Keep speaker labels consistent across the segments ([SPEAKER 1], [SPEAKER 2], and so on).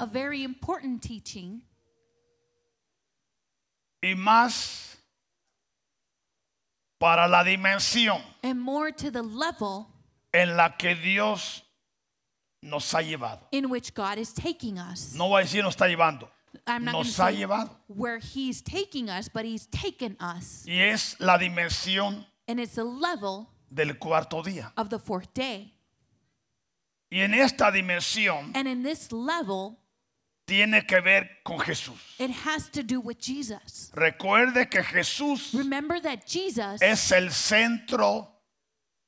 [SPEAKER 1] a very important teaching
[SPEAKER 2] y más para la dimensión
[SPEAKER 1] and more to the level
[SPEAKER 2] en la que Dios nos ha llevado.
[SPEAKER 1] in which God is taking us.
[SPEAKER 2] No voy a decir nos está llevando,
[SPEAKER 1] I'm not
[SPEAKER 2] nos ha
[SPEAKER 1] gonna say
[SPEAKER 2] llevado.
[SPEAKER 1] where He's taking us, but He's taken us.
[SPEAKER 2] Y es la dimensión
[SPEAKER 1] And it's the level
[SPEAKER 2] del cuarto día.
[SPEAKER 1] of the fourth day.
[SPEAKER 2] Y en esta dimensión
[SPEAKER 1] And in this level,
[SPEAKER 2] tiene que ver con Jesús.
[SPEAKER 1] it has to do with Jesus.
[SPEAKER 2] Recuerde que Jesús
[SPEAKER 1] Remember that Jesus
[SPEAKER 2] es el centro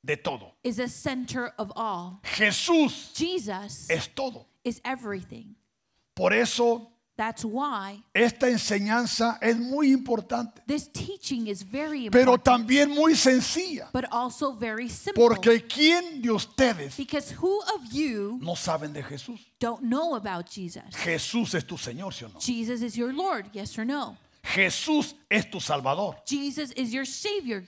[SPEAKER 2] de todo.
[SPEAKER 1] is the center of all.
[SPEAKER 2] Jesús
[SPEAKER 1] Jesus
[SPEAKER 2] es todo.
[SPEAKER 1] is everything.
[SPEAKER 2] Por eso
[SPEAKER 1] That's why
[SPEAKER 2] esta enseñanza es muy importante,
[SPEAKER 1] this teaching is very
[SPEAKER 2] pero
[SPEAKER 1] important,
[SPEAKER 2] también muy sencilla.
[SPEAKER 1] but also very simple.
[SPEAKER 2] Porque ¿quién de ustedes
[SPEAKER 1] because who of you
[SPEAKER 2] no saben de Jesús?
[SPEAKER 1] don't know about Jesus?
[SPEAKER 2] Jesús es tu Señor, ¿sí o no?
[SPEAKER 1] Jesus is your Lord, yes or no?
[SPEAKER 2] Jesús es tu Salvador.
[SPEAKER 1] Jesus is your Savior.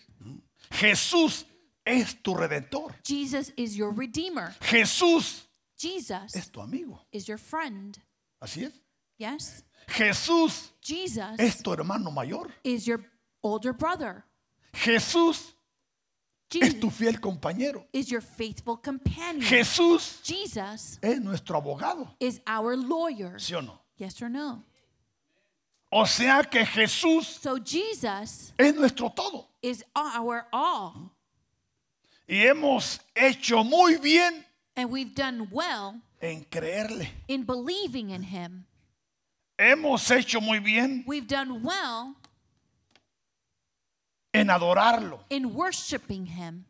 [SPEAKER 2] Jesús es tu Redentor.
[SPEAKER 1] Jesus is your Redeemer.
[SPEAKER 2] Jesús
[SPEAKER 1] Jesus
[SPEAKER 2] es tu amigo.
[SPEAKER 1] is your friend.
[SPEAKER 2] Así es.
[SPEAKER 1] Yes?
[SPEAKER 2] Jesús
[SPEAKER 1] Jesus
[SPEAKER 2] es tu hermano mayor.
[SPEAKER 1] is your older brother.
[SPEAKER 2] Jesús es
[SPEAKER 1] Jesus
[SPEAKER 2] tu fiel compañero.
[SPEAKER 1] is your faithful companion.
[SPEAKER 2] Jesús
[SPEAKER 1] Jesus
[SPEAKER 2] es nuestro abogado.
[SPEAKER 1] is our lawyer.
[SPEAKER 2] ¿Sí o no?
[SPEAKER 1] Yes or no?
[SPEAKER 2] O sea que Jesús
[SPEAKER 1] So Jesus
[SPEAKER 2] es nuestro todo.
[SPEAKER 1] is our all.
[SPEAKER 2] Y hemos hecho muy bien
[SPEAKER 1] And we've done well
[SPEAKER 2] en creerle.
[SPEAKER 1] in believing in him.
[SPEAKER 2] Hemos hecho muy bien
[SPEAKER 1] We've done well
[SPEAKER 2] en adorarlo,
[SPEAKER 1] in worshiping him,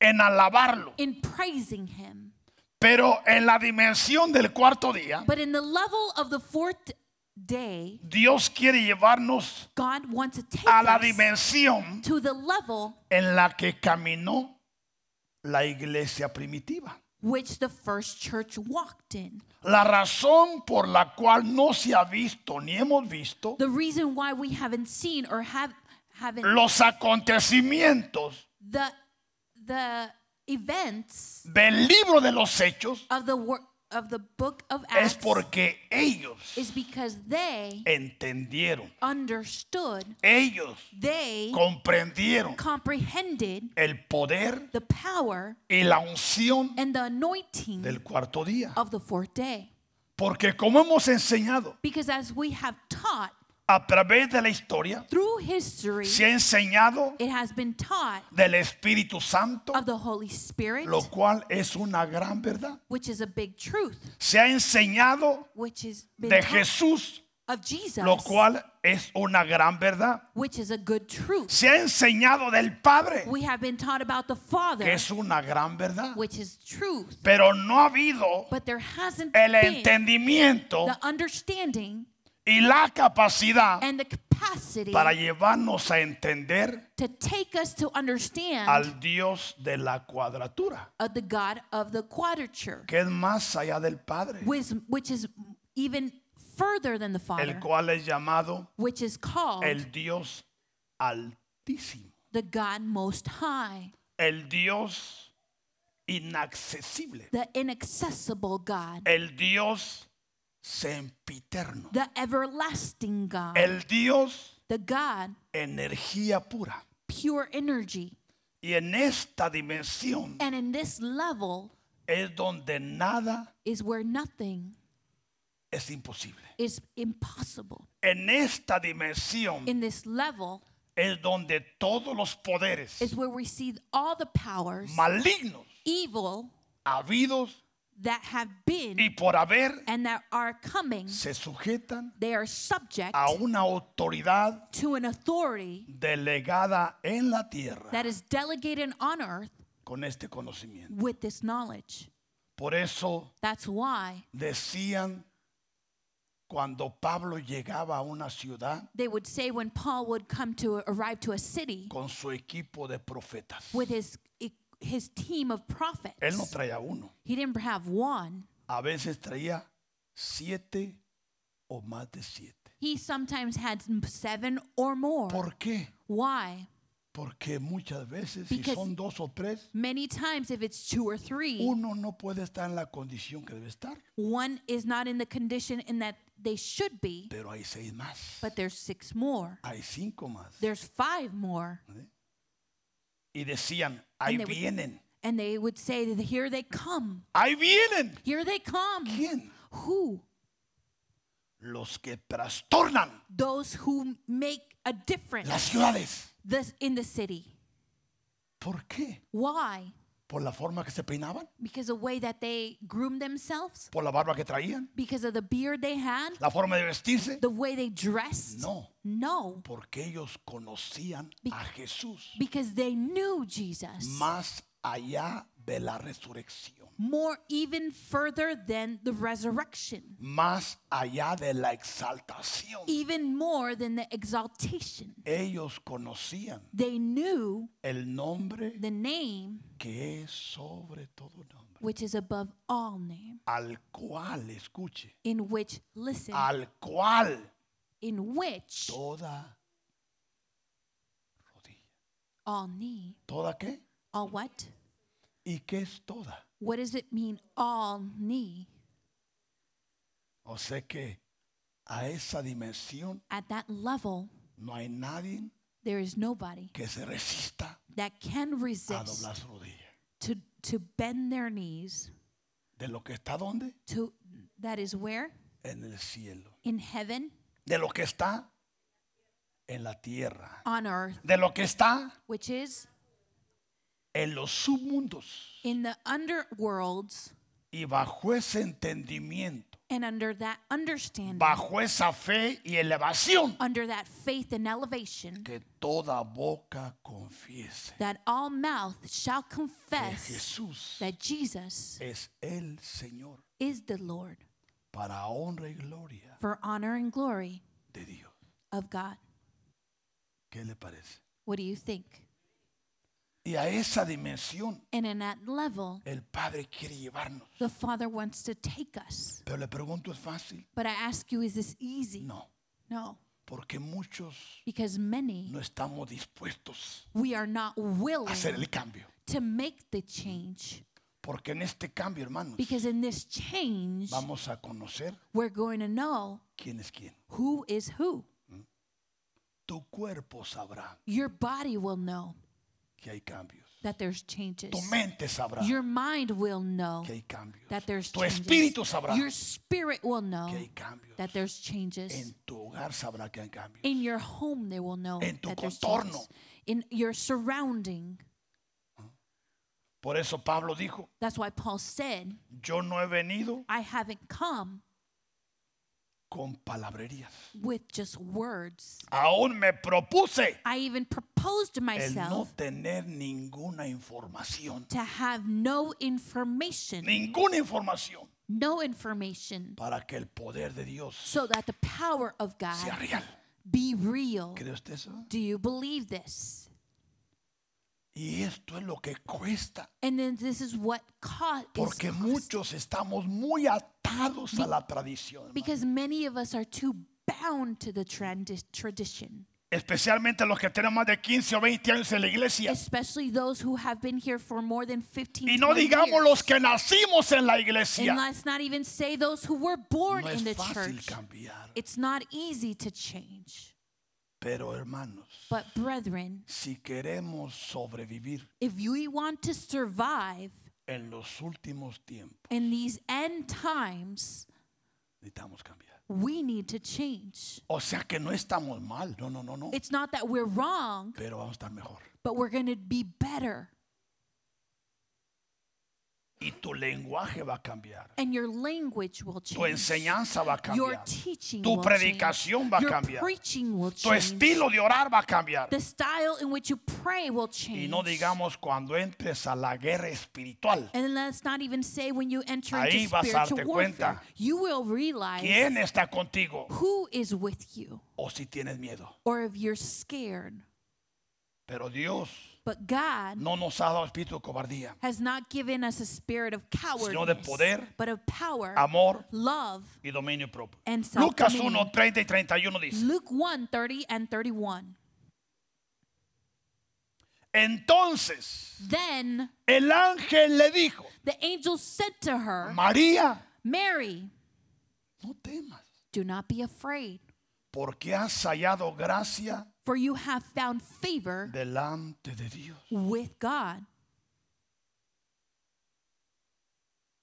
[SPEAKER 2] en alabarlo.
[SPEAKER 1] in praising him.
[SPEAKER 2] Pero en la dimensión del cuarto día,
[SPEAKER 1] But in the level of the fourth day,
[SPEAKER 2] Dios quiere llevarnos
[SPEAKER 1] God wants to take
[SPEAKER 2] a la
[SPEAKER 1] us
[SPEAKER 2] dimensión
[SPEAKER 1] to the level
[SPEAKER 2] en la que caminó la iglesia primitiva.
[SPEAKER 1] which the first church walked in.
[SPEAKER 2] La razón por la cual no se ha visto ni hemos visto
[SPEAKER 1] The reason why we haven't seen or have haven't
[SPEAKER 2] los acontecimientos
[SPEAKER 1] the the events
[SPEAKER 2] del libro de los hechos
[SPEAKER 1] of the wor- of the book of
[SPEAKER 2] es
[SPEAKER 1] Acts
[SPEAKER 2] porque ellos
[SPEAKER 1] is because they
[SPEAKER 2] entendieron,
[SPEAKER 1] understood,
[SPEAKER 2] ellos
[SPEAKER 1] they
[SPEAKER 2] comprendieron
[SPEAKER 1] comprehended
[SPEAKER 2] el poder
[SPEAKER 1] the power
[SPEAKER 2] y la unción
[SPEAKER 1] and the anointing
[SPEAKER 2] del cuarto día.
[SPEAKER 1] of the fourth day.
[SPEAKER 2] Porque como hemos enseñado
[SPEAKER 1] Because as we have taught
[SPEAKER 2] a través de la historia,
[SPEAKER 1] through history,
[SPEAKER 2] se ha enseñado
[SPEAKER 1] it has been taught
[SPEAKER 2] del Espíritu Santo,
[SPEAKER 1] of the Holy Spirit,
[SPEAKER 2] lo cual es una gran verdad.
[SPEAKER 1] which is a big truth,
[SPEAKER 2] Se ha enseñado
[SPEAKER 1] which is been
[SPEAKER 2] de
[SPEAKER 1] taught
[SPEAKER 2] Jesús,
[SPEAKER 1] of Jesus,
[SPEAKER 2] lo cual es una gran verdad.
[SPEAKER 1] which is a good truth.
[SPEAKER 2] Se ha enseñado del Padre,
[SPEAKER 1] We have been taught about the Father,
[SPEAKER 2] que es una gran verdad.
[SPEAKER 1] which is truth.
[SPEAKER 2] Pero no ha habido
[SPEAKER 1] But there hasn't
[SPEAKER 2] el
[SPEAKER 1] been
[SPEAKER 2] entendimiento
[SPEAKER 1] the understanding
[SPEAKER 2] y la capacidad
[SPEAKER 1] and the capacity
[SPEAKER 2] para llevarnos a entender
[SPEAKER 1] to take us to understand
[SPEAKER 2] al Dios de la cuadratura,
[SPEAKER 1] of the God of the quadrature,
[SPEAKER 2] que es más allá del Padre,
[SPEAKER 1] which, which is even further than the
[SPEAKER 2] el
[SPEAKER 1] Father,
[SPEAKER 2] cual es llamado
[SPEAKER 1] which is called
[SPEAKER 2] el Dios altísimo,
[SPEAKER 1] the God Most High,
[SPEAKER 2] el Dios inaccesible,
[SPEAKER 1] the inaccessible God,
[SPEAKER 2] el Dios sempiterno,
[SPEAKER 1] the everlasting God,
[SPEAKER 2] el Dios
[SPEAKER 1] the God
[SPEAKER 2] energía pura.
[SPEAKER 1] pure energy.
[SPEAKER 2] Y en esta dimensión
[SPEAKER 1] And in this level
[SPEAKER 2] es donde nada
[SPEAKER 1] is where nothing
[SPEAKER 2] es imposible.
[SPEAKER 1] is impossible.
[SPEAKER 2] En esta dimensión
[SPEAKER 1] In this level
[SPEAKER 2] es donde todos los poderes
[SPEAKER 1] is where we see all the powers,
[SPEAKER 2] malignos
[SPEAKER 1] evil
[SPEAKER 2] habidos
[SPEAKER 1] that have been
[SPEAKER 2] y por haber
[SPEAKER 1] and that are coming.
[SPEAKER 2] se sujetan
[SPEAKER 1] They are subject
[SPEAKER 2] a una autoridad
[SPEAKER 1] to an authority
[SPEAKER 2] delegada en la tierra
[SPEAKER 1] that is delegated on earth
[SPEAKER 2] con este conocimiento.
[SPEAKER 1] with this knowledge.
[SPEAKER 2] Por eso
[SPEAKER 1] That's why
[SPEAKER 2] decían cuando Pablo llegaba a una ciudad
[SPEAKER 1] they would say when Paul would come to arrive to a city
[SPEAKER 2] con su equipo de profetas.
[SPEAKER 1] with his his team of prophets.
[SPEAKER 2] Él no traía uno,
[SPEAKER 1] He didn't have one.
[SPEAKER 2] a veces traía siete o más de siete.
[SPEAKER 1] He sometimes had seven or more.
[SPEAKER 2] ¿Por qué?
[SPEAKER 1] Why?
[SPEAKER 2] Porque muchas veces, si
[SPEAKER 1] Because-
[SPEAKER 2] son dos o tres,
[SPEAKER 1] Many times, if it's two or three,
[SPEAKER 2] uno no puede estar en la condición que debe estar,
[SPEAKER 1] one is not in the condition in that they should be,
[SPEAKER 2] pero hay seis más,
[SPEAKER 1] but there's six more.
[SPEAKER 2] hay cinco más.
[SPEAKER 1] There's five more.
[SPEAKER 2] Y decían, ahí
[SPEAKER 1] they would-
[SPEAKER 2] vienen,
[SPEAKER 1] And they would say, that, Here they come.
[SPEAKER 2] ahí vienen.
[SPEAKER 1] Here they come.
[SPEAKER 2] ¿Quién?
[SPEAKER 1] Who?
[SPEAKER 2] Los que trastornan
[SPEAKER 1] Those who make a
[SPEAKER 2] las
[SPEAKER 1] difference
[SPEAKER 2] ciudades.
[SPEAKER 1] this, in the city.
[SPEAKER 2] ¿Por qué?
[SPEAKER 1] Why?
[SPEAKER 2] ¿Por la forma que se peinaban?
[SPEAKER 1] Because the way that they groomed themselves,
[SPEAKER 2] ¿Por la barba que traían?
[SPEAKER 1] because of the beard they had,
[SPEAKER 2] ¿La forma de vestirse?
[SPEAKER 1] the way they dressed.
[SPEAKER 2] No,
[SPEAKER 1] No,
[SPEAKER 2] porque ellos conocían a Jesús
[SPEAKER 1] because they knew Jesus
[SPEAKER 2] más allá de la resurrección,
[SPEAKER 1] more, even further than the resurrection,
[SPEAKER 2] más allá de la exaltación.
[SPEAKER 1] even more than the exaltation.
[SPEAKER 2] Ellos conocían
[SPEAKER 1] They knew
[SPEAKER 2] el nombre
[SPEAKER 1] the name
[SPEAKER 2] que es sobre todo nombre,
[SPEAKER 1] which is above all name,
[SPEAKER 2] al cual, escuche,
[SPEAKER 1] in which, listen,
[SPEAKER 2] al cual
[SPEAKER 1] in which
[SPEAKER 2] toda rodilla.
[SPEAKER 1] all knee.
[SPEAKER 2] ¿Toda qué?
[SPEAKER 1] All what?
[SPEAKER 2] ¿Y qué es toda?
[SPEAKER 1] What does it mean, all knee?
[SPEAKER 2] O sea que a esa dimensión
[SPEAKER 1] At that level,
[SPEAKER 2] no hay nadie
[SPEAKER 1] there is nobody
[SPEAKER 2] que se resista
[SPEAKER 1] that can
[SPEAKER 2] a
[SPEAKER 1] resist
[SPEAKER 2] doblar su rodilla.
[SPEAKER 1] to, to bend their knees
[SPEAKER 2] ¿De lo que está dónde?
[SPEAKER 1] to that is where?
[SPEAKER 2] En el cielo.
[SPEAKER 1] In heaven,
[SPEAKER 2] ¿De lo que está? En la tierra.
[SPEAKER 1] on earth,
[SPEAKER 2] ¿De lo que está?
[SPEAKER 1] which is
[SPEAKER 2] En los submundos.
[SPEAKER 1] in the underworlds
[SPEAKER 2] Y bajo ese entendimiento,
[SPEAKER 1] and under that understanding,
[SPEAKER 2] bajo esa fe y elevación,
[SPEAKER 1] under that faith and elevation,
[SPEAKER 2] que toda boca confiese
[SPEAKER 1] that all mouth shall
[SPEAKER 2] que
[SPEAKER 1] confess
[SPEAKER 2] Jesús
[SPEAKER 1] that Jesus
[SPEAKER 2] es el Señor
[SPEAKER 1] is the Lord
[SPEAKER 2] para honra y gloria
[SPEAKER 1] for honor and glory
[SPEAKER 2] de Dios.
[SPEAKER 1] of God.
[SPEAKER 2] ¿Qué le parece?
[SPEAKER 1] What do you think?
[SPEAKER 2] Y a esa dimensión
[SPEAKER 1] And in that level,
[SPEAKER 2] el Padre quiere llevarnos.
[SPEAKER 1] the Father wants to take us.
[SPEAKER 2] Pero le pregunto, ¿es fácil?
[SPEAKER 1] But I ask you, is this easy?
[SPEAKER 2] No,
[SPEAKER 1] No,
[SPEAKER 2] porque muchos
[SPEAKER 1] because many,
[SPEAKER 2] no estamos dispuestos
[SPEAKER 1] we are not
[SPEAKER 2] a
[SPEAKER 1] willing
[SPEAKER 2] hacer el cambio.
[SPEAKER 1] to make the change.
[SPEAKER 2] Porque en este cambio, hermanos,
[SPEAKER 1] Because in this change,
[SPEAKER 2] vamos a conocer
[SPEAKER 1] we're going to know
[SPEAKER 2] quién es quién.
[SPEAKER 1] who is who.
[SPEAKER 2] Tu cuerpo sabrá
[SPEAKER 1] Your body will know
[SPEAKER 2] que hay cambios.
[SPEAKER 1] that there's
[SPEAKER 2] Tu
[SPEAKER 1] changes.
[SPEAKER 2] mente sabrá
[SPEAKER 1] Your mind will know
[SPEAKER 2] que hay cambios.
[SPEAKER 1] that there's
[SPEAKER 2] Tu
[SPEAKER 1] changes.
[SPEAKER 2] espíritu sabrá
[SPEAKER 1] Your spirit will know
[SPEAKER 2] que hay cambios.
[SPEAKER 1] that there's changes.
[SPEAKER 2] En tu hogar sabrá que hay cambios.
[SPEAKER 1] In your home, they will know
[SPEAKER 2] En tu
[SPEAKER 1] that there's
[SPEAKER 2] contorno.
[SPEAKER 1] changes. In your surrounding.
[SPEAKER 2] Por eso Pablo dijo,
[SPEAKER 1] That's why Paul said,
[SPEAKER 2] yo no he venido
[SPEAKER 1] I haven't come
[SPEAKER 2] con palabrerías.
[SPEAKER 1] with just words.
[SPEAKER 2] Aún me propuse
[SPEAKER 1] I even proposed to
[SPEAKER 2] el no
[SPEAKER 1] myself
[SPEAKER 2] tener ninguna información.
[SPEAKER 1] to have no information.
[SPEAKER 2] Ninguna información
[SPEAKER 1] no information
[SPEAKER 2] para que el poder de Dios
[SPEAKER 1] so that the power of
[SPEAKER 2] sea
[SPEAKER 1] God
[SPEAKER 2] real.
[SPEAKER 1] be real.
[SPEAKER 2] ¿Cree usted eso?
[SPEAKER 1] Do you believe this?
[SPEAKER 2] Y esto es lo que cuesta.
[SPEAKER 1] And then this is what caught
[SPEAKER 2] Porque muchos estamos muy atados a la tradición. hermano.
[SPEAKER 1] because many of us are too bound to the tradi- tradition,
[SPEAKER 2] Especialmente los que tienen más de 15 o 20 años en la iglesia.
[SPEAKER 1] especially those who have been here for more than 15
[SPEAKER 2] Y no
[SPEAKER 1] 20
[SPEAKER 2] digamos
[SPEAKER 1] years.
[SPEAKER 2] los que nacimos en la
[SPEAKER 1] And
[SPEAKER 2] iglesia.
[SPEAKER 1] let's not even say those who were born
[SPEAKER 2] No
[SPEAKER 1] in the
[SPEAKER 2] es fácil
[SPEAKER 1] church.
[SPEAKER 2] cambiar.
[SPEAKER 1] It's not easy to change.
[SPEAKER 2] Pero hermanos,
[SPEAKER 1] But brethren,
[SPEAKER 2] si queremos sobrevivir
[SPEAKER 1] if you want to survive
[SPEAKER 2] en los últimos tiempos,
[SPEAKER 1] in these end times,
[SPEAKER 2] necesitamos cambiar.
[SPEAKER 1] we need to change.
[SPEAKER 2] O sea que no estamos mal. No, no, no, no.
[SPEAKER 1] It's not that we're wrong,
[SPEAKER 2] Pero vamos a estar mejor.
[SPEAKER 1] but we're going to be better.
[SPEAKER 2] Y tu lenguaje va a cambiar.
[SPEAKER 1] And your language will
[SPEAKER 2] Tu
[SPEAKER 1] change.
[SPEAKER 2] enseñanza va a
[SPEAKER 1] Your
[SPEAKER 2] cambiar.
[SPEAKER 1] teaching
[SPEAKER 2] Tu
[SPEAKER 1] will change.
[SPEAKER 2] predicación va a
[SPEAKER 1] Your
[SPEAKER 2] cambiar.
[SPEAKER 1] preaching will
[SPEAKER 2] Tu
[SPEAKER 1] change.
[SPEAKER 2] estilo de orar va a cambiar.
[SPEAKER 1] The style in which you pray will change.
[SPEAKER 2] Y no digamos cuando entres a la guerra espiritual,
[SPEAKER 1] and then let's not even say when you enter
[SPEAKER 2] Ahí
[SPEAKER 1] into
[SPEAKER 2] vas a darte
[SPEAKER 1] spiritual warfare,
[SPEAKER 2] cuenta.
[SPEAKER 1] you will realize
[SPEAKER 2] ¿quién está contigo?
[SPEAKER 1] who is with you
[SPEAKER 2] O si tienes miedo.
[SPEAKER 1] or if you're scared.
[SPEAKER 2] Pero Dios
[SPEAKER 1] But God
[SPEAKER 2] no nos ha dado espíritu de cobardía,
[SPEAKER 1] has not given us a spirit of cowardice,
[SPEAKER 2] de poder,
[SPEAKER 1] but of power,
[SPEAKER 2] amor
[SPEAKER 1] love,
[SPEAKER 2] y dominio propio.
[SPEAKER 1] And
[SPEAKER 2] Lucas
[SPEAKER 1] self-dominion.
[SPEAKER 2] 1, 30 y 31 dice,
[SPEAKER 1] Luke 1 30 and 31.
[SPEAKER 2] Entonces
[SPEAKER 1] Then
[SPEAKER 2] el ángel le dijo,
[SPEAKER 1] the angel said to her,
[SPEAKER 2] María,
[SPEAKER 1] Mary,
[SPEAKER 2] no temas,
[SPEAKER 1] do not be afraid,
[SPEAKER 2] porque has hallado gracia
[SPEAKER 1] for you have found favor
[SPEAKER 2] delante de Dios.
[SPEAKER 1] with God.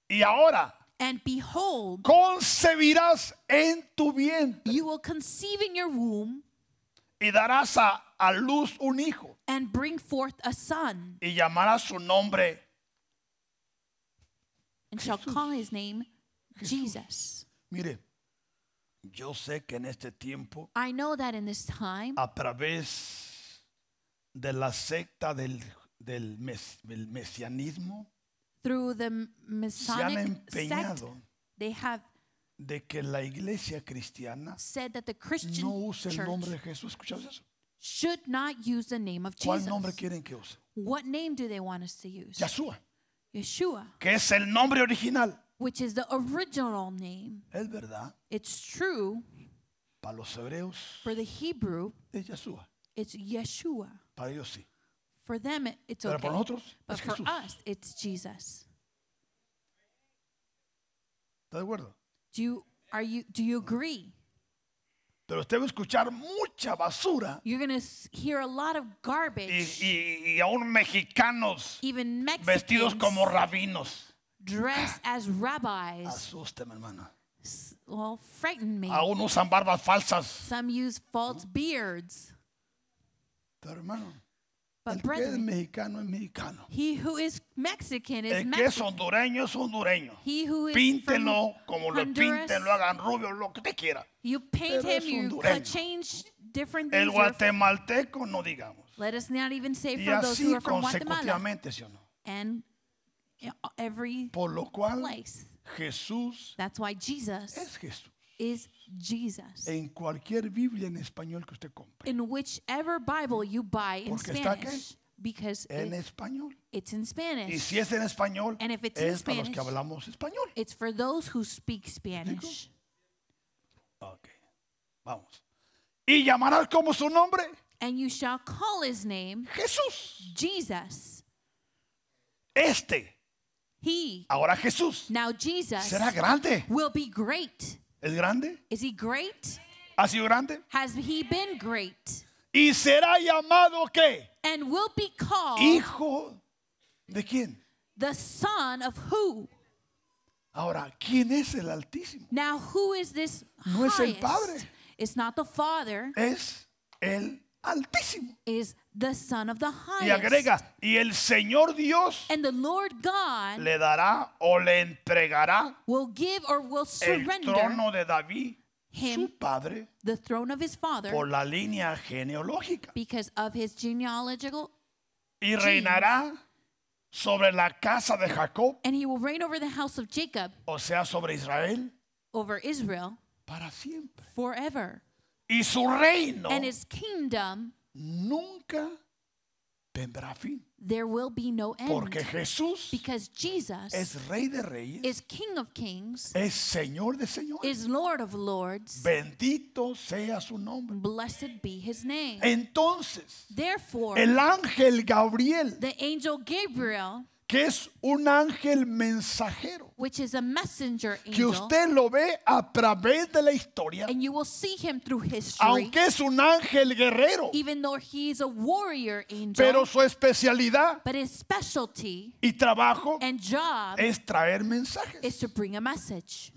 [SPEAKER 2] Y ahora
[SPEAKER 1] And behold,
[SPEAKER 2] concebirás en tu vientre
[SPEAKER 1] you will conceive in your womb
[SPEAKER 2] y darás a, a luz un hijo
[SPEAKER 1] and bring forth a son,
[SPEAKER 2] y llamarás su nombre
[SPEAKER 1] and shall call his name Jesus.
[SPEAKER 2] Mire, yo sé que en este tiempo,
[SPEAKER 1] I know that in this time,
[SPEAKER 2] a través de la secta del, del mes- del mesianismo,
[SPEAKER 1] through the
[SPEAKER 2] se han
[SPEAKER 1] Masonic sect,
[SPEAKER 2] empeñado
[SPEAKER 1] they have
[SPEAKER 2] de que la iglesia cristiana
[SPEAKER 1] said that the Christian
[SPEAKER 2] no use el
[SPEAKER 1] church
[SPEAKER 2] nombre de Jesús. ¿Escuchas eso?
[SPEAKER 1] should not use the name of
[SPEAKER 2] ¿Cuál
[SPEAKER 1] Jesus.
[SPEAKER 2] nombre quieren que use?
[SPEAKER 1] What name do they want us to use?
[SPEAKER 2] Yahshua,
[SPEAKER 1] Yeshua,
[SPEAKER 2] que es el nombre original.
[SPEAKER 1] which is the original name.
[SPEAKER 2] Es verdad,
[SPEAKER 1] It's true
[SPEAKER 2] para los hebreos
[SPEAKER 1] for the Hebrew,
[SPEAKER 2] es Yahshua,
[SPEAKER 1] it's Yeshua.
[SPEAKER 2] para ellos sí.
[SPEAKER 1] For them, it- it's
[SPEAKER 2] Pero
[SPEAKER 1] okay.
[SPEAKER 2] para nosotros
[SPEAKER 1] but
[SPEAKER 2] es
[SPEAKER 1] for
[SPEAKER 2] Jesús.
[SPEAKER 1] us, it's Jesus.
[SPEAKER 2] ¿Está de acuerdo?
[SPEAKER 1] Do you are you do you agree?
[SPEAKER 2] Pero usted va a escuchar mucha basura
[SPEAKER 1] You're gonna s- hear a lot of
[SPEAKER 2] y,
[SPEAKER 1] garbage,
[SPEAKER 2] y- y aún mexicanos
[SPEAKER 1] even Mexicans
[SPEAKER 2] vestidos como rabinos.
[SPEAKER 1] dressed as rabbis.
[SPEAKER 2] Asústeme, hermano.
[SPEAKER 1] S- Well, frighten me.
[SPEAKER 2] Aún usan barbas falsas.
[SPEAKER 1] Some use false beards,
[SPEAKER 2] Pero hermano, el
[SPEAKER 1] but
[SPEAKER 2] que es
[SPEAKER 1] brethren,
[SPEAKER 2] mexicano es mexicano.
[SPEAKER 1] he who is Mexican is
[SPEAKER 2] El que es
[SPEAKER 1] Mexican.
[SPEAKER 2] hondureño es hondureño.
[SPEAKER 1] He who is from
[SPEAKER 2] Píntenlo como lo
[SPEAKER 1] Honduras,
[SPEAKER 2] pinten, lo hagan rubio, lo que usted quiera.
[SPEAKER 1] You paint
[SPEAKER 2] Pero es
[SPEAKER 1] him, you
[SPEAKER 2] hondureño.
[SPEAKER 1] co- change different
[SPEAKER 2] El
[SPEAKER 1] things. you're from-
[SPEAKER 2] guatemalteco no digamos.
[SPEAKER 1] Let us not even say
[SPEAKER 2] Y
[SPEAKER 1] for those who
[SPEAKER 2] así
[SPEAKER 1] are from Guatemala
[SPEAKER 2] consecutivamente, ¿sí o no?
[SPEAKER 1] and you know, every
[SPEAKER 2] Por lo cual
[SPEAKER 1] place.
[SPEAKER 2] Jesús
[SPEAKER 1] That's why Jesus
[SPEAKER 2] es Jesús.
[SPEAKER 1] is Jesus.
[SPEAKER 2] En cualquier Biblia en español que usted compre.
[SPEAKER 1] In whichever Bible you buy in
[SPEAKER 2] Porque está qué?
[SPEAKER 1] Spanish, because
[SPEAKER 2] En
[SPEAKER 1] it-
[SPEAKER 2] español.
[SPEAKER 1] it's in
[SPEAKER 2] Y
[SPEAKER 1] Spanish,
[SPEAKER 2] si es en español,
[SPEAKER 1] And if it's in
[SPEAKER 2] es para los que
[SPEAKER 1] Spanish-
[SPEAKER 2] hablamos español.
[SPEAKER 1] it's for those who speak Spanish.
[SPEAKER 2] Ok, vamos. Y llamarás como su nombre
[SPEAKER 1] And you shall call his name
[SPEAKER 2] Jesús.
[SPEAKER 1] Jesus.
[SPEAKER 2] Este,
[SPEAKER 1] He,
[SPEAKER 2] ahora Jesús,
[SPEAKER 1] now Jesus,
[SPEAKER 2] será grande.
[SPEAKER 1] will be great.
[SPEAKER 2] ¿Es grande?
[SPEAKER 1] Is he great?
[SPEAKER 2] ¿Ha sido grande?
[SPEAKER 1] Has he been great?
[SPEAKER 2] Y será llamado qué?
[SPEAKER 1] And will be called
[SPEAKER 2] Hijo de quién?
[SPEAKER 1] the son of who?
[SPEAKER 2] Ahora, ¿quién es el Altísimo?
[SPEAKER 1] Now, who is this?
[SPEAKER 2] No es el
[SPEAKER 1] highest?
[SPEAKER 2] Padre.
[SPEAKER 1] It's not the Father,
[SPEAKER 2] Es el Altísimo.
[SPEAKER 1] is the Son of
[SPEAKER 2] Y
[SPEAKER 1] the highest.
[SPEAKER 2] agrega, y el Señor Dios
[SPEAKER 1] And the Lord God
[SPEAKER 2] le dará o le entregará
[SPEAKER 1] will give or will
[SPEAKER 2] el
[SPEAKER 1] surrender
[SPEAKER 2] trono de David,
[SPEAKER 1] him
[SPEAKER 2] su padre,
[SPEAKER 1] the throne of his father
[SPEAKER 2] por la línea genealógica
[SPEAKER 1] because of his genealogical,
[SPEAKER 2] y reinará sobre la casa de Jacob,
[SPEAKER 1] and he will reign over the house of Jacob,
[SPEAKER 2] o sea, sobre Israel,
[SPEAKER 1] over Israel
[SPEAKER 2] para siempre.
[SPEAKER 1] forever.
[SPEAKER 2] Y su reino
[SPEAKER 1] And his kingdom,
[SPEAKER 2] nunca tendrá fin,
[SPEAKER 1] there will be no end.
[SPEAKER 2] porque Jesús
[SPEAKER 1] because Jesus
[SPEAKER 2] es rey de reyes,
[SPEAKER 1] is King of kings,
[SPEAKER 2] es señor de señores.
[SPEAKER 1] is Lord of lords.
[SPEAKER 2] Bendito sea su nombre.
[SPEAKER 1] Blessed be his name.
[SPEAKER 2] Entonces,
[SPEAKER 1] Therefore,
[SPEAKER 2] el ángel Gabriel,
[SPEAKER 1] the angel Gabriel,
[SPEAKER 2] que es un ángel mensajero,
[SPEAKER 1] which is a messenger
[SPEAKER 2] que
[SPEAKER 1] angel,
[SPEAKER 2] usted lo ve a través de la historia,
[SPEAKER 1] and you will see him through history,
[SPEAKER 2] aunque es un ángel guerrero,
[SPEAKER 1] even though he is a warrior angel,
[SPEAKER 2] pero su especialidad
[SPEAKER 1] but his specialty
[SPEAKER 2] y trabajo
[SPEAKER 1] and job
[SPEAKER 2] es traer mensajes.
[SPEAKER 1] is to bring a message.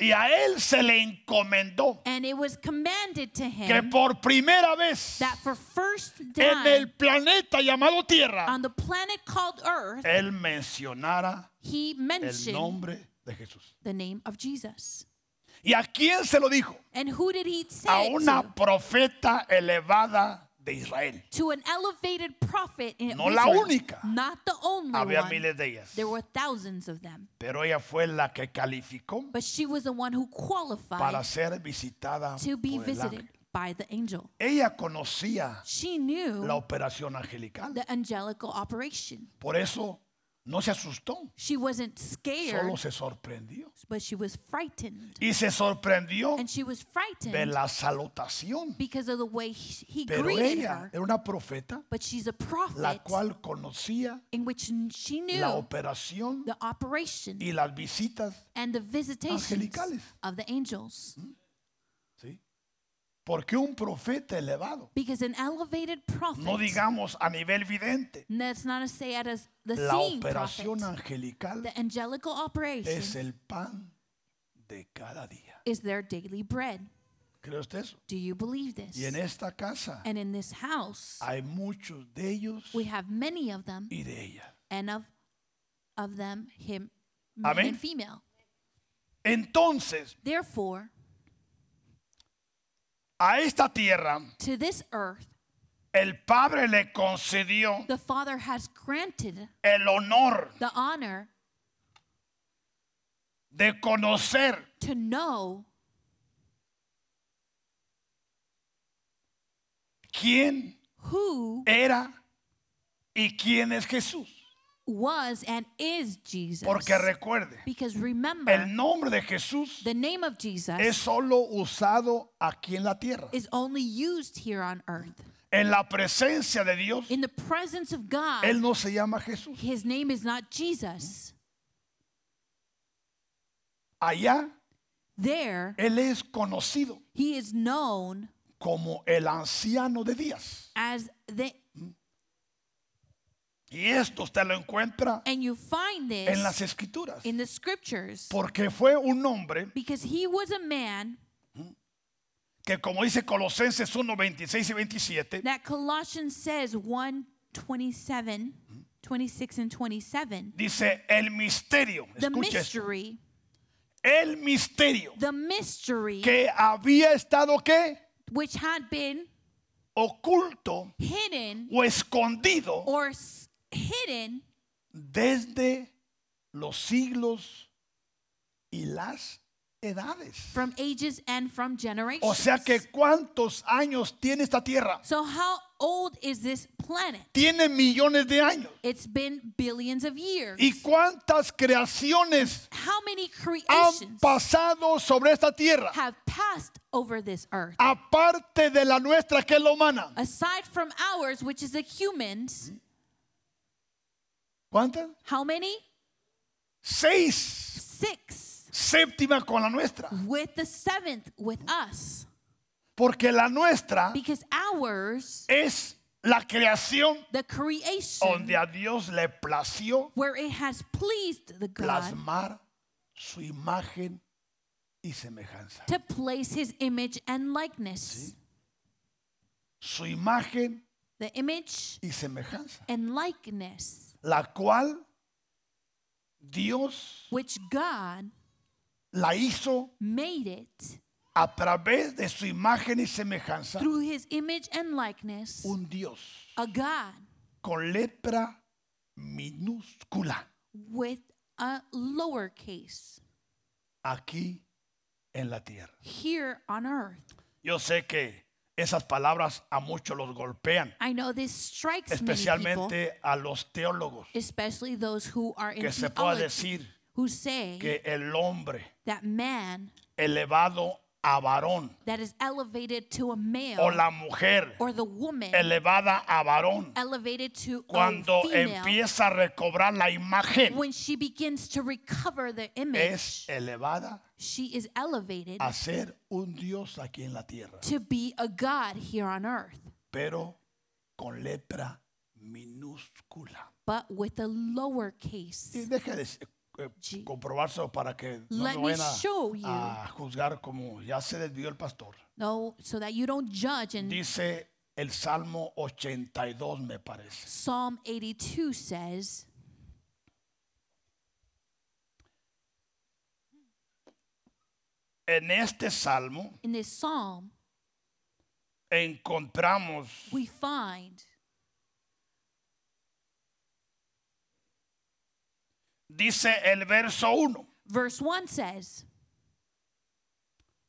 [SPEAKER 2] Y a él se le encomendó
[SPEAKER 1] And it was commanded to
[SPEAKER 2] que
[SPEAKER 1] him
[SPEAKER 2] por primera vez
[SPEAKER 1] that for first
[SPEAKER 2] en
[SPEAKER 1] time
[SPEAKER 2] el planeta llamado Tierra,
[SPEAKER 1] on the planet called Earth,
[SPEAKER 2] él mencionara
[SPEAKER 1] he
[SPEAKER 2] el
[SPEAKER 1] mentioned
[SPEAKER 2] nombre de Jesús.
[SPEAKER 1] the name of Jesus.
[SPEAKER 2] ¿Y a quién se lo dijo?
[SPEAKER 1] And who did he say
[SPEAKER 2] A
[SPEAKER 1] it to?
[SPEAKER 2] una profeta elevada de Israel.
[SPEAKER 1] to an elevated prophet in
[SPEAKER 2] No la
[SPEAKER 1] Israel.
[SPEAKER 2] única.
[SPEAKER 1] not the only
[SPEAKER 2] Había
[SPEAKER 1] one.
[SPEAKER 2] miles de ellas,
[SPEAKER 1] There were thousands of them,
[SPEAKER 2] pero ella fue la que calificó
[SPEAKER 1] but she was the one who
[SPEAKER 2] para
[SPEAKER 1] qualified
[SPEAKER 2] ser visitada
[SPEAKER 1] to be
[SPEAKER 2] por el
[SPEAKER 1] visited
[SPEAKER 2] ángel.
[SPEAKER 1] by the angel.
[SPEAKER 2] Ella conocía
[SPEAKER 1] She
[SPEAKER 2] la
[SPEAKER 1] knew
[SPEAKER 2] operación angelical.
[SPEAKER 1] the angelical operation.
[SPEAKER 2] Por eso No se asustó,
[SPEAKER 1] She wasn't scared,
[SPEAKER 2] solo se sorprendió.
[SPEAKER 1] but she was frightened.
[SPEAKER 2] Y se sorprendió
[SPEAKER 1] And she was
[SPEAKER 2] de
[SPEAKER 1] frightened
[SPEAKER 2] la salutación.
[SPEAKER 1] because of the way he he
[SPEAKER 2] Pero
[SPEAKER 1] greeted
[SPEAKER 2] ella
[SPEAKER 1] her.
[SPEAKER 2] era una profeta,
[SPEAKER 1] But she's a
[SPEAKER 2] la
[SPEAKER 1] prophet
[SPEAKER 2] cual conocía
[SPEAKER 1] in which she
[SPEAKER 2] la
[SPEAKER 1] knew
[SPEAKER 2] operación
[SPEAKER 1] the operation
[SPEAKER 2] y las visitas,
[SPEAKER 1] and the visitations
[SPEAKER 2] Angelicales. Mm-hmm.
[SPEAKER 1] of the angels.
[SPEAKER 2] ¿sí? Porque un profeta elevado,
[SPEAKER 1] Because an elevated prophet,
[SPEAKER 2] no digamos a nivel vidente,
[SPEAKER 1] that's not to say at a, s- the
[SPEAKER 2] la
[SPEAKER 1] seeing prophet,
[SPEAKER 2] operación angelical
[SPEAKER 1] the angelical operation
[SPEAKER 2] es el pan de cada día.
[SPEAKER 1] is their daily bread.
[SPEAKER 2] ¿Cree usted eso?
[SPEAKER 1] Do you believe this?
[SPEAKER 2] Y en esta casa
[SPEAKER 1] and in this house,
[SPEAKER 2] hay muchos de ellos
[SPEAKER 1] we have many of them,
[SPEAKER 2] y de ellas.
[SPEAKER 1] and of of them, him, male
[SPEAKER 2] Amén.
[SPEAKER 1] and female.
[SPEAKER 2] Entonces,
[SPEAKER 1] Therefore,
[SPEAKER 2] a esta tierra
[SPEAKER 1] to this earth,
[SPEAKER 2] el Padre le concedió
[SPEAKER 1] the Father has granted
[SPEAKER 2] el honor
[SPEAKER 1] the honor
[SPEAKER 2] de conocer
[SPEAKER 1] to know
[SPEAKER 2] quién
[SPEAKER 1] who
[SPEAKER 2] era y quién es Jesús.
[SPEAKER 1] was and is Jesus.
[SPEAKER 2] Porque recuerde,
[SPEAKER 1] because remember,
[SPEAKER 2] el nombre de Jesús
[SPEAKER 1] the name of Jesus
[SPEAKER 2] es solo usado aquí en la tierra.
[SPEAKER 1] is only used here on earth.
[SPEAKER 2] En la presencia de Dios,
[SPEAKER 1] In the presence of God,
[SPEAKER 2] Él no se llama Jesús.
[SPEAKER 1] his name is not Jesus.
[SPEAKER 2] Allá,
[SPEAKER 1] There,
[SPEAKER 2] Él es conocido
[SPEAKER 1] he is known
[SPEAKER 2] como el anciano de días.
[SPEAKER 1] as the,
[SPEAKER 2] Y esto usted lo encuentra
[SPEAKER 1] and you find
[SPEAKER 2] en las
[SPEAKER 1] this
[SPEAKER 2] escrituras.
[SPEAKER 1] in the scriptures
[SPEAKER 2] Porque fue un hombre
[SPEAKER 1] because he was a man
[SPEAKER 2] que como dice Colosenses 1, 26 y 27,
[SPEAKER 1] that Colossians says 1 27, 26 and 27.
[SPEAKER 2] dice el misterio,
[SPEAKER 1] The
[SPEAKER 2] escuche esto,
[SPEAKER 1] mystery,
[SPEAKER 2] el misterio
[SPEAKER 1] the mystery
[SPEAKER 2] que había estado ¿qué?
[SPEAKER 1] which had been
[SPEAKER 2] oculto
[SPEAKER 1] hidden
[SPEAKER 2] o escondido
[SPEAKER 1] or s- hidden
[SPEAKER 2] desde los siglos y las edades.
[SPEAKER 1] from ages and from generations.
[SPEAKER 2] O sea que cuántos años tiene esta tierra?
[SPEAKER 1] So how old is this planet?
[SPEAKER 2] Tiene millones de años.
[SPEAKER 1] It's been billions of years.
[SPEAKER 2] ¿Y cuántas creaciones
[SPEAKER 1] How many
[SPEAKER 2] han
[SPEAKER 1] creations
[SPEAKER 2] pasado sobre esta tierra?
[SPEAKER 1] have passed over this earth?
[SPEAKER 2] Aparte de la nuestra que es la humana.
[SPEAKER 1] Aside from ours, which is the humans,
[SPEAKER 2] ¿Cuántas?
[SPEAKER 1] how many?
[SPEAKER 2] Seis.
[SPEAKER 1] Six.
[SPEAKER 2] Séptima con la nuestra.
[SPEAKER 1] With the seventh, with us.
[SPEAKER 2] Porque la nuestra
[SPEAKER 1] Because ours,
[SPEAKER 2] es la creación
[SPEAKER 1] the creation,
[SPEAKER 2] donde a Dios le plació
[SPEAKER 1] where it has pleased the God
[SPEAKER 2] plasmar su imagen y semejanza.
[SPEAKER 1] to place his image and likeness.
[SPEAKER 2] Su imagen
[SPEAKER 1] The image
[SPEAKER 2] y semejanza.
[SPEAKER 1] and likeness,
[SPEAKER 2] La cual Dios
[SPEAKER 1] which God
[SPEAKER 2] la hizo
[SPEAKER 1] made it
[SPEAKER 2] a través de su imagen y semejanza.
[SPEAKER 1] through his image and likeness,
[SPEAKER 2] Un Dios
[SPEAKER 1] a God
[SPEAKER 2] con letra minúscula
[SPEAKER 1] with a lowercase
[SPEAKER 2] aquí en la tierra.
[SPEAKER 1] here on earth.
[SPEAKER 2] Yo sé que esas palabras a muchos los golpean,
[SPEAKER 1] I know this strikes many people,
[SPEAKER 2] especialmente a los teólogos,
[SPEAKER 1] especially those who are in
[SPEAKER 2] que se pueda
[SPEAKER 1] theology,
[SPEAKER 2] decir
[SPEAKER 1] who say
[SPEAKER 2] que el hombre
[SPEAKER 1] that man
[SPEAKER 2] elevado a varón
[SPEAKER 1] that is elevated to a male
[SPEAKER 2] o la mujer
[SPEAKER 1] or the woman
[SPEAKER 2] elevada a varón,
[SPEAKER 1] elevated to
[SPEAKER 2] cuando
[SPEAKER 1] a female
[SPEAKER 2] empieza a recobrar la imagen,
[SPEAKER 1] when she begins to recover the image
[SPEAKER 2] es elevada
[SPEAKER 1] she is elevated
[SPEAKER 2] a ser un Dios aquí en la tierra,
[SPEAKER 1] to be a god here on earth
[SPEAKER 2] pero con letra minúscula.
[SPEAKER 1] but with a
[SPEAKER 2] Y
[SPEAKER 1] lowercase
[SPEAKER 2] deje de s- eh,
[SPEAKER 1] G.
[SPEAKER 2] comprobarse para que no
[SPEAKER 1] Let
[SPEAKER 2] me
[SPEAKER 1] me
[SPEAKER 2] vayan a-
[SPEAKER 1] show you.
[SPEAKER 2] a, juzgar como ya se desvió el pastor.
[SPEAKER 1] no so that you don't judge and
[SPEAKER 2] Dice el Salmo 82, me parece.
[SPEAKER 1] psalm 82 says
[SPEAKER 2] En este salmo
[SPEAKER 1] in this psalm
[SPEAKER 2] encontramos
[SPEAKER 1] we find
[SPEAKER 2] Dice el verso 1.
[SPEAKER 1] verse 1 says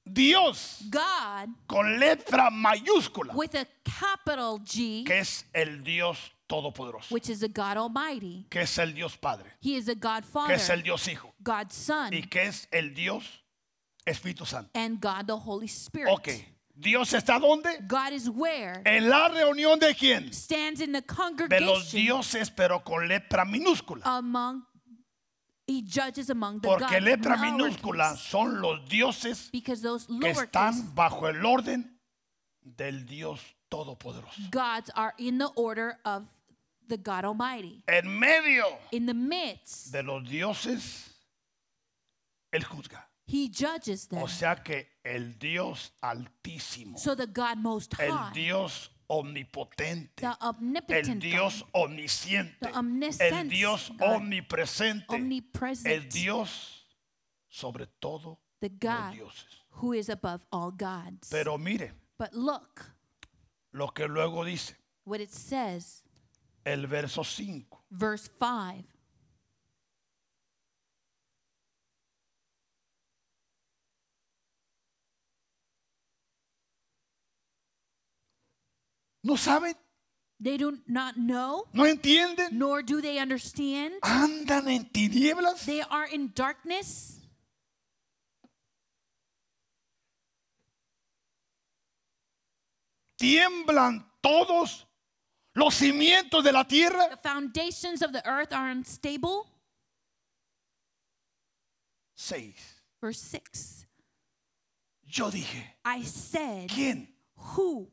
[SPEAKER 2] Dios
[SPEAKER 1] God
[SPEAKER 2] con letra mayúscula,
[SPEAKER 1] with a capital G,
[SPEAKER 2] que es el Dios Todopoderoso,
[SPEAKER 1] which is the God Almighty.
[SPEAKER 2] que es el Dios Padre,
[SPEAKER 1] He is a God
[SPEAKER 2] que es el
[SPEAKER 1] Father,
[SPEAKER 2] Dios Hijo
[SPEAKER 1] God
[SPEAKER 2] y
[SPEAKER 1] Son,
[SPEAKER 2] que es el Dios Espíritu Santo.
[SPEAKER 1] and God the Holy Spirit.
[SPEAKER 2] Ok, Dios está donde?
[SPEAKER 1] God is where?
[SPEAKER 2] En la reunión de quién?
[SPEAKER 1] Stands in the
[SPEAKER 2] De los
[SPEAKER 1] congregation
[SPEAKER 2] dioses, pero con letra minúscula.
[SPEAKER 1] among, he judges among the gods.
[SPEAKER 2] Porque letra minúscula
[SPEAKER 1] lowercase,
[SPEAKER 2] son los dioses
[SPEAKER 1] Because those
[SPEAKER 2] que
[SPEAKER 1] lowercase
[SPEAKER 2] están bajo el orden del Dios Todopoderoso.
[SPEAKER 1] gods are in the order of the God Almighty.
[SPEAKER 2] En medio
[SPEAKER 1] In the midst,
[SPEAKER 2] de los dioses, Él juzga.
[SPEAKER 1] he judges them.
[SPEAKER 2] O sea que el Dios altísimo,
[SPEAKER 1] So the God Most
[SPEAKER 2] el
[SPEAKER 1] High,
[SPEAKER 2] Dios omnipotente,
[SPEAKER 1] the
[SPEAKER 2] el
[SPEAKER 1] omnipotent,
[SPEAKER 2] Dios omnisciente,
[SPEAKER 1] The omniscient
[SPEAKER 2] el Dios
[SPEAKER 1] God.
[SPEAKER 2] omnipresente,
[SPEAKER 1] God, omnipresent,
[SPEAKER 2] el Dios sobre todo
[SPEAKER 1] the
[SPEAKER 2] los
[SPEAKER 1] God
[SPEAKER 2] dioses.
[SPEAKER 1] who is above all gods.
[SPEAKER 2] Pero mire
[SPEAKER 1] but look
[SPEAKER 2] lo que luego dice
[SPEAKER 1] what it says,
[SPEAKER 2] el verso 5.
[SPEAKER 1] verse 5.
[SPEAKER 2] ¿No saben?
[SPEAKER 1] They do not know,
[SPEAKER 2] ¿No entienden?
[SPEAKER 1] nor do they understand.
[SPEAKER 2] andan en tinieblas.
[SPEAKER 1] They are in darkness.
[SPEAKER 2] Tiemblan todos los cimientos de la
[SPEAKER 1] The
[SPEAKER 2] tierra.
[SPEAKER 1] foundations of the earth are unstable.
[SPEAKER 2] Seis.
[SPEAKER 1] Verse 6.
[SPEAKER 2] Yo dije,
[SPEAKER 1] I said,
[SPEAKER 2] ¿quién?
[SPEAKER 1] Who?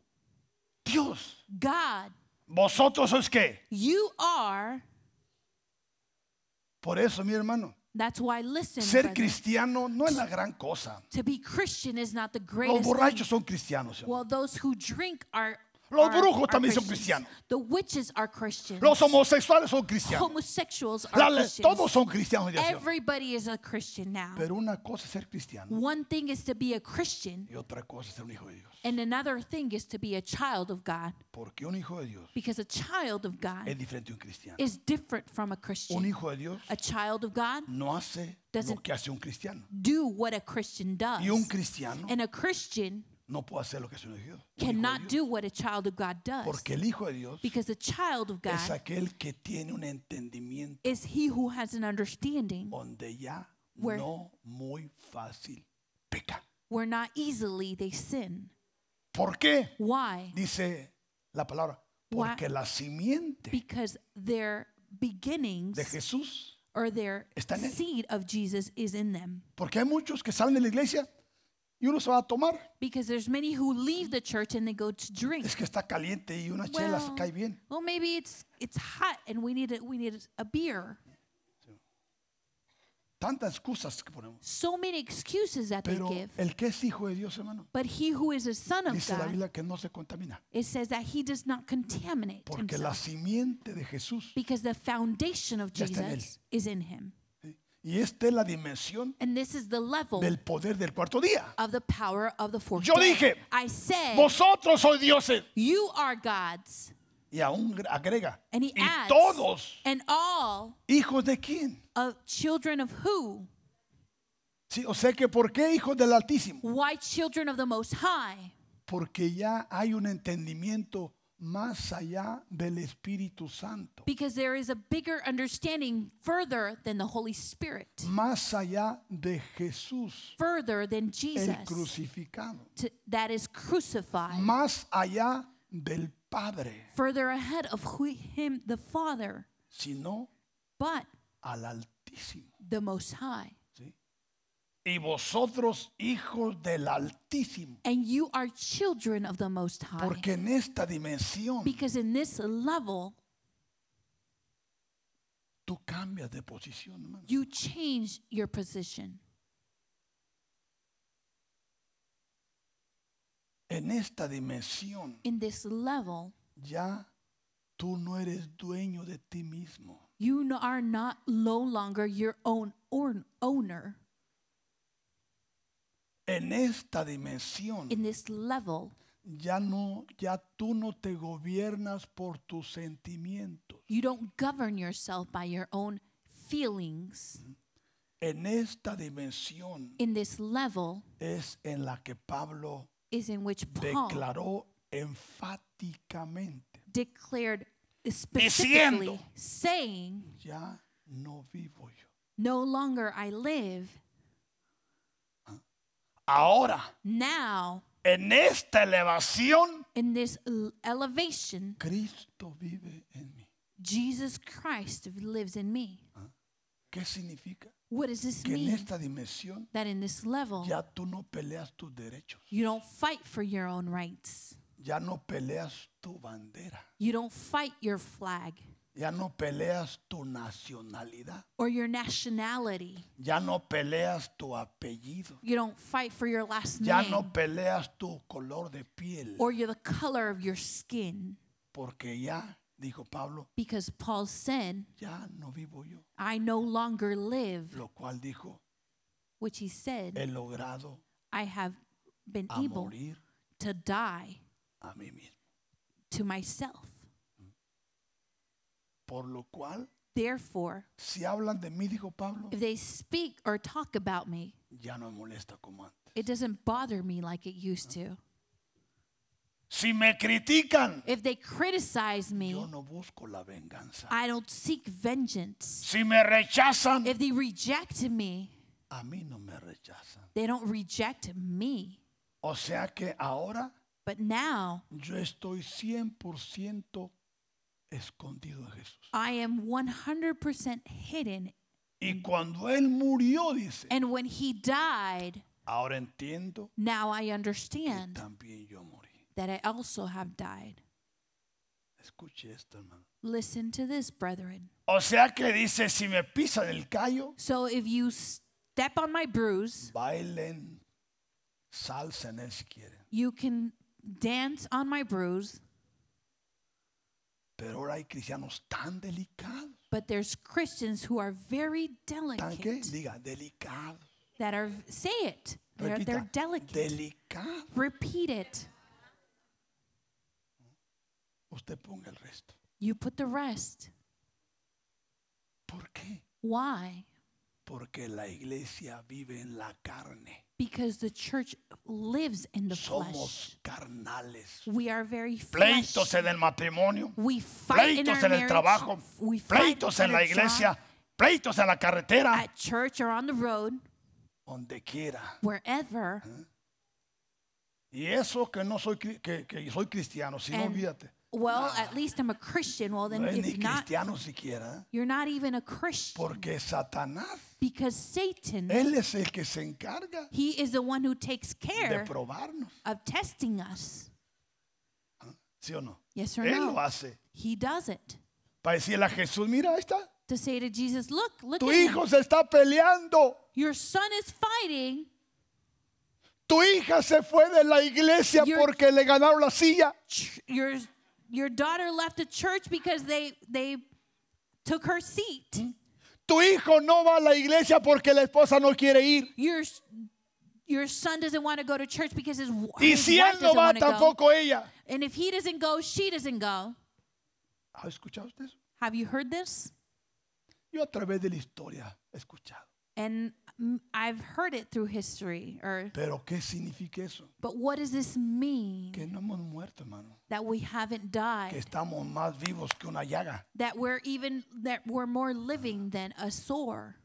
[SPEAKER 2] Dios.
[SPEAKER 1] God.
[SPEAKER 2] ¿Vosotros sois qué?
[SPEAKER 1] You are.
[SPEAKER 2] Por eso, mi hermano,
[SPEAKER 1] That's why, listen.
[SPEAKER 2] ser
[SPEAKER 1] brother,
[SPEAKER 2] cristiano no es la gran cosa.
[SPEAKER 1] to be Christian is not the
[SPEAKER 2] Los
[SPEAKER 1] greatest. thing.
[SPEAKER 2] borrachos son cristianos. señor.
[SPEAKER 1] Well, those who drink are.
[SPEAKER 2] Los
[SPEAKER 1] are-
[SPEAKER 2] brujos
[SPEAKER 1] are
[SPEAKER 2] también son cristianos.
[SPEAKER 1] Christians. The witches are Christians.
[SPEAKER 2] Los homosexuales son cristianos.
[SPEAKER 1] Homosexuals are
[SPEAKER 2] La-
[SPEAKER 1] Oh Christians.
[SPEAKER 2] todos son cristianos. ya, señor.
[SPEAKER 1] Everybody is a Christian now.
[SPEAKER 2] Pero una cosa es ser cristiano
[SPEAKER 1] One thing is to be a Christian,
[SPEAKER 2] y otra cosa es ser un hijo de Dios.
[SPEAKER 1] and another thing is to be a child of God.
[SPEAKER 2] Porque un hijo de Dios
[SPEAKER 1] Because a child of
[SPEAKER 2] es
[SPEAKER 1] God
[SPEAKER 2] diferente a un cristiano.
[SPEAKER 1] is different from a
[SPEAKER 2] Un
[SPEAKER 1] Christian.
[SPEAKER 2] hijo de Dios
[SPEAKER 1] A child of God
[SPEAKER 2] no hace lo
[SPEAKER 1] Doesn't-
[SPEAKER 2] que hace un cristiano.
[SPEAKER 1] do what a Christian does,
[SPEAKER 2] Y un cristiano
[SPEAKER 1] and a Christian
[SPEAKER 2] no puede hacer lo que hace un hijo de Dios. Un hijo de
[SPEAKER 1] cannot
[SPEAKER 2] Dios.
[SPEAKER 1] do what a child of God does.
[SPEAKER 2] Porque el hijo de Dios
[SPEAKER 1] Because a child of
[SPEAKER 2] es
[SPEAKER 1] God
[SPEAKER 2] aquel que tiene un entendimiento
[SPEAKER 1] is he who has an understanding.
[SPEAKER 2] donde ya
[SPEAKER 1] Where-
[SPEAKER 2] no muy fácil peca.
[SPEAKER 1] where not easily they sin.
[SPEAKER 2] ¿Por qué?
[SPEAKER 1] Why?
[SPEAKER 2] Dice la palabra.
[SPEAKER 1] Why-
[SPEAKER 2] Porque la simiente
[SPEAKER 1] Because their
[SPEAKER 2] de
[SPEAKER 1] beginnings
[SPEAKER 2] Jesús.
[SPEAKER 1] or their
[SPEAKER 2] Está en él.
[SPEAKER 1] seed of Jesus is in them.
[SPEAKER 2] Porque hay muchos que salen de la iglesia y uno se va a tomar.
[SPEAKER 1] Because there's many who leave the church and they go to drink.
[SPEAKER 2] Es que está caliente y una chela se
[SPEAKER 1] Well,
[SPEAKER 2] cae bien.
[SPEAKER 1] well, maybe it's it's hot and we need a, we need a beer.
[SPEAKER 2] Tantas excusas que ponemos.
[SPEAKER 1] So many excuses that
[SPEAKER 2] Pero
[SPEAKER 1] they give.
[SPEAKER 2] el que es hijo de Dios, hermano,
[SPEAKER 1] But he who is a son of
[SPEAKER 2] dice la
[SPEAKER 1] God,
[SPEAKER 2] Biblia que no se contamina.
[SPEAKER 1] it says that he does not contaminate
[SPEAKER 2] Porque la
[SPEAKER 1] himself
[SPEAKER 2] simiente de Jesús
[SPEAKER 1] because the foundation of
[SPEAKER 2] Ya está en él.
[SPEAKER 1] Jesus is in him.
[SPEAKER 2] ¿sí? Y esta es la dimensión
[SPEAKER 1] And this is the level
[SPEAKER 2] del poder del cuarto día.
[SPEAKER 1] of the power of the fourth
[SPEAKER 2] Yo
[SPEAKER 1] day.
[SPEAKER 2] dije,
[SPEAKER 1] I said,
[SPEAKER 2] Vosotros sois dioses.
[SPEAKER 1] you are gods.
[SPEAKER 2] Y aún gr- agrega.
[SPEAKER 1] And he
[SPEAKER 2] Y
[SPEAKER 1] adds,
[SPEAKER 2] todos
[SPEAKER 1] and all
[SPEAKER 2] hijos de quién.
[SPEAKER 1] of children of who?
[SPEAKER 2] Sí, o sea que ¿por qué hijos del Altísimo?
[SPEAKER 1] Why children of the Most High?
[SPEAKER 2] Porque ya hay un entendimiento más allá del Espíritu Santo.
[SPEAKER 1] Because there is a bigger understanding further than the Holy Spirit,
[SPEAKER 2] Más allá de Jesús,
[SPEAKER 1] further than
[SPEAKER 2] el
[SPEAKER 1] Jesus
[SPEAKER 2] crucificado.
[SPEAKER 1] to- that is crucified,
[SPEAKER 2] Más allá del Padre,
[SPEAKER 1] further ahead of who, him, the Father,
[SPEAKER 2] sino
[SPEAKER 1] but
[SPEAKER 2] al Altísimo.
[SPEAKER 1] the Most High.
[SPEAKER 2] ¿sí? Y vosotros hijos del Altísimo.
[SPEAKER 1] And you are children of the Most High.
[SPEAKER 2] Porque en esta dimensión
[SPEAKER 1] because in this level,
[SPEAKER 2] tú cambias de posición, hermano.
[SPEAKER 1] you change your position.
[SPEAKER 2] En esta dimensión
[SPEAKER 1] In this level,
[SPEAKER 2] ya tú no eres dueño de ti mismo.
[SPEAKER 1] you n- are not no longer your own or- owner.
[SPEAKER 2] En esta dimensión
[SPEAKER 1] In this level,
[SPEAKER 2] ya no ya tú no te gobiernas por tus sentimientos. Mm-hmm.
[SPEAKER 1] you don't govern yourself by your own feelings.
[SPEAKER 2] En esta dimensión
[SPEAKER 1] in this level
[SPEAKER 2] es en la que Pablo
[SPEAKER 1] is in which Paul
[SPEAKER 2] declaró enfáticamente,
[SPEAKER 1] declared specifically saying,
[SPEAKER 2] ya no vivo yo.
[SPEAKER 1] No longer I live,
[SPEAKER 2] Ahora,
[SPEAKER 1] now
[SPEAKER 2] en esta elevación,
[SPEAKER 1] in this l- elevation,
[SPEAKER 2] Cristo vive en mí.
[SPEAKER 1] Jesus Christ lives in me.
[SPEAKER 2] ¿Qué significa?
[SPEAKER 1] What does this
[SPEAKER 2] Que en
[SPEAKER 1] mean?
[SPEAKER 2] esta dimensión
[SPEAKER 1] That in this level,
[SPEAKER 2] ya tú no peleas tus derechos,
[SPEAKER 1] you don't fight for your own rights,
[SPEAKER 2] ya no peleas tu bandera,
[SPEAKER 1] you don't fight your flag
[SPEAKER 2] ya no peleas tu nacionalidad,
[SPEAKER 1] or your nationality,
[SPEAKER 2] ya no peleas tu apellido,
[SPEAKER 1] you don't fight for your last
[SPEAKER 2] ya
[SPEAKER 1] name
[SPEAKER 2] no peleas tu color de piel,
[SPEAKER 1] or you're the color of your skin.
[SPEAKER 2] porque ya, dijo Pablo,
[SPEAKER 1] Because Paul said,
[SPEAKER 2] ya no vivo yo,
[SPEAKER 1] I no longer live,
[SPEAKER 2] lo cual dijo,
[SPEAKER 1] which he said,
[SPEAKER 2] he logrado
[SPEAKER 1] I have been
[SPEAKER 2] a
[SPEAKER 1] able
[SPEAKER 2] morir
[SPEAKER 1] to die
[SPEAKER 2] a mí mismo,
[SPEAKER 1] to myself.
[SPEAKER 2] por lo cual,
[SPEAKER 1] Therefore,
[SPEAKER 2] si hablan de mí, dijo Pablo,
[SPEAKER 1] if they speak or talk about me,
[SPEAKER 2] ya no me molesta como antes.
[SPEAKER 1] it doesn't bother me like it used to.
[SPEAKER 2] Si me critican,
[SPEAKER 1] If they criticize me,
[SPEAKER 2] yo no busco la venganza.
[SPEAKER 1] I don't seek vengeance.
[SPEAKER 2] Si me rechazan,
[SPEAKER 1] If they reject me,
[SPEAKER 2] a mí no me rechazan.
[SPEAKER 1] they don't reject me.
[SPEAKER 2] O sea que ahora
[SPEAKER 1] But now
[SPEAKER 2] yo estoy 100% escondido en Jesús.
[SPEAKER 1] I am 100% hidden.
[SPEAKER 2] Y cuando Él murió, dice,
[SPEAKER 1] And when he died,
[SPEAKER 2] ahora entiendo
[SPEAKER 1] now I
[SPEAKER 2] que
[SPEAKER 1] understand
[SPEAKER 2] también yo morí.
[SPEAKER 1] that I also have died.
[SPEAKER 2] Escuche esto, hermano.
[SPEAKER 1] Listen to this, brethren.
[SPEAKER 2] O sea que dice, si me pisan el callo,
[SPEAKER 1] So if you step on my bruise,
[SPEAKER 2] bailen, salsa en él si quieren.
[SPEAKER 1] you can dance on my bruise,
[SPEAKER 2] Pero ahora hay cristianos tan delicados.
[SPEAKER 1] but there's Christians who are very
[SPEAKER 2] ¿Tan qué?
[SPEAKER 1] delicate
[SPEAKER 2] Diga, delicados.
[SPEAKER 1] that are say it. They're, they're
[SPEAKER 2] Repita,
[SPEAKER 1] delicate.
[SPEAKER 2] delicados.
[SPEAKER 1] Repeat it.
[SPEAKER 2] Usted ponga el resto.
[SPEAKER 1] You put the rest.
[SPEAKER 2] ¿Por qué?
[SPEAKER 1] Why?
[SPEAKER 2] Porque la iglesia vive en la carne.
[SPEAKER 1] Because the church lives in the
[SPEAKER 2] Somos
[SPEAKER 1] flesh.
[SPEAKER 2] carnales.
[SPEAKER 1] We are very
[SPEAKER 2] Pleitos
[SPEAKER 1] flesh.
[SPEAKER 2] en el matrimonio,
[SPEAKER 1] We fight in our
[SPEAKER 2] pleitos en el
[SPEAKER 1] marriage.
[SPEAKER 2] trabajo,
[SPEAKER 1] We fight
[SPEAKER 2] pleitos
[SPEAKER 1] in
[SPEAKER 2] en la
[SPEAKER 1] our job,
[SPEAKER 2] iglesia, pleitos en la carretera,
[SPEAKER 1] at church or on the road,
[SPEAKER 2] donde quiera.
[SPEAKER 1] wherever.
[SPEAKER 2] Y eso que no soy cri- que, que soy cristiano, si no
[SPEAKER 1] And-
[SPEAKER 2] olvídate.
[SPEAKER 1] Well, at least I'm a Christian. Well, then
[SPEAKER 2] No es
[SPEAKER 1] if
[SPEAKER 2] ni
[SPEAKER 1] not,
[SPEAKER 2] cristiano siquiera, ¿eh?
[SPEAKER 1] you're not even a Christian
[SPEAKER 2] porque Satanás,
[SPEAKER 1] because Satan,
[SPEAKER 2] él es el que se encarga
[SPEAKER 1] he is the one who takes
[SPEAKER 2] de
[SPEAKER 1] care
[SPEAKER 2] probarnos,
[SPEAKER 1] of testing us.
[SPEAKER 2] ¿sí o no?
[SPEAKER 1] Yes or
[SPEAKER 2] Él lo
[SPEAKER 1] no?
[SPEAKER 2] hace
[SPEAKER 1] He does it
[SPEAKER 2] para decirle a Jesús, mira, ahí está,
[SPEAKER 1] to say to Jesus, "Look, look
[SPEAKER 2] tu
[SPEAKER 1] at me.
[SPEAKER 2] hijo se está peleando.
[SPEAKER 1] your son is fighting.
[SPEAKER 2] Tu hija se fue de la iglesia
[SPEAKER 1] Your-
[SPEAKER 2] porque le ganaron la silla.
[SPEAKER 1] Ch- Your your daughter left the church because they they took her
[SPEAKER 2] Mm.
[SPEAKER 1] seat.
[SPEAKER 2] Tu hijo no va a la iglesia porque la esposa no quiere ir.
[SPEAKER 1] Your s- your son doesn't want to go to church because his, w-
[SPEAKER 2] Y
[SPEAKER 1] his
[SPEAKER 2] si
[SPEAKER 1] wife
[SPEAKER 2] él no
[SPEAKER 1] doesn't
[SPEAKER 2] va,
[SPEAKER 1] want to go.
[SPEAKER 2] tampoco ella.
[SPEAKER 1] And if he doesn't go, she doesn't go.
[SPEAKER 2] ¿Ha escuchado usted eso?
[SPEAKER 1] Have you heard this?
[SPEAKER 2] Yo a través de la historia he escuchado.
[SPEAKER 1] And mm, I've heard it through history. Or,
[SPEAKER 2] Pero ¿qué significa eso?
[SPEAKER 1] but what does this mean?
[SPEAKER 2] Que no hemos muerto, hermano.
[SPEAKER 1] That we haven't
[SPEAKER 2] Que
[SPEAKER 1] died.
[SPEAKER 2] estamos más vivos que una llaga.
[SPEAKER 1] That we're even that we're more living than a sore.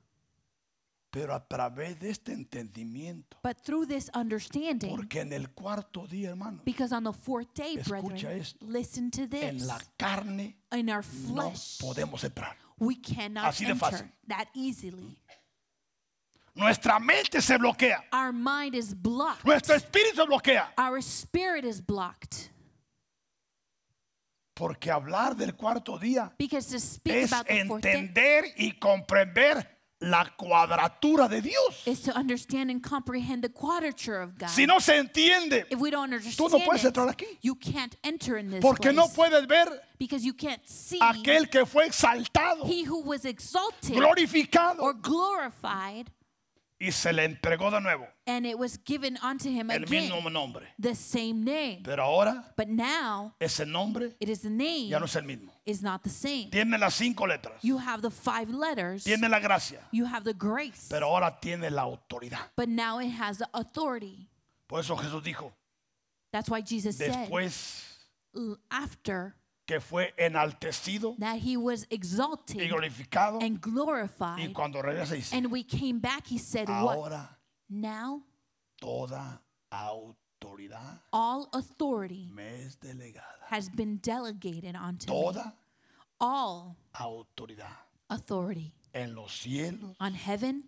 [SPEAKER 2] Pero a través de este entendimiento.
[SPEAKER 1] But through this understanding,
[SPEAKER 2] Porque en el cuarto día, hermano,
[SPEAKER 1] because on the fourth day,
[SPEAKER 2] Escucha
[SPEAKER 1] brethren,
[SPEAKER 2] esto.
[SPEAKER 1] listen to
[SPEAKER 2] en
[SPEAKER 1] this.
[SPEAKER 2] la carne
[SPEAKER 1] In our
[SPEAKER 2] no
[SPEAKER 1] flesh,
[SPEAKER 2] podemos entrar.
[SPEAKER 1] we cannot
[SPEAKER 2] Así de fácil.
[SPEAKER 1] enter that easily.
[SPEAKER 2] Nuestra mente se bloquea.
[SPEAKER 1] Our mind is blocked.
[SPEAKER 2] Nuestro espíritu se bloquea.
[SPEAKER 1] Our spirit is blocked.
[SPEAKER 2] Porque hablar del cuarto día
[SPEAKER 1] Because to speak
[SPEAKER 2] es
[SPEAKER 1] about the fourth day
[SPEAKER 2] entender y comprender la cuadratura de Dios.
[SPEAKER 1] is to understand and comprehend the quadrature of God.
[SPEAKER 2] Si no se entiende,
[SPEAKER 1] If we don't understand
[SPEAKER 2] no puedes
[SPEAKER 1] it,
[SPEAKER 2] entrar aquí.
[SPEAKER 1] you can't enter in this
[SPEAKER 2] porque no
[SPEAKER 1] place
[SPEAKER 2] puedes ver
[SPEAKER 1] because you can't see
[SPEAKER 2] aquel que fue exaltado,
[SPEAKER 1] he who was exalted
[SPEAKER 2] glorificado
[SPEAKER 1] or glorified
[SPEAKER 2] y se le entregó de nuevo
[SPEAKER 1] and it was given unto him
[SPEAKER 2] el mismo
[SPEAKER 1] again
[SPEAKER 2] nombre.
[SPEAKER 1] the same name.
[SPEAKER 2] Pero ahora
[SPEAKER 1] But now
[SPEAKER 2] ese nombre
[SPEAKER 1] it is the name
[SPEAKER 2] ya no es el mismo.
[SPEAKER 1] is not the same.
[SPEAKER 2] Tiene las cinco letras,
[SPEAKER 1] You have the five letters.
[SPEAKER 2] tiene la gracia,
[SPEAKER 1] You have the grace.
[SPEAKER 2] pero ahora tiene la autoridad.
[SPEAKER 1] But now it has the authority.
[SPEAKER 2] Por eso Jesús dijo,
[SPEAKER 1] That's why Jesus said
[SPEAKER 2] después
[SPEAKER 1] l- after
[SPEAKER 2] que fue enaltecido
[SPEAKER 1] that he was
[SPEAKER 2] y
[SPEAKER 1] exalted
[SPEAKER 2] glorificado,
[SPEAKER 1] and
[SPEAKER 2] y
[SPEAKER 1] glorified.
[SPEAKER 2] cuando regresa dice,
[SPEAKER 1] And we came back, he said, What?
[SPEAKER 2] ahora
[SPEAKER 1] Now
[SPEAKER 2] toda autoridad
[SPEAKER 1] all authority
[SPEAKER 2] me es delegada.
[SPEAKER 1] has been delegated unto me.
[SPEAKER 2] Toda
[SPEAKER 1] All
[SPEAKER 2] autoridad
[SPEAKER 1] authority
[SPEAKER 2] en los cielos
[SPEAKER 1] on heaven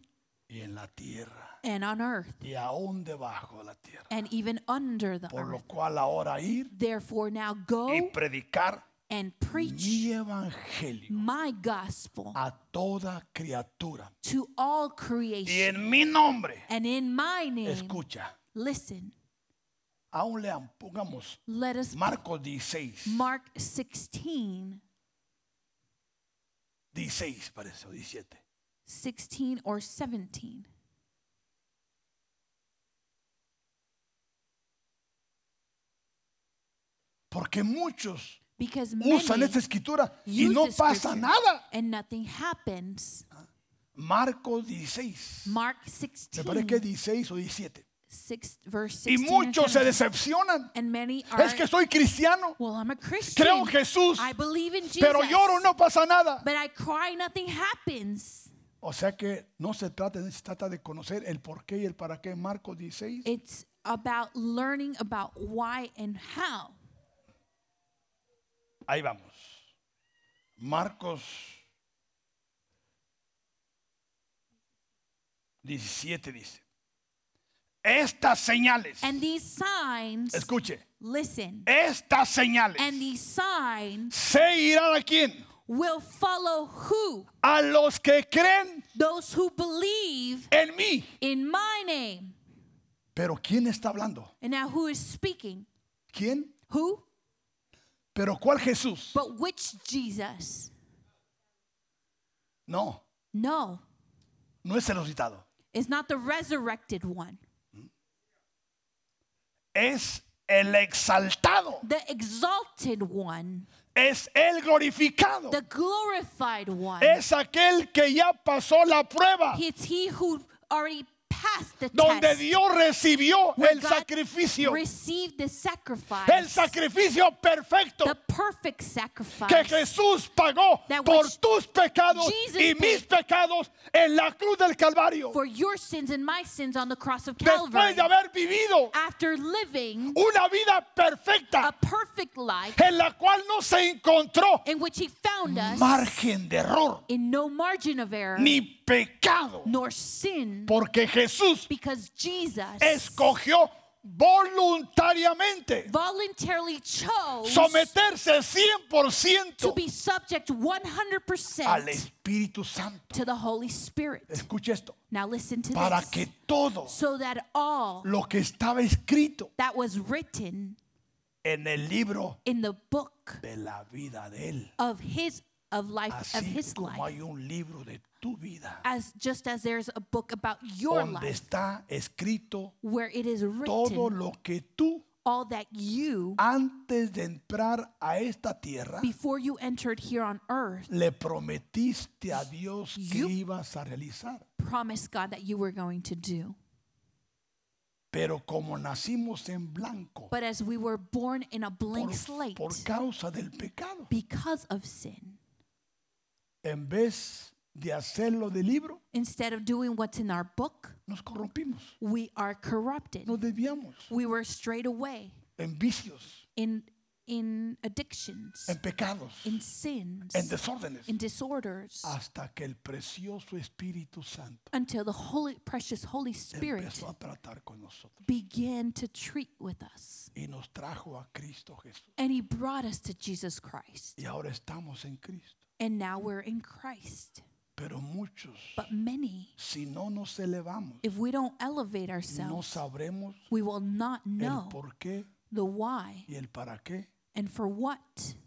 [SPEAKER 2] y en la tierra
[SPEAKER 1] and on earth
[SPEAKER 2] y aún debajo de la tierra.
[SPEAKER 1] and even under the
[SPEAKER 2] Por
[SPEAKER 1] earth.
[SPEAKER 2] lo cual ahora ir
[SPEAKER 1] Therefore, now
[SPEAKER 2] y
[SPEAKER 1] go
[SPEAKER 2] predicar
[SPEAKER 1] and preach
[SPEAKER 2] mi evangelio
[SPEAKER 1] my gospel
[SPEAKER 2] a toda criatura.
[SPEAKER 1] to all
[SPEAKER 2] Y
[SPEAKER 1] creation.
[SPEAKER 2] en mi nombre,
[SPEAKER 1] And in my name,
[SPEAKER 2] escucha,
[SPEAKER 1] listen,
[SPEAKER 2] aún lean, pongamos
[SPEAKER 1] let us
[SPEAKER 2] Marcos 16,
[SPEAKER 1] Mark 16,
[SPEAKER 2] 16 parece, o 17.
[SPEAKER 1] 16 or 17.
[SPEAKER 2] Porque muchos
[SPEAKER 1] Because
[SPEAKER 2] usan
[SPEAKER 1] many
[SPEAKER 2] esta escritura y
[SPEAKER 1] use
[SPEAKER 2] no
[SPEAKER 1] this
[SPEAKER 2] pasa
[SPEAKER 1] scripture
[SPEAKER 2] nada.
[SPEAKER 1] and nothing happens.
[SPEAKER 2] Marcos 16,
[SPEAKER 1] Mark
[SPEAKER 2] me parece que
[SPEAKER 1] 16,
[SPEAKER 2] 16 o 17.
[SPEAKER 1] six, verse
[SPEAKER 2] Y
[SPEAKER 1] 16 and
[SPEAKER 2] muchos se
[SPEAKER 1] 17.
[SPEAKER 2] decepcionan.
[SPEAKER 1] and many are,
[SPEAKER 2] Es que soy cristiano,
[SPEAKER 1] well, I'm a Christian.
[SPEAKER 2] creo en Jesús,
[SPEAKER 1] I believe in Jesus.
[SPEAKER 2] pero lloro, no pasa nada.
[SPEAKER 1] But I cry, nothing happens.
[SPEAKER 2] O sea que no se trata de, se trata de conocer el por qué y el para qué. Marcos 16.
[SPEAKER 1] It's about learning about why and how.
[SPEAKER 2] Ahí vamos. Marcos 17 dice. Estas señales.
[SPEAKER 1] And these signs,
[SPEAKER 2] Escuche.
[SPEAKER 1] listen,
[SPEAKER 2] Estas señales.
[SPEAKER 1] and these signs
[SPEAKER 2] Seguirán a quién?
[SPEAKER 1] will follow who?
[SPEAKER 2] A los que creen
[SPEAKER 1] Those who believe
[SPEAKER 2] en mí.
[SPEAKER 1] in my name.
[SPEAKER 2] Pero ¿quién está hablando?
[SPEAKER 1] And now who is speaking?
[SPEAKER 2] ¿Quién?
[SPEAKER 1] Who?
[SPEAKER 2] ¿Pero cuál Jesús?
[SPEAKER 1] But which Jesus?
[SPEAKER 2] No,
[SPEAKER 1] No,
[SPEAKER 2] no es el resucitado.
[SPEAKER 1] it's not the resurrected one,
[SPEAKER 2] Es el exaltado.
[SPEAKER 1] the exalted one,
[SPEAKER 2] Es el glorificado.
[SPEAKER 1] the glorified one.
[SPEAKER 2] Es aquel que ya pasó la prueba.
[SPEAKER 1] It's he who already passed the
[SPEAKER 2] donde
[SPEAKER 1] test.
[SPEAKER 2] Dios recibió
[SPEAKER 1] where
[SPEAKER 2] el
[SPEAKER 1] God
[SPEAKER 2] sacrificio,
[SPEAKER 1] received the sacrifice,
[SPEAKER 2] el sacrificio perfecto
[SPEAKER 1] the perfect sacrifice
[SPEAKER 2] que Jesús pagó
[SPEAKER 1] that
[SPEAKER 2] por
[SPEAKER 1] which
[SPEAKER 2] tus pecados
[SPEAKER 1] Jesus
[SPEAKER 2] y
[SPEAKER 1] paid
[SPEAKER 2] mis pecados en la cruz del Calvario.
[SPEAKER 1] for your sins and my sins on the cross of Calvary.
[SPEAKER 2] Después de haber vivido
[SPEAKER 1] After living
[SPEAKER 2] una vida
[SPEAKER 1] a
[SPEAKER 2] perfecta
[SPEAKER 1] perfect life
[SPEAKER 2] en la cual no se encontró
[SPEAKER 1] in which he found us
[SPEAKER 2] margen de error
[SPEAKER 1] in no margin of error
[SPEAKER 2] ni pecado,
[SPEAKER 1] nor sin,
[SPEAKER 2] porque Jesús
[SPEAKER 1] because Jesus
[SPEAKER 2] escogió voluntariamente
[SPEAKER 1] voluntarily chose
[SPEAKER 2] someterse
[SPEAKER 1] to
[SPEAKER 2] 100%
[SPEAKER 1] be subject
[SPEAKER 2] al
[SPEAKER 1] 100%
[SPEAKER 2] Espíritu Santo.
[SPEAKER 1] to the Holy Spirit.
[SPEAKER 2] Escuche esto.
[SPEAKER 1] Now listen to
[SPEAKER 2] Para
[SPEAKER 1] this.
[SPEAKER 2] que todo
[SPEAKER 1] so that all
[SPEAKER 2] lo que estaba escrito
[SPEAKER 1] that was written
[SPEAKER 2] en el libro
[SPEAKER 1] in the book
[SPEAKER 2] de la vida de él,
[SPEAKER 1] of his of life
[SPEAKER 2] así
[SPEAKER 1] of his
[SPEAKER 2] como
[SPEAKER 1] life
[SPEAKER 2] hay un libro de tu vida,
[SPEAKER 1] as just as there's a book about your
[SPEAKER 2] donde
[SPEAKER 1] life
[SPEAKER 2] está escrito
[SPEAKER 1] where it is
[SPEAKER 2] todo
[SPEAKER 1] written
[SPEAKER 2] lo Ah. que tú
[SPEAKER 1] all that you
[SPEAKER 2] antes de entrar a esta tierra
[SPEAKER 1] before you entered here on earth
[SPEAKER 2] le prometiste a Dios que
[SPEAKER 1] You-
[SPEAKER 2] ibas a realizar.
[SPEAKER 1] promised God that you were going to do
[SPEAKER 2] Pero como nacimos en blanco
[SPEAKER 1] but as we were born in a blank
[SPEAKER 2] por,
[SPEAKER 1] slate
[SPEAKER 2] por causa del pecado,
[SPEAKER 1] because of sin
[SPEAKER 2] en vez de hacerlo del libro,
[SPEAKER 1] instead of doing what's in our book
[SPEAKER 2] nos corrompimos,
[SPEAKER 1] we are corrupted
[SPEAKER 2] nos desviamos.
[SPEAKER 1] we were straight away
[SPEAKER 2] en vicios,
[SPEAKER 1] in in addictions
[SPEAKER 2] en pecados,
[SPEAKER 1] in sins
[SPEAKER 2] en desórdenes,
[SPEAKER 1] in disorders
[SPEAKER 2] hasta que el precioso Espíritu Santo
[SPEAKER 1] until the holy precious holy spirit
[SPEAKER 2] empezó a tratar con nosotros
[SPEAKER 1] began to treat with us
[SPEAKER 2] y nos trajo a Cristo Jesús.
[SPEAKER 1] and he brought us to jesus christ
[SPEAKER 2] Y ahora estamos en Cristo.
[SPEAKER 1] and now we're in christ
[SPEAKER 2] Pero muchos,
[SPEAKER 1] but many
[SPEAKER 2] si no nos elevamos,
[SPEAKER 1] if we don't elevate
[SPEAKER 2] no
[SPEAKER 1] ourselves
[SPEAKER 2] sabremos
[SPEAKER 1] we will not
[SPEAKER 2] el
[SPEAKER 1] know
[SPEAKER 2] por qué
[SPEAKER 1] the why
[SPEAKER 2] y el para qué
[SPEAKER 1] and for what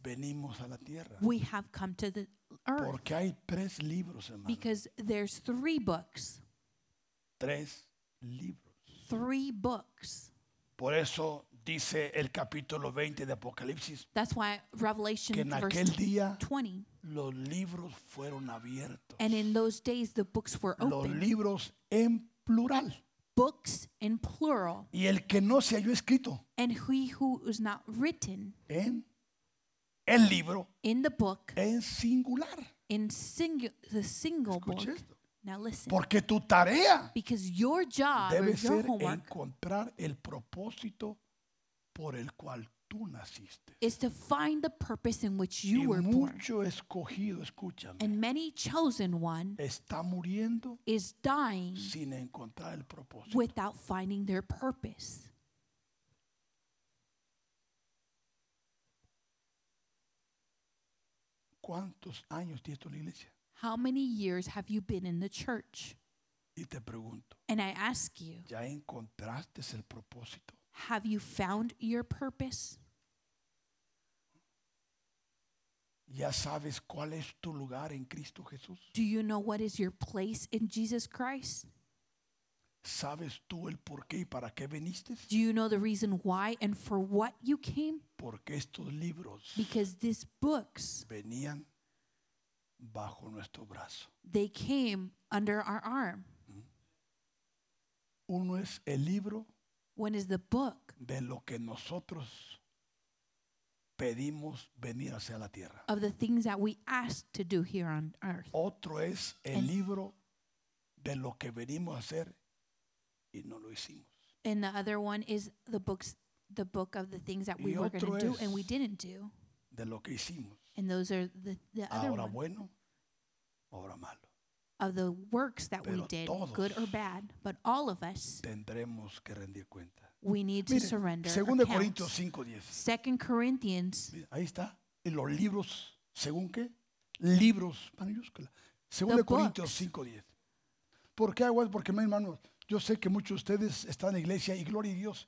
[SPEAKER 2] venimos a la tierra.
[SPEAKER 1] we have come to the earth
[SPEAKER 2] Uh-huh. Porque hay tres libros, hermano.
[SPEAKER 1] because there's three books
[SPEAKER 2] tres libros.
[SPEAKER 1] three books.
[SPEAKER 2] Por eso dice el capítulo 20 de Apocalipsis
[SPEAKER 1] That's why
[SPEAKER 2] que
[SPEAKER 1] Revelation
[SPEAKER 2] en
[SPEAKER 1] verse
[SPEAKER 2] aquel día
[SPEAKER 1] 20.
[SPEAKER 2] los libros fueron abiertos.
[SPEAKER 1] And in those days, the books were
[SPEAKER 2] Los
[SPEAKER 1] open.
[SPEAKER 2] libros en plural.
[SPEAKER 1] Books in plural.
[SPEAKER 2] Y el que no se halló escrito
[SPEAKER 1] And he who is not written
[SPEAKER 2] en el libro
[SPEAKER 1] in the book,
[SPEAKER 2] en singular.
[SPEAKER 1] in singu- the single book.
[SPEAKER 2] Escuche esto.
[SPEAKER 1] Now listen.
[SPEAKER 2] Porque tu tarea
[SPEAKER 1] Because your job or
[SPEAKER 2] debe
[SPEAKER 1] your
[SPEAKER 2] ser
[SPEAKER 1] homework
[SPEAKER 2] encontrar el propósito por el cual tú naciste.
[SPEAKER 1] is to find the purpose in which
[SPEAKER 2] Y
[SPEAKER 1] you were born.
[SPEAKER 2] mucho escogido, escúchame,
[SPEAKER 1] And many chosen one
[SPEAKER 2] está muriendo
[SPEAKER 1] is dying
[SPEAKER 2] sin encontrar el propósito.
[SPEAKER 1] without finding their purpose.
[SPEAKER 2] ¿Cuántos años tienes tú en la iglesia?
[SPEAKER 1] How many years have you been in the church?
[SPEAKER 2] Y te pregunto,
[SPEAKER 1] And I ask you,
[SPEAKER 2] ¿ya encontraste el propósito?
[SPEAKER 1] have you found your purpose?
[SPEAKER 2] ¿Ya sabes cuál es tu lugar en Cristo Jesús?
[SPEAKER 1] Do you know what is your place in Jesus Christ?
[SPEAKER 2] ¿Sabes tú el por qué y para qué viniste?
[SPEAKER 1] Do you know the reason why and for what you came?
[SPEAKER 2] Porque estos libros
[SPEAKER 1] Because these books,
[SPEAKER 2] venían bajo nuestro brazo.
[SPEAKER 1] they came under our arm.
[SPEAKER 2] Uno es el libro
[SPEAKER 1] One is the book
[SPEAKER 2] de lo que nosotros pedimos venir hacia la tierra.
[SPEAKER 1] of the things that we asked to do here on earth.
[SPEAKER 2] Otro es el
[SPEAKER 1] En-
[SPEAKER 2] libro de lo que venimos a hacer y no lo hicimos.
[SPEAKER 1] And the other one is the books the book of the things that we
[SPEAKER 2] Y
[SPEAKER 1] were going
[SPEAKER 2] otro
[SPEAKER 1] to do and we
[SPEAKER 2] es-
[SPEAKER 1] didn't do.
[SPEAKER 2] De lo que hicimos.
[SPEAKER 1] And those are the, the other
[SPEAKER 2] Ahora
[SPEAKER 1] one
[SPEAKER 2] bueno, ahora malo.
[SPEAKER 1] of the works that we
[SPEAKER 2] Pero
[SPEAKER 1] did, good or
[SPEAKER 2] todos-
[SPEAKER 1] bad, but all of us
[SPEAKER 2] Tendremos que rendir cuenta.
[SPEAKER 1] we need to
[SPEAKER 2] Mire,
[SPEAKER 1] surrender.
[SPEAKER 2] 2 de Corintios
[SPEAKER 1] accounts.
[SPEAKER 2] 5.10.
[SPEAKER 1] Second Corinthians,
[SPEAKER 2] Mire, Ahí está. Y los libros, según qué? Libros, mayúscula. 2
[SPEAKER 1] The
[SPEAKER 2] de Corintios
[SPEAKER 1] books.
[SPEAKER 2] 5.10. ¿Por qué aguas? Porque, mi hermano, yo sé que muchos de ustedes están en la iglesia y gloria a Dios.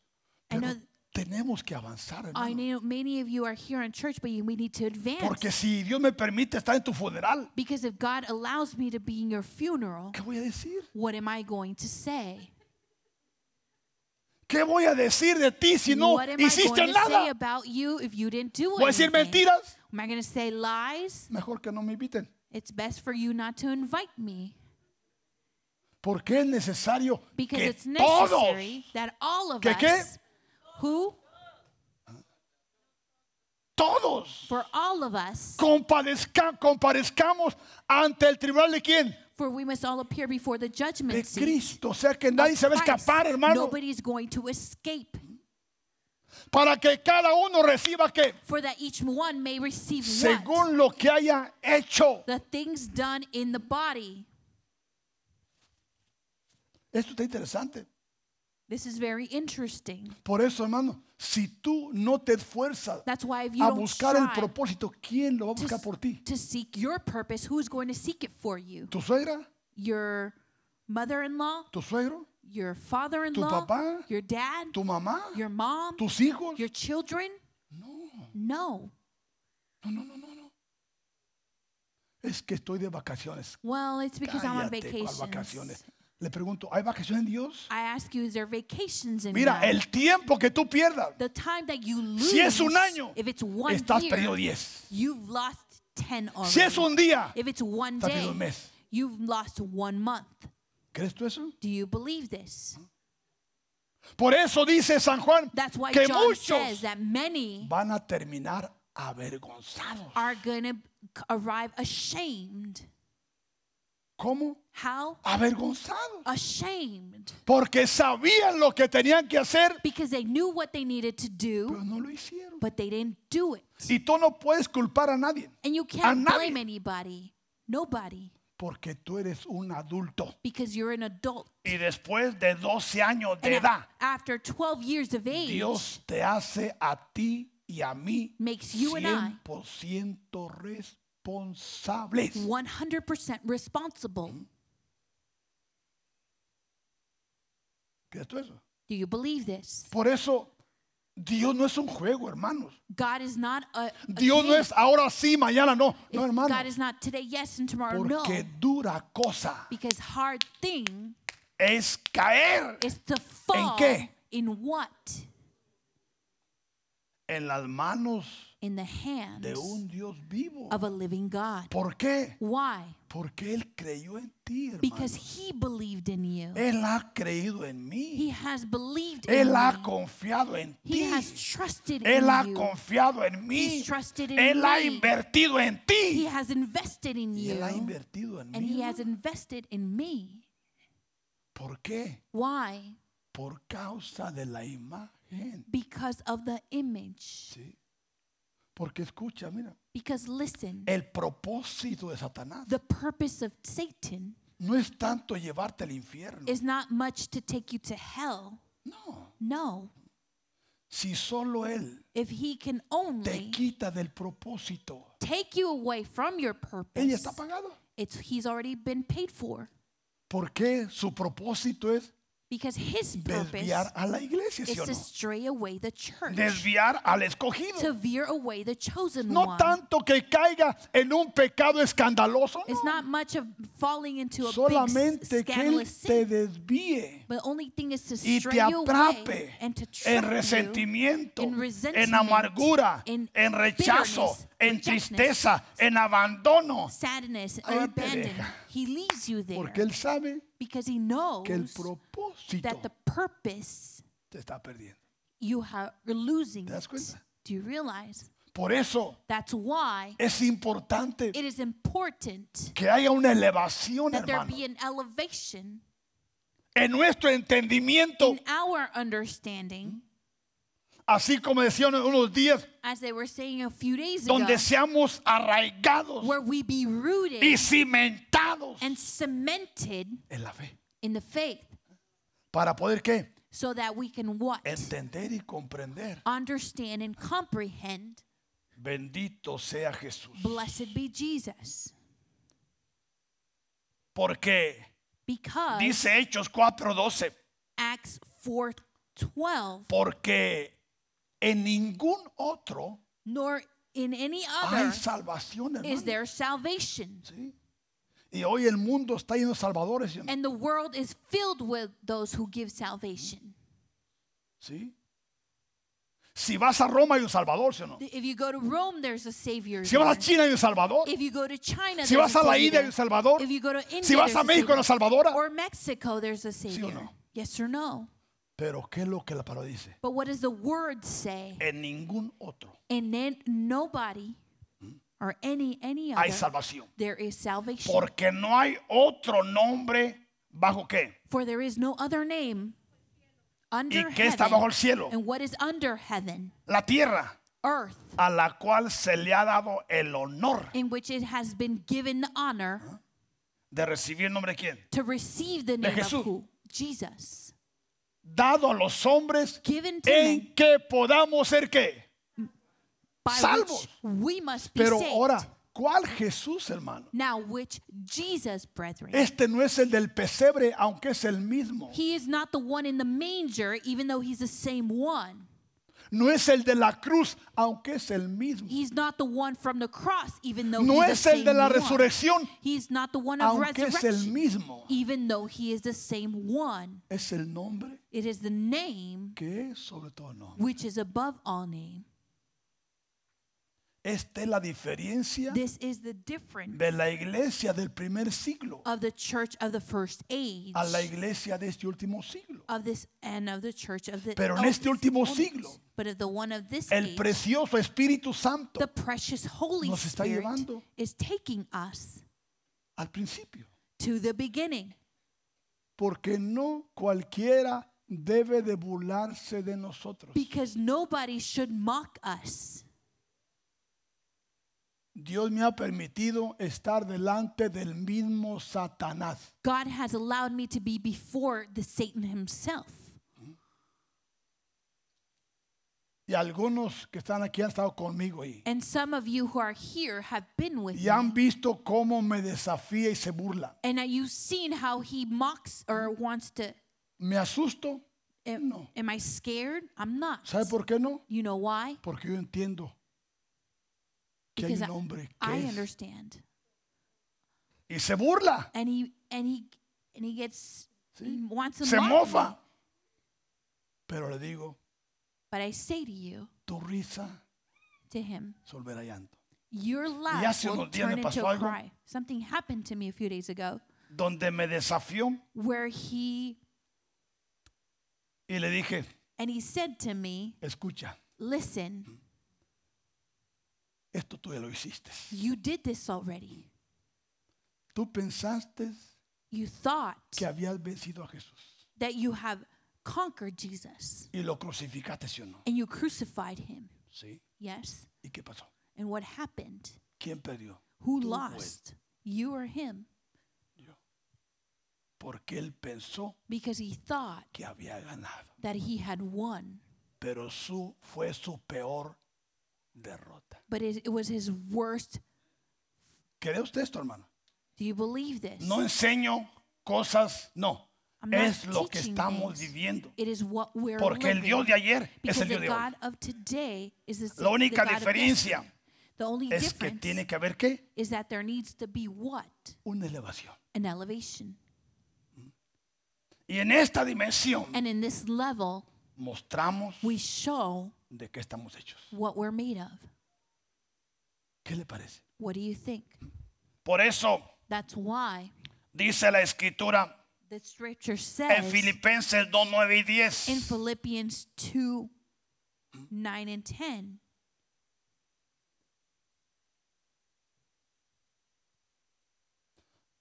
[SPEAKER 1] I
[SPEAKER 2] Pero
[SPEAKER 1] know-
[SPEAKER 2] tenemos que avanzar,
[SPEAKER 1] I
[SPEAKER 2] hermano.
[SPEAKER 1] know many of you are here in church, but you, we need to
[SPEAKER 2] Porque
[SPEAKER 1] advance.
[SPEAKER 2] si Dios me permite estar en tu funeral,
[SPEAKER 1] Because if God allows me to be in your funeral,
[SPEAKER 2] ¿qué voy a decir?
[SPEAKER 1] what am I going to say?
[SPEAKER 2] ¿Qué voy a decir de ti si no
[SPEAKER 1] what am I
[SPEAKER 2] hiciste
[SPEAKER 1] going to say
[SPEAKER 2] nada?
[SPEAKER 1] about you if you didn't do
[SPEAKER 2] ¿Voy a decir
[SPEAKER 1] anything?
[SPEAKER 2] mentiras?
[SPEAKER 1] Am I going to say lies?
[SPEAKER 2] Mejor que no me inviten.
[SPEAKER 1] It's best for you not to invite me
[SPEAKER 2] Porque es necesario
[SPEAKER 1] because
[SPEAKER 2] que
[SPEAKER 1] it's
[SPEAKER 2] todos,
[SPEAKER 1] necessary that all of
[SPEAKER 2] ¿Que qué?
[SPEAKER 1] us, who,
[SPEAKER 2] todos
[SPEAKER 1] for all of us,
[SPEAKER 2] compadezca- comparezcamos ante el tribunal de quién?
[SPEAKER 1] for we must all appear before the
[SPEAKER 2] De
[SPEAKER 1] judgment seat.
[SPEAKER 2] Cristo. O sea que nadie se va a
[SPEAKER 1] Pues Christ.
[SPEAKER 2] escapar, hermano.
[SPEAKER 1] Nobody's going to escape,
[SPEAKER 2] Para que cada uno reciba que
[SPEAKER 1] for that each one may receive what?
[SPEAKER 2] según lo que haya hecho.
[SPEAKER 1] The things done in the body.
[SPEAKER 2] Esto está interesante.
[SPEAKER 1] This is very interesting.
[SPEAKER 2] Por eso, hermano, si tú no te esfuerzas
[SPEAKER 1] That's why if you
[SPEAKER 2] a
[SPEAKER 1] don't
[SPEAKER 2] buscar el
[SPEAKER 1] strive
[SPEAKER 2] propósito, ¿quién lo va a
[SPEAKER 1] to,
[SPEAKER 2] buscar
[SPEAKER 1] s-
[SPEAKER 2] por ti?
[SPEAKER 1] to seek your purpose, who's going to seek it for you?
[SPEAKER 2] ¿Tu suegra?
[SPEAKER 1] Your mother-in-law,
[SPEAKER 2] ¿Tu suegro?
[SPEAKER 1] your father-in-law,
[SPEAKER 2] papá,
[SPEAKER 1] your dad,
[SPEAKER 2] ¿Tu mamá?
[SPEAKER 1] your mom,
[SPEAKER 2] ¿Tus hijos?
[SPEAKER 1] your children?
[SPEAKER 2] No,
[SPEAKER 1] No.
[SPEAKER 2] no, no, no, no, no. Es que estoy de vacaciones.
[SPEAKER 1] Well, it's because I'm on
[SPEAKER 2] Cállate, ¿cuál
[SPEAKER 1] vacation.
[SPEAKER 2] vacaciones? Le pregunto, ¿hay vacaciones en Dios?
[SPEAKER 1] I ask you, is there vacations in
[SPEAKER 2] Mira,
[SPEAKER 1] God?
[SPEAKER 2] el tiempo que tú pierdas,
[SPEAKER 1] the time that you lose?
[SPEAKER 2] Si es un año,
[SPEAKER 1] if it's one
[SPEAKER 2] estás
[SPEAKER 1] year,
[SPEAKER 2] perdido 10.
[SPEAKER 1] you've lost ten already.
[SPEAKER 2] Si es un día,
[SPEAKER 1] if it's one
[SPEAKER 2] estás
[SPEAKER 1] day,
[SPEAKER 2] perdido un mes.
[SPEAKER 1] you've lost one month.
[SPEAKER 2] ¿Crees tú eso?
[SPEAKER 1] Do you believe this?
[SPEAKER 2] Por eso dice San Juan
[SPEAKER 1] That's why
[SPEAKER 2] que
[SPEAKER 1] John says
[SPEAKER 2] muchos
[SPEAKER 1] that many
[SPEAKER 2] van a terminar avergonzados.
[SPEAKER 1] are gonna c- arrive ashamed.
[SPEAKER 2] ¿Cómo?
[SPEAKER 1] How?
[SPEAKER 2] Avergonzados.
[SPEAKER 1] Ashamed.
[SPEAKER 2] Porque sabían lo que tenían que hacer,
[SPEAKER 1] Because they knew what they needed to
[SPEAKER 2] pero
[SPEAKER 1] do,
[SPEAKER 2] no lo hicieron.
[SPEAKER 1] but they didn't do it.
[SPEAKER 2] Y tú no puedes culpar a nadie,
[SPEAKER 1] And you can't
[SPEAKER 2] nadie.
[SPEAKER 1] blame anybody. Nobody.
[SPEAKER 2] porque tú eres un adulto.
[SPEAKER 1] Because you're an adult.
[SPEAKER 2] Y después de 12 años de
[SPEAKER 1] And a-
[SPEAKER 2] edad,
[SPEAKER 1] after 12 years of age,
[SPEAKER 2] Dios te hace a ti y a mí
[SPEAKER 1] Makes you and I.
[SPEAKER 2] 100% responsables.
[SPEAKER 1] 100% responsible.
[SPEAKER 2] ¿Crees tú eso?
[SPEAKER 1] Do you believe this?
[SPEAKER 2] Por eso, Dios no es un juego, hermanos.
[SPEAKER 1] God is not a. a
[SPEAKER 2] Dios no
[SPEAKER 1] game.
[SPEAKER 2] es ahora sí, mañana no. No,
[SPEAKER 1] It's-
[SPEAKER 2] hermano.
[SPEAKER 1] God is not today, yes, and tomorrow, no.
[SPEAKER 2] Porque dura cosa
[SPEAKER 1] Because hard thing
[SPEAKER 2] es caer
[SPEAKER 1] is to fall
[SPEAKER 2] qué?
[SPEAKER 1] in what?
[SPEAKER 2] en las manos
[SPEAKER 1] In the hands
[SPEAKER 2] de un Dios vivo.
[SPEAKER 1] of a living God.
[SPEAKER 2] ¿Por qué?
[SPEAKER 1] Why?
[SPEAKER 2] Porque Él creyó en ti, hermano.
[SPEAKER 1] Because he believed in you.
[SPEAKER 2] Él ha creído en
[SPEAKER 1] He
[SPEAKER 2] mí.
[SPEAKER 1] has believed in
[SPEAKER 2] Él ha
[SPEAKER 1] you.
[SPEAKER 2] confiado en
[SPEAKER 1] He
[SPEAKER 2] ti.
[SPEAKER 1] has trusted
[SPEAKER 2] Él ha
[SPEAKER 1] in you.
[SPEAKER 2] confiado en mí.
[SPEAKER 1] He's trusted in
[SPEAKER 2] Él ha
[SPEAKER 1] me.
[SPEAKER 2] invertido en
[SPEAKER 1] He
[SPEAKER 2] ti.
[SPEAKER 1] has invested in
[SPEAKER 2] Y
[SPEAKER 1] you.
[SPEAKER 2] Él ha invertido en
[SPEAKER 1] and
[SPEAKER 2] mí.
[SPEAKER 1] he has
[SPEAKER 2] hermano.
[SPEAKER 1] invested in me.
[SPEAKER 2] ¿Por qué?
[SPEAKER 1] Why?
[SPEAKER 2] Por causa de la imagen.
[SPEAKER 1] Because of the image.
[SPEAKER 2] ¿sí? Porque escucha, mira,
[SPEAKER 1] Because listen,
[SPEAKER 2] el propósito de Satanás
[SPEAKER 1] the purpose of Satan
[SPEAKER 2] no es tanto llevarte al infierno.
[SPEAKER 1] is not much to take you to hell.
[SPEAKER 2] No,
[SPEAKER 1] No.
[SPEAKER 2] si solo Él
[SPEAKER 1] If he can
[SPEAKER 2] te
[SPEAKER 1] only
[SPEAKER 2] quita del propósito,
[SPEAKER 1] take you away from your
[SPEAKER 2] ella
[SPEAKER 1] purpose,
[SPEAKER 2] está pagada.
[SPEAKER 1] it's he's already been paid for.
[SPEAKER 2] Porque su propósito es
[SPEAKER 1] Because his purpose
[SPEAKER 2] desviar a la iglesia,
[SPEAKER 1] is
[SPEAKER 2] ¿sí o
[SPEAKER 1] to
[SPEAKER 2] no?
[SPEAKER 1] stray away the church,
[SPEAKER 2] Desviar al
[SPEAKER 1] to
[SPEAKER 2] escogido.
[SPEAKER 1] veer away the chosen
[SPEAKER 2] No
[SPEAKER 1] one.
[SPEAKER 2] tanto que caiga en un pecado escandaloso, no.
[SPEAKER 1] It's not much of falling into a big s-
[SPEAKER 2] solamente que Él
[SPEAKER 1] scandalous
[SPEAKER 2] te
[SPEAKER 1] sin.
[SPEAKER 2] desvíe
[SPEAKER 1] But only thing is to
[SPEAKER 2] y
[SPEAKER 1] stray
[SPEAKER 2] te
[SPEAKER 1] you
[SPEAKER 2] atrape
[SPEAKER 1] away and to
[SPEAKER 2] en
[SPEAKER 1] trap you.
[SPEAKER 2] resentimiento,
[SPEAKER 1] in
[SPEAKER 2] en
[SPEAKER 1] resentment,
[SPEAKER 2] amargura,
[SPEAKER 1] in
[SPEAKER 2] en rechazo,
[SPEAKER 1] bitterness,
[SPEAKER 2] en
[SPEAKER 1] rejectness.
[SPEAKER 2] tristeza, en abandono.
[SPEAKER 1] sadness
[SPEAKER 2] Ahí
[SPEAKER 1] or
[SPEAKER 2] te
[SPEAKER 1] abandon.
[SPEAKER 2] deja.
[SPEAKER 1] He leaves you there
[SPEAKER 2] Porque Él sabe
[SPEAKER 1] because he knows
[SPEAKER 2] que el propósito
[SPEAKER 1] that the purpose
[SPEAKER 2] te está perdiendo.
[SPEAKER 1] you ha- you're losing.
[SPEAKER 2] ¿Te das
[SPEAKER 1] it.
[SPEAKER 2] cuenta?
[SPEAKER 1] Do you realize?
[SPEAKER 2] Por eso
[SPEAKER 1] That's why
[SPEAKER 2] es importante
[SPEAKER 1] it is important
[SPEAKER 2] que haya una elevación,
[SPEAKER 1] that there
[SPEAKER 2] hermano,
[SPEAKER 1] be an elevation
[SPEAKER 2] en nuestro entendimiento.
[SPEAKER 1] in our understanding,
[SPEAKER 2] Así como decían unos días,
[SPEAKER 1] as they were saying a few days ago,
[SPEAKER 2] donde seamos arraigados
[SPEAKER 1] where we be rooted
[SPEAKER 2] y cimentados
[SPEAKER 1] and cemented
[SPEAKER 2] en la fe.
[SPEAKER 1] in the faith
[SPEAKER 2] ¿Para poder qué?
[SPEAKER 1] so that we can what?
[SPEAKER 2] Entender y comprender.
[SPEAKER 1] Understand and comprehend.
[SPEAKER 2] Bendito sea Jesús.
[SPEAKER 1] Blessed be Jesus.
[SPEAKER 2] Porque
[SPEAKER 1] Because
[SPEAKER 2] dice Hechos 4:12,
[SPEAKER 1] Acts 4:12,
[SPEAKER 2] porque en ningún otro
[SPEAKER 1] nor in any
[SPEAKER 2] hay
[SPEAKER 1] other
[SPEAKER 2] salvación,
[SPEAKER 1] is
[SPEAKER 2] hermano.
[SPEAKER 1] there salvation.
[SPEAKER 2] ¿Sí? Y hoy el mundo está lleno de salvadores, ¿sí o no?
[SPEAKER 1] And the world is filled with those who give salvation.
[SPEAKER 2] ¿sí? Si vas a Roma hay un salvador, ¿sí o no?
[SPEAKER 1] If you go to Rome, there's a Savior.
[SPEAKER 2] Si vas a
[SPEAKER 1] there.
[SPEAKER 2] China hay un salvador.
[SPEAKER 1] If you go to China,
[SPEAKER 2] Si
[SPEAKER 1] there's
[SPEAKER 2] vas a la
[SPEAKER 1] Savior
[SPEAKER 2] India hay un
[SPEAKER 1] there.
[SPEAKER 2] salvador.
[SPEAKER 1] If you go to India,
[SPEAKER 2] Si vas
[SPEAKER 1] there's
[SPEAKER 2] a México hay una
[SPEAKER 1] Savior.
[SPEAKER 2] salvadora.
[SPEAKER 1] or Mexico, there's a
[SPEAKER 2] o
[SPEAKER 1] Savior.
[SPEAKER 2] no?
[SPEAKER 1] Yes or no?
[SPEAKER 2] Pero ¿qué es lo que la palabra dice?
[SPEAKER 1] But what does the word say?
[SPEAKER 2] En ningún otro
[SPEAKER 1] And then nobody or any any
[SPEAKER 2] hay
[SPEAKER 1] other
[SPEAKER 2] salvación.
[SPEAKER 1] there is salvation.
[SPEAKER 2] Porque no hay otro nombre bajo qué.
[SPEAKER 1] For there is no other name
[SPEAKER 2] ¿Y
[SPEAKER 1] under
[SPEAKER 2] qué está bajo el
[SPEAKER 1] heaven.
[SPEAKER 2] cielo?
[SPEAKER 1] And what is under heaven?
[SPEAKER 2] La tierra,
[SPEAKER 1] Earth,
[SPEAKER 2] a la cual se le ha dado el honor
[SPEAKER 1] in which it has been given the honor
[SPEAKER 2] de recibir el nombre de quién.
[SPEAKER 1] to receive the name of
[SPEAKER 2] Jesús.
[SPEAKER 1] who? Jesus.
[SPEAKER 2] Dado a los hombres
[SPEAKER 1] Given to men
[SPEAKER 2] en que podamos ser qué.
[SPEAKER 1] by
[SPEAKER 2] salvos.
[SPEAKER 1] which we must be
[SPEAKER 2] Pero
[SPEAKER 1] saved.
[SPEAKER 2] ahora, ¿cuál Jesús, hermano?
[SPEAKER 1] Now which Jesus, brethren.
[SPEAKER 2] Este no es el del pesebre, aunque es el mismo.
[SPEAKER 1] He is not the one in the manger, even though he's the same one.
[SPEAKER 2] No es el de la cruz, aunque es el mismo.
[SPEAKER 1] He's not the one from the cross, even though
[SPEAKER 2] No
[SPEAKER 1] he's
[SPEAKER 2] es
[SPEAKER 1] the
[SPEAKER 2] el
[SPEAKER 1] same
[SPEAKER 2] de la
[SPEAKER 1] one.
[SPEAKER 2] resurrección,
[SPEAKER 1] He's not the one of
[SPEAKER 2] aunque es el
[SPEAKER 1] resurrection,
[SPEAKER 2] mismo.
[SPEAKER 1] even though he is the same one.
[SPEAKER 2] Es el nombre
[SPEAKER 1] It is the name
[SPEAKER 2] que es sobre todo nombre.
[SPEAKER 1] which is above all name.
[SPEAKER 2] Esta es la diferencia
[SPEAKER 1] This is the difference
[SPEAKER 2] de la iglesia del primer siglo
[SPEAKER 1] of the church of the first age,
[SPEAKER 2] a la iglesia de este último siglo.
[SPEAKER 1] of this and of the church of the
[SPEAKER 2] Pero en
[SPEAKER 1] of
[SPEAKER 2] este último
[SPEAKER 1] this
[SPEAKER 2] siglo,
[SPEAKER 1] but of the one of this
[SPEAKER 2] El
[SPEAKER 1] age,
[SPEAKER 2] precioso Espíritu Santo
[SPEAKER 1] the precious Holy
[SPEAKER 2] nos está
[SPEAKER 1] Spirit
[SPEAKER 2] llevando.
[SPEAKER 1] is taking us
[SPEAKER 2] al principio.
[SPEAKER 1] to the beginning.
[SPEAKER 2] Porque no cualquiera debe de burlarse de nosotros.
[SPEAKER 1] Because nobody should mock us.
[SPEAKER 2] Dios me ha permitido estar delante del mismo Satanás.
[SPEAKER 1] God has allowed me to be before the Satan himself.
[SPEAKER 2] Y algunos que están aquí han estado conmigo ahí.
[SPEAKER 1] And some of you who are here have been with
[SPEAKER 2] Y han
[SPEAKER 1] me.
[SPEAKER 2] visto cómo me desafía y se burla.
[SPEAKER 1] And uh, you've seen how he mocks or wants to.
[SPEAKER 2] ¿Me asusto?
[SPEAKER 1] Am,
[SPEAKER 2] No.
[SPEAKER 1] am I scared? I'm not.
[SPEAKER 2] ¿Sabe por qué no?
[SPEAKER 1] You know why?
[SPEAKER 2] Porque yo entiendo que hay
[SPEAKER 1] Because
[SPEAKER 2] un
[SPEAKER 1] I,
[SPEAKER 2] hombre
[SPEAKER 1] I
[SPEAKER 2] que es.
[SPEAKER 1] understand.
[SPEAKER 2] Y se burla.
[SPEAKER 1] And he and he and he gets He wants to
[SPEAKER 2] Se
[SPEAKER 1] mock
[SPEAKER 2] mofa.
[SPEAKER 1] me.
[SPEAKER 2] Pero le digo,
[SPEAKER 1] But I say to you,
[SPEAKER 2] tu risa
[SPEAKER 1] to him,
[SPEAKER 2] solverá llanto.
[SPEAKER 1] your laugh
[SPEAKER 2] hace
[SPEAKER 1] will
[SPEAKER 2] unos días me
[SPEAKER 1] turn into
[SPEAKER 2] pasó
[SPEAKER 1] a
[SPEAKER 2] algo.
[SPEAKER 1] cry. Something happened to me a few days ago
[SPEAKER 2] Donde me desafió
[SPEAKER 1] where he
[SPEAKER 2] y le dije,
[SPEAKER 1] and he said to me,
[SPEAKER 2] escucha,
[SPEAKER 1] "Listen,
[SPEAKER 2] esto tú ya lo hiciste.
[SPEAKER 1] you did this already.
[SPEAKER 2] Tú pensaste
[SPEAKER 1] You thought
[SPEAKER 2] que habías vencido a Jesús
[SPEAKER 1] that you have conquered Jesus
[SPEAKER 2] y lo crucificaste, ¿sí o no?
[SPEAKER 1] and you crucified him."
[SPEAKER 2] Sí.
[SPEAKER 1] Yes.
[SPEAKER 2] ¿Y qué pasó?
[SPEAKER 1] And what happened?
[SPEAKER 2] ¿Quién perdió?
[SPEAKER 1] Who
[SPEAKER 2] Tú o él.
[SPEAKER 1] lost? You or him?
[SPEAKER 2] Porque él pensó
[SPEAKER 1] Because he thought
[SPEAKER 2] que había ganado,
[SPEAKER 1] that he had won,
[SPEAKER 2] pero su fue su peor derrota.
[SPEAKER 1] but it, it was his worst.
[SPEAKER 2] ¿Cree usted esto, hermano?
[SPEAKER 1] Do you believe this?
[SPEAKER 2] No enseño cosas, no.
[SPEAKER 1] I'm not
[SPEAKER 2] Es lo que
[SPEAKER 1] teaching
[SPEAKER 2] estamos
[SPEAKER 1] things.
[SPEAKER 2] viviendo.
[SPEAKER 1] It is what we're
[SPEAKER 2] Porque el
[SPEAKER 1] living.
[SPEAKER 2] Dios de ayer es
[SPEAKER 1] Because
[SPEAKER 2] el
[SPEAKER 1] the
[SPEAKER 2] Dios de hoy.
[SPEAKER 1] God of today is the,
[SPEAKER 2] La
[SPEAKER 1] same- the
[SPEAKER 2] única
[SPEAKER 1] God of
[SPEAKER 2] diferencia
[SPEAKER 1] yesterday. The only
[SPEAKER 2] Es que
[SPEAKER 1] difference
[SPEAKER 2] tiene que haber qué?
[SPEAKER 1] is that there needs to be what?
[SPEAKER 2] Una elevación.
[SPEAKER 1] An elevation.
[SPEAKER 2] Y en esta dimensión
[SPEAKER 1] And in this level,
[SPEAKER 2] mostramos
[SPEAKER 1] we show
[SPEAKER 2] de qué estamos hechos.
[SPEAKER 1] what we're made of.
[SPEAKER 2] ¿Qué le parece?
[SPEAKER 1] What do you think?
[SPEAKER 2] Por eso
[SPEAKER 1] That's why
[SPEAKER 2] dice la escritura
[SPEAKER 1] the scripture
[SPEAKER 2] en
[SPEAKER 1] says
[SPEAKER 2] Filipenses 2, 9 y
[SPEAKER 1] in
[SPEAKER 2] 10.
[SPEAKER 1] Philippians 2 9 and 10.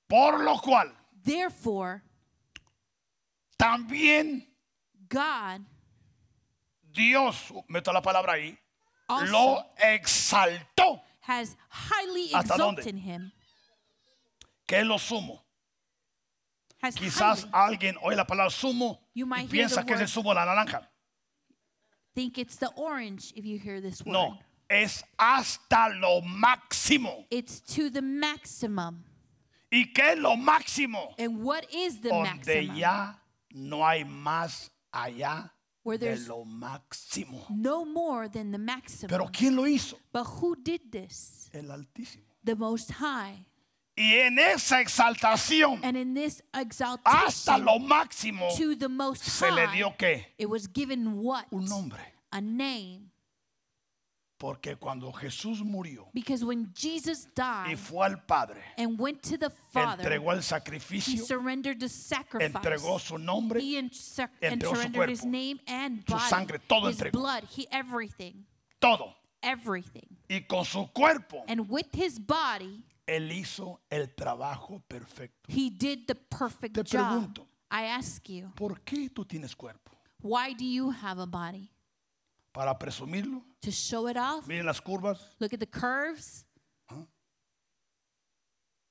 [SPEAKER 2] Por lo cual
[SPEAKER 1] Therefore,
[SPEAKER 2] también
[SPEAKER 1] God
[SPEAKER 2] Dios, meto la palabra ahí,
[SPEAKER 1] also
[SPEAKER 2] lo exaltó,
[SPEAKER 1] has highly
[SPEAKER 2] ¿Hasta dónde?
[SPEAKER 1] exalted him.
[SPEAKER 2] que es lo sumo.
[SPEAKER 1] Has
[SPEAKER 2] Quizás
[SPEAKER 1] highly-
[SPEAKER 2] alguien oye la palabra sumo
[SPEAKER 1] You
[SPEAKER 2] y
[SPEAKER 1] might hear
[SPEAKER 2] piensa
[SPEAKER 1] the
[SPEAKER 2] que es el
[SPEAKER 1] word-
[SPEAKER 2] zumo de la naranja.
[SPEAKER 1] think it's the orange if you hear this word.
[SPEAKER 2] No, es hasta lo máximo.
[SPEAKER 1] It's to the maximum.
[SPEAKER 2] ¿Y qué es lo máximo?
[SPEAKER 1] And what is the
[SPEAKER 2] Donde
[SPEAKER 1] maximum?
[SPEAKER 2] ya no hay más allá
[SPEAKER 1] Where
[SPEAKER 2] de
[SPEAKER 1] there's
[SPEAKER 2] lo máximo.
[SPEAKER 1] no more than the maximum.
[SPEAKER 2] Pero ¿quién lo hizo?
[SPEAKER 1] but who did this?
[SPEAKER 2] El Altísimo.
[SPEAKER 1] The Most High.
[SPEAKER 2] Y en esa exaltación
[SPEAKER 1] And in this
[SPEAKER 2] hasta
[SPEAKER 1] exaltation
[SPEAKER 2] lo máximo
[SPEAKER 1] to the Most
[SPEAKER 2] se le
[SPEAKER 1] High,
[SPEAKER 2] dio qué?
[SPEAKER 1] it was given what?
[SPEAKER 2] Un nombre.
[SPEAKER 1] A name.
[SPEAKER 2] Porque cuando Jesús murió
[SPEAKER 1] Because when Jesus
[SPEAKER 2] y
[SPEAKER 1] died
[SPEAKER 2] fue al Padre,
[SPEAKER 1] and went to the Father,
[SPEAKER 2] entregó el
[SPEAKER 1] he
[SPEAKER 2] sacrificio,
[SPEAKER 1] surrendered the
[SPEAKER 2] entregó
[SPEAKER 1] sacrifice.
[SPEAKER 2] su nombre
[SPEAKER 1] He en- sur- and
[SPEAKER 2] entregó su
[SPEAKER 1] surrendered his
[SPEAKER 2] cuerpo,
[SPEAKER 1] name and
[SPEAKER 2] su
[SPEAKER 1] body,
[SPEAKER 2] sangre, todo
[SPEAKER 1] his
[SPEAKER 2] entregó.
[SPEAKER 1] blood, he everything,
[SPEAKER 2] todo.
[SPEAKER 1] everything.
[SPEAKER 2] Y con su cuerpo,
[SPEAKER 1] And with his body,
[SPEAKER 2] Él hizo el trabajo perfecto.
[SPEAKER 1] he did the perfect
[SPEAKER 2] Te
[SPEAKER 1] job.
[SPEAKER 2] pregunto.
[SPEAKER 1] I ask you,
[SPEAKER 2] ¿Por qué tú tienes cuerpo?
[SPEAKER 1] why do you have a body?
[SPEAKER 2] ¿Para presumirlo?
[SPEAKER 1] To show it off?
[SPEAKER 2] Miren las curvas.
[SPEAKER 1] Look at the curves?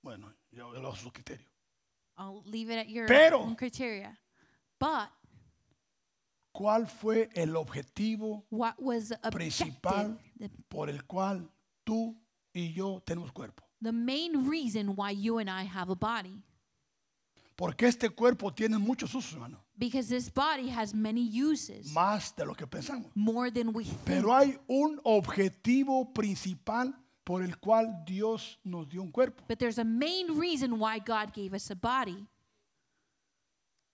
[SPEAKER 2] Bueno, yo yo lo hago a su criterio.
[SPEAKER 1] I'll leave it at your
[SPEAKER 2] Pero-
[SPEAKER 1] own criteria. But
[SPEAKER 2] ¿Cuál fue el objetivo
[SPEAKER 1] what was the objective,
[SPEAKER 2] Principal.
[SPEAKER 1] the,
[SPEAKER 2] por el cual tú y yo tenemos cuerpo?
[SPEAKER 1] the main reason why you and I have a body?
[SPEAKER 2] Porque este cuerpo tiene muchos usos, hermano.
[SPEAKER 1] Because this body has many uses,
[SPEAKER 2] Más de lo que pensamos.
[SPEAKER 1] more than we think.
[SPEAKER 2] Pero hay un objetivo principal por el cual Dios nos dio un cuerpo.
[SPEAKER 1] But there's a main reason why God gave us a body.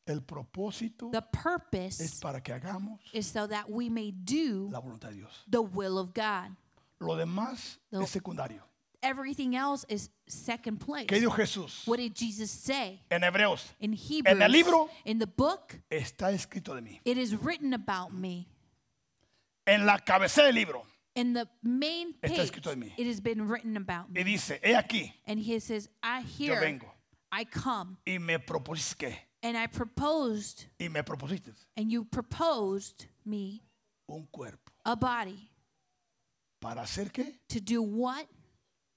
[SPEAKER 2] El propósito
[SPEAKER 1] The
[SPEAKER 2] es
[SPEAKER 1] purpose
[SPEAKER 2] para que hagamos
[SPEAKER 1] is so that we may do
[SPEAKER 2] la voluntad de Dios.
[SPEAKER 1] the will of God.
[SPEAKER 2] Lo demás
[SPEAKER 1] Lo-
[SPEAKER 2] es secundario.
[SPEAKER 1] Everything else is second place.
[SPEAKER 2] ¿Qué dijo Jesús?
[SPEAKER 1] What did Jesus say
[SPEAKER 2] En Hebreos
[SPEAKER 1] in Hebrews?
[SPEAKER 2] libro-
[SPEAKER 1] in the book,
[SPEAKER 2] está escrito de mí.
[SPEAKER 1] it is written about me.
[SPEAKER 2] En la cabecera del libro.
[SPEAKER 1] In the main
[SPEAKER 2] Está
[SPEAKER 1] page,
[SPEAKER 2] escrito de mí.
[SPEAKER 1] it has been written about me.
[SPEAKER 2] Y dice, he aquí,
[SPEAKER 1] And he says, I hear,
[SPEAKER 2] vengo.
[SPEAKER 1] I come,
[SPEAKER 2] y me propusiste qué?
[SPEAKER 1] and I proposed,
[SPEAKER 2] Y me propusiste
[SPEAKER 1] and you proposed me
[SPEAKER 2] un cuerpo.
[SPEAKER 1] a body
[SPEAKER 2] ¿Para hacer qué?
[SPEAKER 1] to do what?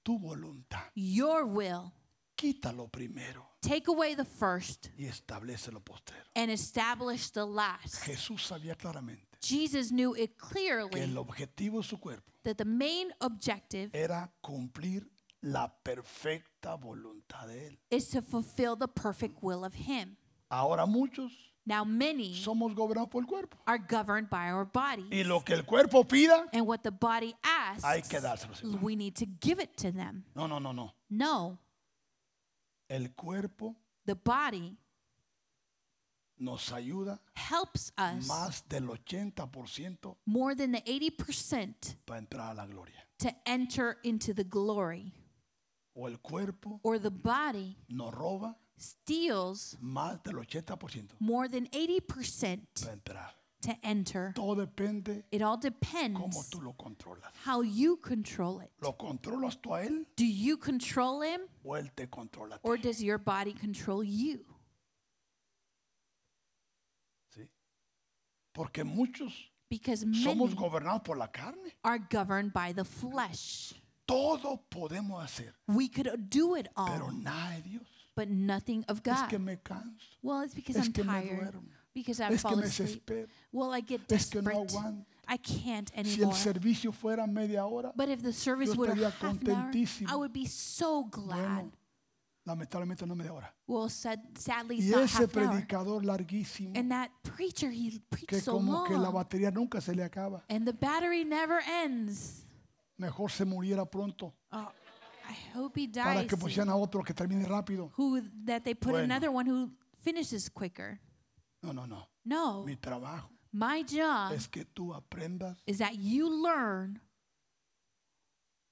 [SPEAKER 2] Tu voluntad.
[SPEAKER 1] Your will.
[SPEAKER 2] Quítalo primero
[SPEAKER 1] Take away the first
[SPEAKER 2] y establece lo postrero.
[SPEAKER 1] and establish the last.
[SPEAKER 2] Jesús sabía claramente
[SPEAKER 1] Jesus knew
[SPEAKER 2] que el
[SPEAKER 1] it clearly
[SPEAKER 2] objetivo de su cuerpo
[SPEAKER 1] that the main objective
[SPEAKER 2] era cumplir la perfecta voluntad de Él.
[SPEAKER 1] is to fulfill the perfect will of Him.
[SPEAKER 2] Ahora muchos
[SPEAKER 1] Now, many
[SPEAKER 2] somos gobernados por el cuerpo.
[SPEAKER 1] are governed by our
[SPEAKER 2] Y
[SPEAKER 1] bodies,
[SPEAKER 2] lo que el cuerpo pida,
[SPEAKER 1] and what the body
[SPEAKER 2] hay
[SPEAKER 1] asks,
[SPEAKER 2] que dárselo. Señor.
[SPEAKER 1] we need to give it to them.
[SPEAKER 2] No, no, no, no.
[SPEAKER 1] No,
[SPEAKER 2] El cuerpo
[SPEAKER 1] the body
[SPEAKER 2] nos ayuda
[SPEAKER 1] helps us
[SPEAKER 2] más del 80%
[SPEAKER 1] more than the 80%
[SPEAKER 2] para entrar a la gloria.
[SPEAKER 1] to enter into the glory.
[SPEAKER 2] O el cuerpo
[SPEAKER 1] Or the body
[SPEAKER 2] nos roba
[SPEAKER 1] steals
[SPEAKER 2] más del 80%
[SPEAKER 1] more than 80%
[SPEAKER 2] para entrar.
[SPEAKER 1] to enter.
[SPEAKER 2] Todo depende
[SPEAKER 1] It all
[SPEAKER 2] cómo
[SPEAKER 1] depends
[SPEAKER 2] tú lo controlas.
[SPEAKER 1] how you control it.
[SPEAKER 2] ¿Lo controlas tú a él
[SPEAKER 1] Do you control him
[SPEAKER 2] o él te controla a ti?
[SPEAKER 1] or does your body control you?
[SPEAKER 2] ¿Sí? Porque muchos
[SPEAKER 1] Because
[SPEAKER 2] somos
[SPEAKER 1] many
[SPEAKER 2] gobernados por la carne.
[SPEAKER 1] are governed by the flesh.
[SPEAKER 2] Todo podemos hacer,
[SPEAKER 1] We could do it
[SPEAKER 2] pero
[SPEAKER 1] all,
[SPEAKER 2] nada de Dios.
[SPEAKER 1] but nothing of
[SPEAKER 2] Es que
[SPEAKER 1] God.
[SPEAKER 2] me canso,
[SPEAKER 1] Well, it's because
[SPEAKER 2] es
[SPEAKER 1] I'm
[SPEAKER 2] que me
[SPEAKER 1] tired,
[SPEAKER 2] duermo,
[SPEAKER 1] because I
[SPEAKER 2] es que
[SPEAKER 1] fall
[SPEAKER 2] me
[SPEAKER 1] asleep.
[SPEAKER 2] desespero.
[SPEAKER 1] Well, I get
[SPEAKER 2] es que no
[SPEAKER 1] desperate.
[SPEAKER 2] aguanto.
[SPEAKER 1] I can't
[SPEAKER 2] Si el
[SPEAKER 1] anymore.
[SPEAKER 2] servicio fuera media hora,
[SPEAKER 1] But if the service would have
[SPEAKER 2] estaría
[SPEAKER 1] half an hour, I
[SPEAKER 2] contentísimo.
[SPEAKER 1] would be so glad.
[SPEAKER 2] bueno, lamentablemente no media hora.
[SPEAKER 1] Well, sad, sadly, it's
[SPEAKER 2] Y
[SPEAKER 1] not
[SPEAKER 2] ese
[SPEAKER 1] half an hour.
[SPEAKER 2] predicador larguísimo,
[SPEAKER 1] And that preacher, he preached
[SPEAKER 2] que
[SPEAKER 1] so
[SPEAKER 2] como que la
[SPEAKER 1] long,
[SPEAKER 2] batería nunca se le acaba,
[SPEAKER 1] and the battery never ends.
[SPEAKER 2] mejor se muriera pronto
[SPEAKER 1] Oh, I hope he
[SPEAKER 2] para
[SPEAKER 1] dies.
[SPEAKER 2] que pusieran a otro que termine rápido.
[SPEAKER 1] Who that they put
[SPEAKER 2] Bueno.
[SPEAKER 1] another one who finishes quicker.
[SPEAKER 2] No, no, no.
[SPEAKER 1] No, Ah.
[SPEAKER 2] Mi trabajo
[SPEAKER 1] my job
[SPEAKER 2] es que tú aprendas
[SPEAKER 1] is that you learn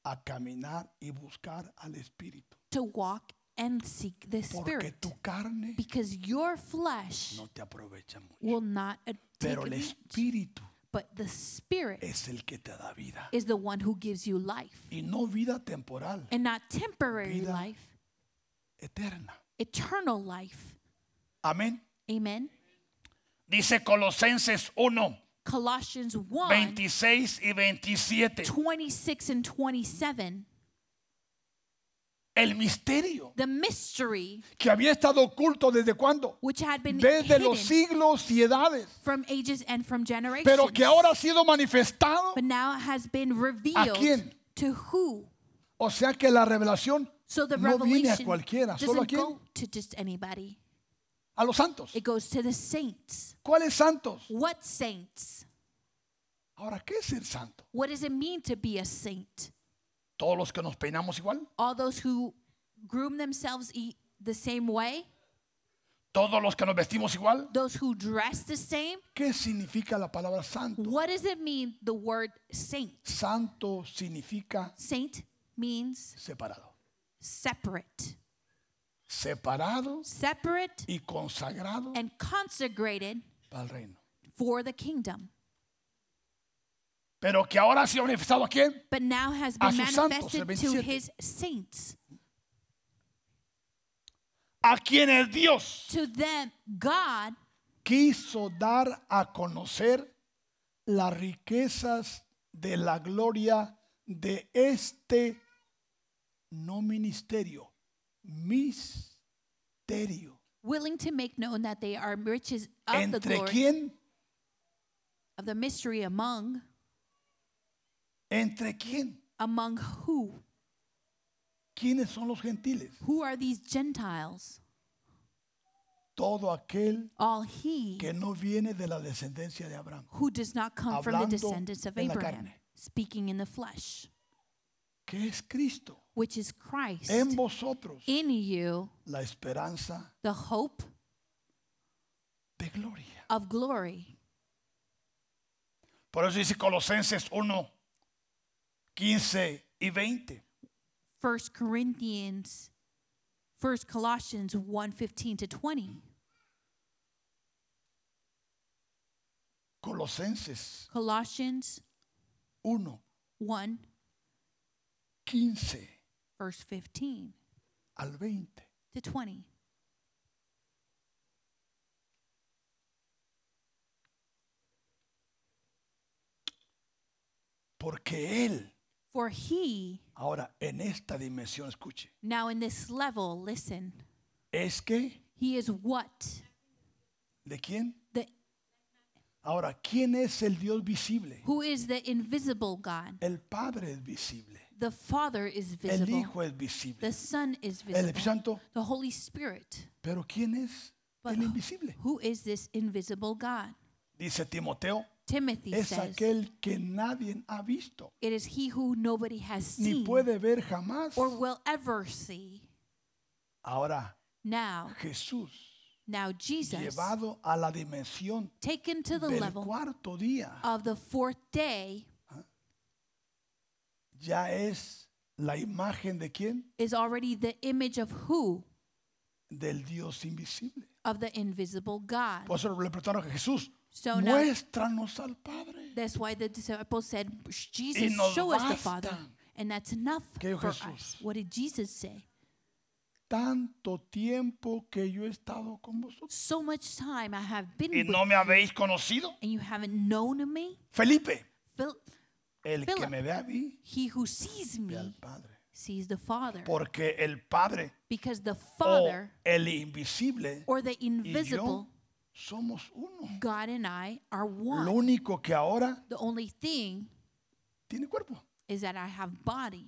[SPEAKER 2] a caminar y buscar al Espíritu.
[SPEAKER 1] to walk and seek the
[SPEAKER 2] Porque
[SPEAKER 1] Spirit,
[SPEAKER 2] tu carne
[SPEAKER 1] because your flesh
[SPEAKER 2] no te aprovecha mucho.
[SPEAKER 1] will not a- take
[SPEAKER 2] Pero el
[SPEAKER 1] advantage.
[SPEAKER 2] Espíritu
[SPEAKER 1] but the Spirit
[SPEAKER 2] es el que te da vida.
[SPEAKER 1] is the one who gives you life,
[SPEAKER 2] Y no vida temporal,
[SPEAKER 1] and not temporary
[SPEAKER 2] Vida.
[SPEAKER 1] life,
[SPEAKER 2] eterna.
[SPEAKER 1] eternal life.
[SPEAKER 2] Amén.
[SPEAKER 1] Amen.
[SPEAKER 2] Dice Colosenses 1,
[SPEAKER 1] Colossians 1,
[SPEAKER 2] 26 y 27.
[SPEAKER 1] 26 and 27.
[SPEAKER 2] El misterio
[SPEAKER 1] The mystery
[SPEAKER 2] que había estado oculto desde cuándo?
[SPEAKER 1] which had been
[SPEAKER 2] Desde los
[SPEAKER 1] hidden
[SPEAKER 2] siglos y edades,
[SPEAKER 1] from ages and from generations.
[SPEAKER 2] pero que ahora ha sido manifestado.
[SPEAKER 1] but now it has been revealed
[SPEAKER 2] quién?
[SPEAKER 1] to who?
[SPEAKER 2] O sea que la revelación
[SPEAKER 1] So the
[SPEAKER 2] no viene a
[SPEAKER 1] revelation
[SPEAKER 2] cualquiera, solo a
[SPEAKER 1] doesn't
[SPEAKER 2] quién?
[SPEAKER 1] go to just anybody.
[SPEAKER 2] A los santos.
[SPEAKER 1] It goes to the saints.
[SPEAKER 2] ¿Cuáles santos?
[SPEAKER 1] What saints?
[SPEAKER 2] Ahora, ¿qué es el santo?
[SPEAKER 1] What does it mean to be a saint?
[SPEAKER 2] ¿Todos los que nos peinamos igual?
[SPEAKER 1] All those who groom themselves e- the same way,
[SPEAKER 2] ¿Todos los que nos vestimos igual?
[SPEAKER 1] those who dress the same.
[SPEAKER 2] ¿Qué significa la palabra santo?
[SPEAKER 1] What does it mean? The word saint.
[SPEAKER 2] Santo significa
[SPEAKER 1] Saint means
[SPEAKER 2] separado.
[SPEAKER 1] separate,
[SPEAKER 2] Separado
[SPEAKER 1] separate
[SPEAKER 2] y consagrado
[SPEAKER 1] and consecrated
[SPEAKER 2] para el reino.
[SPEAKER 1] for the kingdom.
[SPEAKER 2] Pero que ahora ha sido manifestado a quién?
[SPEAKER 1] but now has
[SPEAKER 2] A
[SPEAKER 1] been
[SPEAKER 2] sus santos, el
[SPEAKER 1] manifested to
[SPEAKER 2] 27.
[SPEAKER 1] his saints.
[SPEAKER 2] A quien el Dios
[SPEAKER 1] To them, God
[SPEAKER 2] quiso dar a conocer las riquezas de la gloria de este no ministerio, misterio.
[SPEAKER 1] willing to make known that they are riches of the
[SPEAKER 2] ¿Entre
[SPEAKER 1] glory
[SPEAKER 2] quién?
[SPEAKER 1] of the mystery among
[SPEAKER 2] ¿Entre quién?
[SPEAKER 1] among who?
[SPEAKER 2] ¿Quiénes son los gentiles?
[SPEAKER 1] Who are these Gentiles?
[SPEAKER 2] Todo aquel
[SPEAKER 1] All he
[SPEAKER 2] que no viene de la descendencia de Abraham,
[SPEAKER 1] who does not come from the
[SPEAKER 2] Hablando
[SPEAKER 1] descendants of
[SPEAKER 2] en la
[SPEAKER 1] Abraham,
[SPEAKER 2] carne.
[SPEAKER 1] speaking in the flesh,
[SPEAKER 2] que es Cristo.
[SPEAKER 1] which is Christ
[SPEAKER 2] En vosotros
[SPEAKER 1] in you,
[SPEAKER 2] la esperanza
[SPEAKER 1] the hope
[SPEAKER 2] de gloria.
[SPEAKER 1] of glory.
[SPEAKER 2] Por eso dice Colosenses 1, 15 y 20.
[SPEAKER 1] First Corinthians, First Colossians 1, 15 to 20.
[SPEAKER 2] Colosenses
[SPEAKER 1] Colossians
[SPEAKER 2] 1,
[SPEAKER 1] 1,
[SPEAKER 2] 15
[SPEAKER 1] verse 15
[SPEAKER 2] al 20.
[SPEAKER 1] to 20.
[SPEAKER 2] Porque Él,
[SPEAKER 1] For he,
[SPEAKER 2] ahora en esta dimensión, escuche,
[SPEAKER 1] now in this level, listen,
[SPEAKER 2] es que,
[SPEAKER 1] he is what?
[SPEAKER 2] ¿de quién?
[SPEAKER 1] The,
[SPEAKER 2] Ahora, ¿quién es el Dios visible?
[SPEAKER 1] who is the invisible God?
[SPEAKER 2] El Padre es visible.
[SPEAKER 1] The Father is
[SPEAKER 2] El
[SPEAKER 1] visible.
[SPEAKER 2] Hijo es
[SPEAKER 1] The
[SPEAKER 2] visible.
[SPEAKER 1] Son is
[SPEAKER 2] El
[SPEAKER 1] visible.
[SPEAKER 2] Espíritu Santo.
[SPEAKER 1] The Holy Spirit.
[SPEAKER 2] Pero ¿quién es
[SPEAKER 1] But
[SPEAKER 2] el invisible?
[SPEAKER 1] who is this invisible God?
[SPEAKER 2] Dice Timoteo.
[SPEAKER 1] Timothy
[SPEAKER 2] Es
[SPEAKER 1] says,
[SPEAKER 2] aquel que nadie ha visto,
[SPEAKER 1] it is he who nobody has
[SPEAKER 2] ni
[SPEAKER 1] seen
[SPEAKER 2] puede ver jamás.
[SPEAKER 1] or will ever see.
[SPEAKER 2] Ahora,
[SPEAKER 1] Now,
[SPEAKER 2] Jesús
[SPEAKER 1] Now Jesus,
[SPEAKER 2] llevado a la dimensión
[SPEAKER 1] taken to the
[SPEAKER 2] del
[SPEAKER 1] level
[SPEAKER 2] cuarto día,
[SPEAKER 1] of the fourth day,
[SPEAKER 2] ya es la imagen de quién?
[SPEAKER 1] is already the image of who?
[SPEAKER 2] Del Dios invisible.
[SPEAKER 1] Of the invisible God.
[SPEAKER 2] Por eso le preguntaron a Jesús,
[SPEAKER 1] So now-
[SPEAKER 2] muéstranos al Padre.
[SPEAKER 1] That's why the disciples said, "Sh- Jesus,
[SPEAKER 2] nos
[SPEAKER 1] show us the Father.
[SPEAKER 2] basta.
[SPEAKER 1] And that's enough
[SPEAKER 2] ¿Qué dijo
[SPEAKER 1] for
[SPEAKER 2] Jesús?
[SPEAKER 1] us. What did Jesus say?
[SPEAKER 2] Tanto tiempo que yo he estado con vosotros.
[SPEAKER 1] So much time I have been
[SPEAKER 2] ¿Y
[SPEAKER 1] with
[SPEAKER 2] no me habéis conocido?
[SPEAKER 1] and you haven't known me?
[SPEAKER 2] Felipe,
[SPEAKER 1] Phil,
[SPEAKER 2] el que
[SPEAKER 1] Philip.
[SPEAKER 2] me ve a mí,
[SPEAKER 1] he who sees
[SPEAKER 2] ve al
[SPEAKER 1] me
[SPEAKER 2] Padre.
[SPEAKER 1] sees the Father.
[SPEAKER 2] Porque el Padre
[SPEAKER 1] Because the
[SPEAKER 2] o
[SPEAKER 1] Father
[SPEAKER 2] el invisible
[SPEAKER 1] or the
[SPEAKER 2] y yo
[SPEAKER 1] invisible,
[SPEAKER 2] somos uno.
[SPEAKER 1] God and I, are
[SPEAKER 2] Lo
[SPEAKER 1] one.
[SPEAKER 2] único que ahora
[SPEAKER 1] The only thing
[SPEAKER 2] tiene cuerpo.
[SPEAKER 1] is that I have body.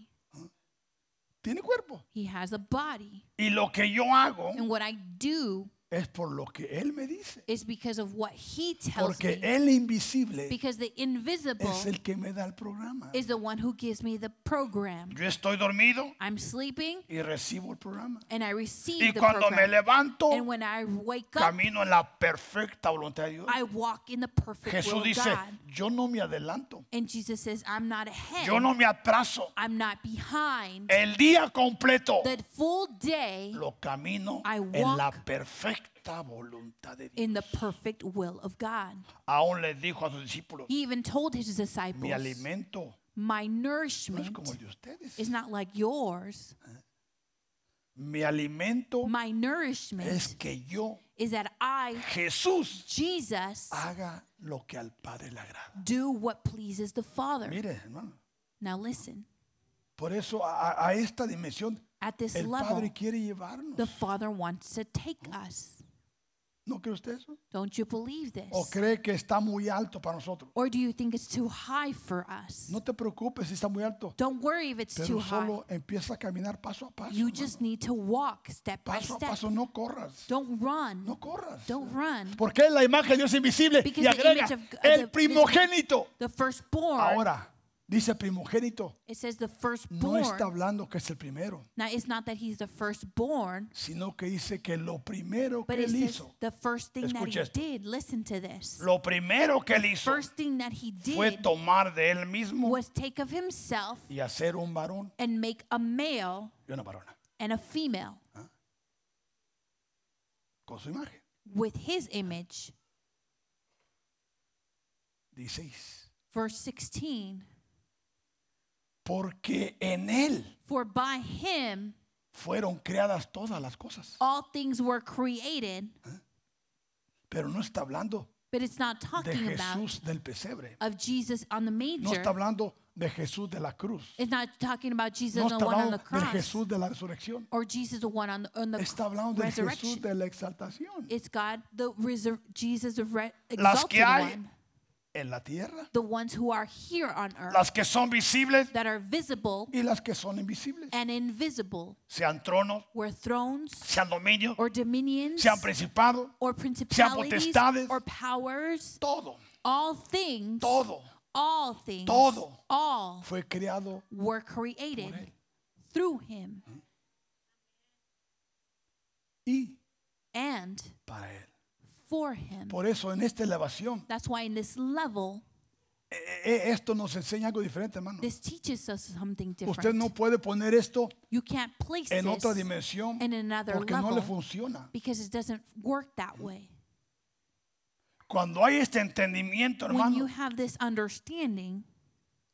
[SPEAKER 2] Tiene cuerpo.
[SPEAKER 1] He has a body.
[SPEAKER 2] Y lo que yo hago
[SPEAKER 1] And what I do
[SPEAKER 2] es por lo que Él me dice.
[SPEAKER 1] is because of what he tells
[SPEAKER 2] Porque
[SPEAKER 1] me.
[SPEAKER 2] el invisible
[SPEAKER 1] Because the invisible
[SPEAKER 2] es el que me da el programa.
[SPEAKER 1] is the one who gives me the program.
[SPEAKER 2] Yo estoy dormido
[SPEAKER 1] I'm sleeping
[SPEAKER 2] y recibo el programa.
[SPEAKER 1] and I receive
[SPEAKER 2] Y
[SPEAKER 1] the
[SPEAKER 2] cuando me
[SPEAKER 1] program.
[SPEAKER 2] levanto,
[SPEAKER 1] And when I wake up,
[SPEAKER 2] camino en la perfecta voluntad de Dios.
[SPEAKER 1] I walk in the perfect will
[SPEAKER 2] Jesús
[SPEAKER 1] of
[SPEAKER 2] dice,
[SPEAKER 1] God.
[SPEAKER 2] yo no me adelanto,
[SPEAKER 1] And Jesus says, I'm not ahead.
[SPEAKER 2] yo no Eh, me atraso.
[SPEAKER 1] I'm not behind.
[SPEAKER 2] El día completo
[SPEAKER 1] That full day
[SPEAKER 2] lo camino
[SPEAKER 1] I
[SPEAKER 2] en la
[SPEAKER 1] walk
[SPEAKER 2] perfecta voluntad de Dios.
[SPEAKER 1] in the perfect will of God.
[SPEAKER 2] Aún les dijo a sus discípulos,
[SPEAKER 1] He even told his
[SPEAKER 2] mi
[SPEAKER 1] disciples,
[SPEAKER 2] alimento
[SPEAKER 1] My
[SPEAKER 2] no es
[SPEAKER 1] nourishment
[SPEAKER 2] como el de ustedes.
[SPEAKER 1] is not like yours.
[SPEAKER 2] Mi alimento
[SPEAKER 1] My
[SPEAKER 2] es
[SPEAKER 1] nourishment
[SPEAKER 2] que yo,
[SPEAKER 1] is that I,
[SPEAKER 2] Jesús,
[SPEAKER 1] Jesus,
[SPEAKER 2] haga lo que al Padre le agrada.
[SPEAKER 1] do what pleases the Father.
[SPEAKER 2] Mire, hermano,
[SPEAKER 1] Now listen,
[SPEAKER 2] por eso a, a- a esta dimensión
[SPEAKER 1] at this
[SPEAKER 2] el
[SPEAKER 1] level,
[SPEAKER 2] Padre quiere
[SPEAKER 1] the
[SPEAKER 2] llevarnos.
[SPEAKER 1] Father wants to take us.
[SPEAKER 2] ¿No cree usted eso?
[SPEAKER 1] Don't you believe this?
[SPEAKER 2] ¿O cree que está muy alto para nosotros?
[SPEAKER 1] Or do you think it's too high for us?
[SPEAKER 2] No te preocupes si está muy alto,
[SPEAKER 1] Don't worry if it's too
[SPEAKER 2] pero
[SPEAKER 1] high.
[SPEAKER 2] solo empieza a caminar paso a paso.
[SPEAKER 1] You
[SPEAKER 2] hermano.
[SPEAKER 1] just need to walk step by
[SPEAKER 2] Paso a
[SPEAKER 1] step.
[SPEAKER 2] paso, no corras.
[SPEAKER 1] Don't run.
[SPEAKER 2] No corras.
[SPEAKER 1] Don't run.
[SPEAKER 2] Porque la imagen de Dios es invisible
[SPEAKER 1] Because
[SPEAKER 2] y
[SPEAKER 1] the
[SPEAKER 2] agrega
[SPEAKER 1] image of G-
[SPEAKER 2] el
[SPEAKER 1] the-
[SPEAKER 2] primogénito.
[SPEAKER 1] The firstborn.
[SPEAKER 2] Ahora, dice primogénito,
[SPEAKER 1] It says the
[SPEAKER 2] no
[SPEAKER 1] firstborn.
[SPEAKER 2] está hablando que es el primero,
[SPEAKER 1] Now it's not that he's the firstborn,
[SPEAKER 2] sino que dice que lo primero
[SPEAKER 1] but
[SPEAKER 2] que
[SPEAKER 1] it
[SPEAKER 2] él
[SPEAKER 1] says
[SPEAKER 2] hizo,
[SPEAKER 1] the first thing that
[SPEAKER 2] Escucha
[SPEAKER 1] he
[SPEAKER 2] esto.
[SPEAKER 1] did. Listen to this.
[SPEAKER 2] lo primero que él hizo
[SPEAKER 1] First thing that he
[SPEAKER 2] fue
[SPEAKER 1] did
[SPEAKER 2] tomar de él mismo
[SPEAKER 1] was take of himself
[SPEAKER 2] y hacer un varón
[SPEAKER 1] and make a male
[SPEAKER 2] y una varona
[SPEAKER 1] and a female
[SPEAKER 2] con su imagen.
[SPEAKER 1] with his image.
[SPEAKER 2] 16.
[SPEAKER 1] Verse 16
[SPEAKER 2] Porque en él
[SPEAKER 1] For by him
[SPEAKER 2] fueron creadas todas las cosas.
[SPEAKER 1] all things were created,
[SPEAKER 2] Pero no está hablando
[SPEAKER 1] but it's not
[SPEAKER 2] de
[SPEAKER 1] talking about
[SPEAKER 2] Jesús del pesebre.
[SPEAKER 1] of Jesus on the
[SPEAKER 2] No está
[SPEAKER 1] manger.
[SPEAKER 2] hablando de Jesús de la cruz.
[SPEAKER 1] It's not talking about Jesus,
[SPEAKER 2] No
[SPEAKER 1] the
[SPEAKER 2] está
[SPEAKER 1] one on
[SPEAKER 2] hablando
[SPEAKER 1] the
[SPEAKER 2] de
[SPEAKER 1] cross,
[SPEAKER 2] Jesús de la resurrección.
[SPEAKER 1] or Jesus, the one on the, on the
[SPEAKER 2] Está hablando de Jesús
[SPEAKER 1] resurrection.
[SPEAKER 2] de la exaltación.
[SPEAKER 1] It's God, the resur- Jesus, the re-
[SPEAKER 2] Las
[SPEAKER 1] exalted
[SPEAKER 2] que hay-
[SPEAKER 1] one,
[SPEAKER 2] En la tierra.
[SPEAKER 1] the ones who are here on earth
[SPEAKER 2] Las que son visibles
[SPEAKER 1] that are visible
[SPEAKER 2] y las que son invisibles.
[SPEAKER 1] and invisible,
[SPEAKER 2] Sean tronos,
[SPEAKER 1] where thrones
[SPEAKER 2] sean dominios,
[SPEAKER 1] or dominions
[SPEAKER 2] sean principados.
[SPEAKER 1] or principalities
[SPEAKER 2] potestades.
[SPEAKER 1] or powers,
[SPEAKER 2] Todo,
[SPEAKER 1] all things,
[SPEAKER 2] todo
[SPEAKER 1] all things,
[SPEAKER 2] Todo.
[SPEAKER 1] all
[SPEAKER 2] fue creado
[SPEAKER 1] were
[SPEAKER 2] por
[SPEAKER 1] created
[SPEAKER 2] él.
[SPEAKER 1] through him
[SPEAKER 2] Y
[SPEAKER 1] and
[SPEAKER 2] para él.
[SPEAKER 1] for him.
[SPEAKER 2] Por eso en esta elevación,
[SPEAKER 1] That's why in this level,
[SPEAKER 2] e- e- esto nos enseña algo diferente, hermano.
[SPEAKER 1] this teaches us something
[SPEAKER 2] Usted
[SPEAKER 1] different.
[SPEAKER 2] no puede poner esto
[SPEAKER 1] You can't place
[SPEAKER 2] en otra
[SPEAKER 1] this
[SPEAKER 2] dimensión
[SPEAKER 1] in another
[SPEAKER 2] porque no le
[SPEAKER 1] level.
[SPEAKER 2] funciona.
[SPEAKER 1] because it doesn't work
[SPEAKER 2] Mm.
[SPEAKER 1] that way.
[SPEAKER 2] Cuando hay este entendimiento,
[SPEAKER 1] When
[SPEAKER 2] hermano,
[SPEAKER 1] you have this understanding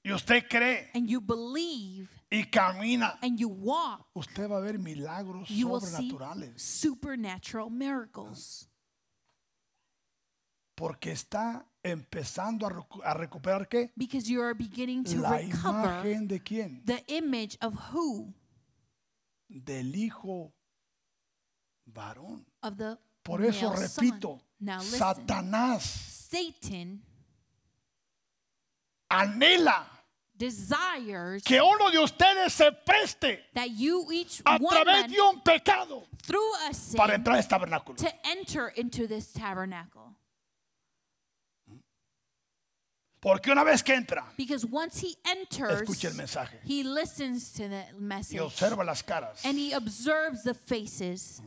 [SPEAKER 2] y usted cree
[SPEAKER 1] and you believe
[SPEAKER 2] y camina,
[SPEAKER 1] and you walk,
[SPEAKER 2] usted va a ver milagros
[SPEAKER 1] you will see
[SPEAKER 2] sobrenaturales
[SPEAKER 1] supernatural miracles
[SPEAKER 2] porque está empezando a, recu- a recuperar qué?
[SPEAKER 1] because you are beginning to
[SPEAKER 2] La
[SPEAKER 1] recover
[SPEAKER 2] imagen de quién?
[SPEAKER 1] the image of who?
[SPEAKER 2] Del hijo varón.
[SPEAKER 1] Of the
[SPEAKER 2] Por eso
[SPEAKER 1] male son.
[SPEAKER 2] repito,
[SPEAKER 1] Now listen,
[SPEAKER 2] Satanás
[SPEAKER 1] Satan
[SPEAKER 2] anhela
[SPEAKER 1] desires
[SPEAKER 2] que uno de ustedes se preste
[SPEAKER 1] that you each
[SPEAKER 2] a
[SPEAKER 1] one
[SPEAKER 2] través de un pecado
[SPEAKER 1] through a sin
[SPEAKER 2] para entrar a este tabernáculo.
[SPEAKER 1] to enter into this tabernacle.
[SPEAKER 2] Porque una vez que entra
[SPEAKER 1] Because once he enters,
[SPEAKER 2] Escuche el mensaje.
[SPEAKER 1] he listens to the
[SPEAKER 2] y
[SPEAKER 1] message
[SPEAKER 2] observa las caras,
[SPEAKER 1] and he observes the faces.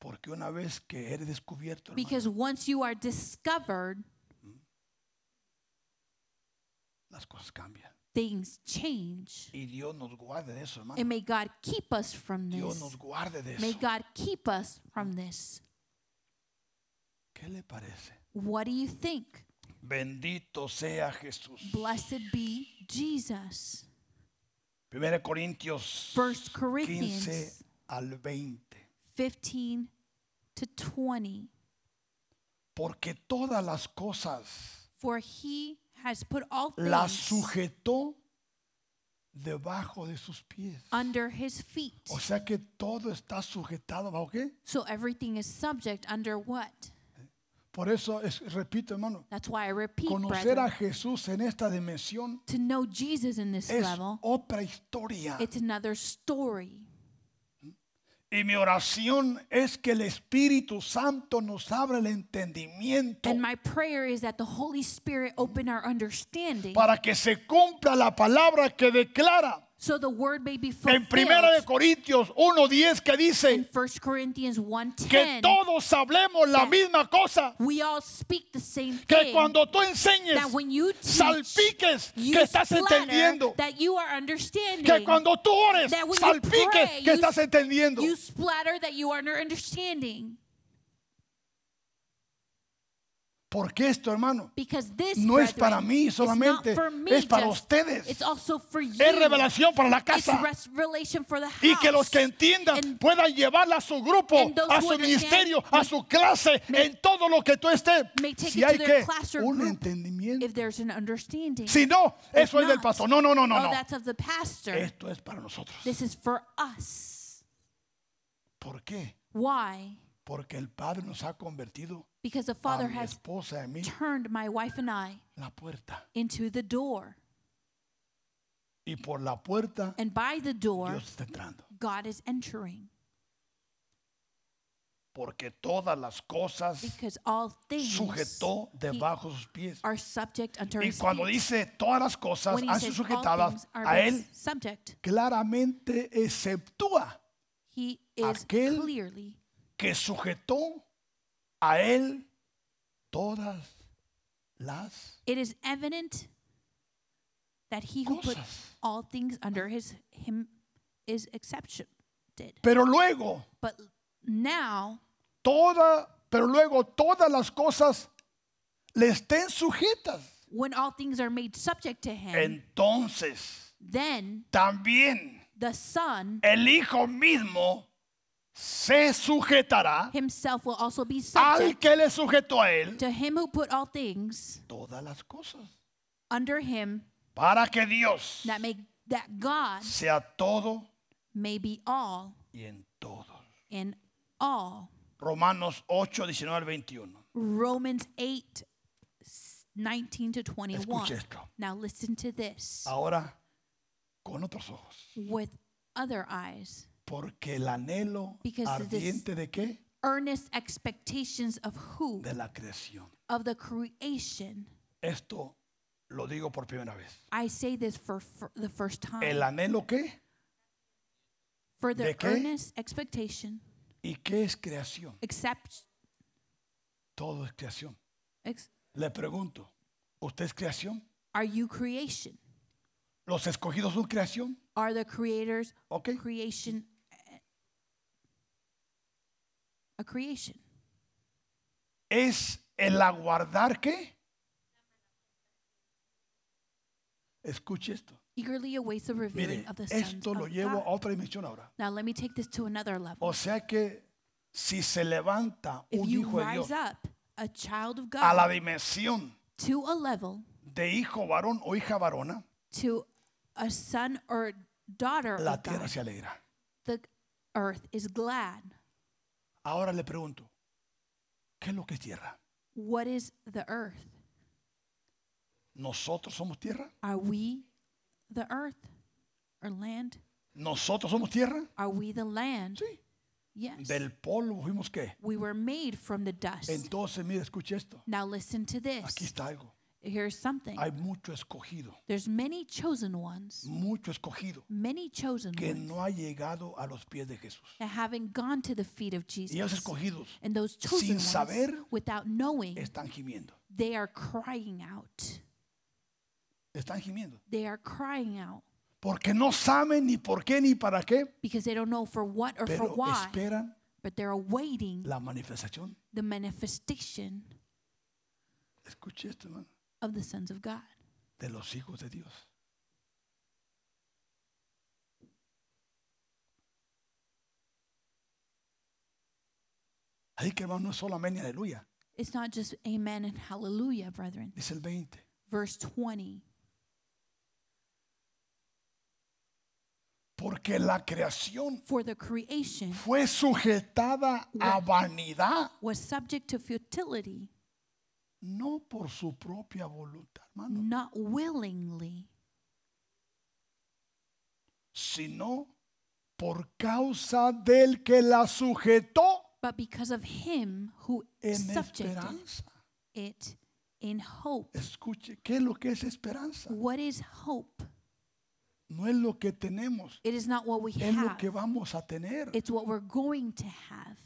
[SPEAKER 2] Porque una vez que eres descubierto, hermano,
[SPEAKER 1] Because once you are discovered,
[SPEAKER 2] las cosas cambian.
[SPEAKER 1] things change.
[SPEAKER 2] Y Dios nos guarde de eso, hermano.
[SPEAKER 1] And may God keep us from
[SPEAKER 2] Dios
[SPEAKER 1] this.
[SPEAKER 2] nos guarde de
[SPEAKER 1] May
[SPEAKER 2] eso.
[SPEAKER 1] God keep us from this.
[SPEAKER 2] ¿Qué le parece?
[SPEAKER 1] What do you think?
[SPEAKER 2] Bendito sea Jesús.
[SPEAKER 1] Blessed be Jesus.
[SPEAKER 2] 1 Corintios
[SPEAKER 1] First
[SPEAKER 2] 15
[SPEAKER 1] Corinthians
[SPEAKER 2] al 20.
[SPEAKER 1] 15 to 20.
[SPEAKER 2] Porque todas las cosas
[SPEAKER 1] For he has put all
[SPEAKER 2] las
[SPEAKER 1] things
[SPEAKER 2] sujetó debajo de sus pies.
[SPEAKER 1] under his feet.
[SPEAKER 2] O sea que todo está sujetado bajo qué?
[SPEAKER 1] So everything is subject under what?
[SPEAKER 2] Por eso es- repito, hermano,
[SPEAKER 1] That's why I repeat,
[SPEAKER 2] conocer a
[SPEAKER 1] brethren,
[SPEAKER 2] Jesús en esta dimensión
[SPEAKER 1] to know Jesus in this
[SPEAKER 2] es
[SPEAKER 1] level,
[SPEAKER 2] otra historia.
[SPEAKER 1] it's another story.
[SPEAKER 2] Y mi oración es que el Espíritu Santo nos abra el entendimiento
[SPEAKER 1] And my prayer is that the Holy Spirit open our understanding
[SPEAKER 2] para que se cumpla la palabra que declara
[SPEAKER 1] so the word may be
[SPEAKER 2] en Primera de
[SPEAKER 1] fulfilled.
[SPEAKER 2] Corintios 1:10 que
[SPEAKER 1] In
[SPEAKER 2] dice
[SPEAKER 1] 1 Corinthians
[SPEAKER 2] que
[SPEAKER 1] 1.10,
[SPEAKER 2] todos hablemos la misma cosa,
[SPEAKER 1] we all speak the same
[SPEAKER 2] que
[SPEAKER 1] thing.
[SPEAKER 2] cuando tú enseñes
[SPEAKER 1] that when you teach,
[SPEAKER 2] salpiques que
[SPEAKER 1] you
[SPEAKER 2] estás entendiendo,
[SPEAKER 1] splatter that you are understanding.
[SPEAKER 2] que cuando tú ores
[SPEAKER 1] that when you
[SPEAKER 2] salpiques
[SPEAKER 1] pray,
[SPEAKER 2] que
[SPEAKER 1] you
[SPEAKER 2] estás
[SPEAKER 1] s-
[SPEAKER 2] entendiendo.
[SPEAKER 1] You splatter that you are under understanding.
[SPEAKER 2] Porque esto, hermano,
[SPEAKER 1] Because this
[SPEAKER 2] No es para
[SPEAKER 1] brethren,
[SPEAKER 2] mí
[SPEAKER 1] is not
[SPEAKER 2] solamente,
[SPEAKER 1] for me
[SPEAKER 2] es para
[SPEAKER 1] just,
[SPEAKER 2] ustedes.
[SPEAKER 1] It's also for you.
[SPEAKER 2] es revelación para la
[SPEAKER 1] It's
[SPEAKER 2] casa.
[SPEAKER 1] revelation for the house.
[SPEAKER 2] y que los que entiendan
[SPEAKER 1] And
[SPEAKER 2] puedan llevarla a su grupo,
[SPEAKER 1] and those
[SPEAKER 2] a
[SPEAKER 1] who
[SPEAKER 2] su
[SPEAKER 1] understand
[SPEAKER 2] ministerio, a
[SPEAKER 1] may-
[SPEAKER 2] su clase,
[SPEAKER 1] may-
[SPEAKER 2] en todo lo que tú estés.
[SPEAKER 1] may take
[SPEAKER 2] Si
[SPEAKER 1] it to
[SPEAKER 2] hay
[SPEAKER 1] their
[SPEAKER 2] que
[SPEAKER 1] class or
[SPEAKER 2] un
[SPEAKER 1] group,
[SPEAKER 2] entendimiento.
[SPEAKER 1] if there's an understanding.
[SPEAKER 2] Si no,
[SPEAKER 1] If
[SPEAKER 2] eso es del
[SPEAKER 1] not,
[SPEAKER 2] pastor. No, no, no, no,
[SPEAKER 1] oh,
[SPEAKER 2] no.
[SPEAKER 1] that's of the pastor.
[SPEAKER 2] Esto es para nosotros.
[SPEAKER 1] This is for us.
[SPEAKER 2] ¿Por qué?
[SPEAKER 1] Why?
[SPEAKER 2] Porque el Padre nos ha convertido
[SPEAKER 1] Because the
[SPEAKER 2] a
[SPEAKER 1] Father
[SPEAKER 2] mi
[SPEAKER 1] has
[SPEAKER 2] esposa y a mí
[SPEAKER 1] turned my wife and I
[SPEAKER 2] la puerta.
[SPEAKER 1] into the door.
[SPEAKER 2] Y por la puerta
[SPEAKER 1] And by the door,
[SPEAKER 2] Dios está entrando.
[SPEAKER 1] God is entering.
[SPEAKER 2] Porque todas las cosas
[SPEAKER 1] Because all things
[SPEAKER 2] sujetó
[SPEAKER 1] he-
[SPEAKER 2] debajo de sus pies.
[SPEAKER 1] are subject under
[SPEAKER 2] Y
[SPEAKER 1] his
[SPEAKER 2] cuando
[SPEAKER 1] feet.
[SPEAKER 2] dice todas las cosas
[SPEAKER 1] When he
[SPEAKER 2] han sido
[SPEAKER 1] says all
[SPEAKER 2] sujetadas
[SPEAKER 1] things are
[SPEAKER 2] a
[SPEAKER 1] being
[SPEAKER 2] él,
[SPEAKER 1] subject,
[SPEAKER 2] claramente exceptúa
[SPEAKER 1] he is
[SPEAKER 2] Aquel-
[SPEAKER 1] clearly
[SPEAKER 2] que sujetó a él todas las
[SPEAKER 1] It is evident that he who put
[SPEAKER 2] cosas.
[SPEAKER 1] all things under his him is excepted.
[SPEAKER 2] Pero luego,
[SPEAKER 1] But now
[SPEAKER 2] toda, pero luego todas las cosas le estén sujetas.
[SPEAKER 1] when all things are made subject to him,
[SPEAKER 2] Entonces,
[SPEAKER 1] then
[SPEAKER 2] también
[SPEAKER 1] the son
[SPEAKER 2] el hijo mismo se sujetará
[SPEAKER 1] himself will also be
[SPEAKER 2] al
[SPEAKER 1] subject
[SPEAKER 2] que le sujetó a él
[SPEAKER 1] to him who put all things
[SPEAKER 2] todas las cosas
[SPEAKER 1] under him
[SPEAKER 2] para que Dios
[SPEAKER 1] that may that God
[SPEAKER 2] sea todo
[SPEAKER 1] may be all
[SPEAKER 2] y en todos.
[SPEAKER 1] in all.
[SPEAKER 2] Romanos 8, 19 al 21.
[SPEAKER 1] Romans 8 19 to 21.
[SPEAKER 2] Escuche esto.
[SPEAKER 1] Now listen to this.
[SPEAKER 2] Ahora, con otros ojos.
[SPEAKER 1] with other eyes,
[SPEAKER 2] Porque el anhelo
[SPEAKER 1] Because it is-
[SPEAKER 2] ardiente de qué?
[SPEAKER 1] earnest expectations of who?
[SPEAKER 2] De la creación.
[SPEAKER 1] Of the creation.
[SPEAKER 2] Esto lo digo por primera vez.
[SPEAKER 1] I say this for, for the first
[SPEAKER 2] ¿El
[SPEAKER 1] time.
[SPEAKER 2] anhelo qué?
[SPEAKER 1] For
[SPEAKER 2] ¿de
[SPEAKER 1] the
[SPEAKER 2] qué?
[SPEAKER 1] earnest expectation,
[SPEAKER 2] ¿Y qué es creación?
[SPEAKER 1] except,
[SPEAKER 2] Todo es creación.
[SPEAKER 1] ex,
[SPEAKER 2] Le pregunto, ¿usted es creación?
[SPEAKER 1] are you creation?
[SPEAKER 2] ¿Los escogidos son creación?
[SPEAKER 1] Are the creators
[SPEAKER 2] ¿Ok?
[SPEAKER 1] creation eh, a creation?
[SPEAKER 2] ¿Es el aguardar qué? Escuche esto.
[SPEAKER 1] Eagerly awaits the revealing
[SPEAKER 2] Mire,
[SPEAKER 1] of the sons
[SPEAKER 2] esto lo
[SPEAKER 1] of
[SPEAKER 2] llevo Oh, a
[SPEAKER 1] God.
[SPEAKER 2] otra dimensión ahora.
[SPEAKER 1] Now let me take this to another level.
[SPEAKER 2] O sea que si se levanta
[SPEAKER 1] If
[SPEAKER 2] un
[SPEAKER 1] you
[SPEAKER 2] hijo de oh, Dios
[SPEAKER 1] rise up, a child of
[SPEAKER 2] a la
[SPEAKER 1] God,
[SPEAKER 2] dimensión
[SPEAKER 1] to a level
[SPEAKER 2] de hijo varón o hija varona,
[SPEAKER 1] to a son or daughter
[SPEAKER 2] la
[SPEAKER 1] of God,
[SPEAKER 2] tierra se alegra.
[SPEAKER 1] the earth is glad.
[SPEAKER 2] Ahora le pregunto, ¿qué es lo que es tierra?
[SPEAKER 1] What is the earth?
[SPEAKER 2] ¿Nosotros somos tierra?
[SPEAKER 1] Are we the earth or land?
[SPEAKER 2] ¿Nosotros somos tierra?
[SPEAKER 1] Are we the land?
[SPEAKER 2] Sí.
[SPEAKER 1] Yes.
[SPEAKER 2] Del polvo fuimos qué?
[SPEAKER 1] We were made from the dust.
[SPEAKER 2] Entonces, mira, escuche esto.
[SPEAKER 1] Now listen to
[SPEAKER 2] Aquí
[SPEAKER 1] this.
[SPEAKER 2] está algo.
[SPEAKER 1] Here's something.
[SPEAKER 2] Hay mucho escogido,
[SPEAKER 1] There's many chosen ones,
[SPEAKER 2] mucho escogido,
[SPEAKER 1] many chosen
[SPEAKER 2] que
[SPEAKER 1] ones
[SPEAKER 2] no ha llegado a los pies de Jesús.
[SPEAKER 1] that haven't gone to the feet of
[SPEAKER 2] Y esos
[SPEAKER 1] Jesus.
[SPEAKER 2] escogidos
[SPEAKER 1] And those chosen ones,
[SPEAKER 2] saber,
[SPEAKER 1] without knowing,
[SPEAKER 2] están gimiendo,
[SPEAKER 1] they are crying out.
[SPEAKER 2] están gimiendo.
[SPEAKER 1] They are crying out
[SPEAKER 2] Porque no saben ni por qué ni para qué,
[SPEAKER 1] because they don't know for what or for
[SPEAKER 2] pero
[SPEAKER 1] why,
[SPEAKER 2] esperan
[SPEAKER 1] but they're awaiting
[SPEAKER 2] la manifestación.
[SPEAKER 1] the manifestation
[SPEAKER 2] Escuche esto, hermano,
[SPEAKER 1] of the sons of God.
[SPEAKER 2] de los hijos de Dios. Así que hermano, no es solamente aleluya,
[SPEAKER 1] It's not just amen and hallelujah, brethren.
[SPEAKER 2] dice el 20.
[SPEAKER 1] Verse 20.
[SPEAKER 2] Porque la creación
[SPEAKER 1] For the creation
[SPEAKER 2] fue sujetada a vanidad,
[SPEAKER 1] was subject to futility,
[SPEAKER 2] no por su propia voluntad, hermano,
[SPEAKER 1] not willingly,
[SPEAKER 2] sino por causa del que la sujetó
[SPEAKER 1] but because of him who
[SPEAKER 2] en
[SPEAKER 1] subjected
[SPEAKER 2] esperanza.
[SPEAKER 1] it in hope.
[SPEAKER 2] Escuche, ¿qué es lo que es esperanza?
[SPEAKER 1] What is hope?
[SPEAKER 2] No es lo que tenemos,
[SPEAKER 1] It is not what we
[SPEAKER 2] es lo
[SPEAKER 1] have,
[SPEAKER 2] que vamos a tener.
[SPEAKER 1] it's what we're going to have.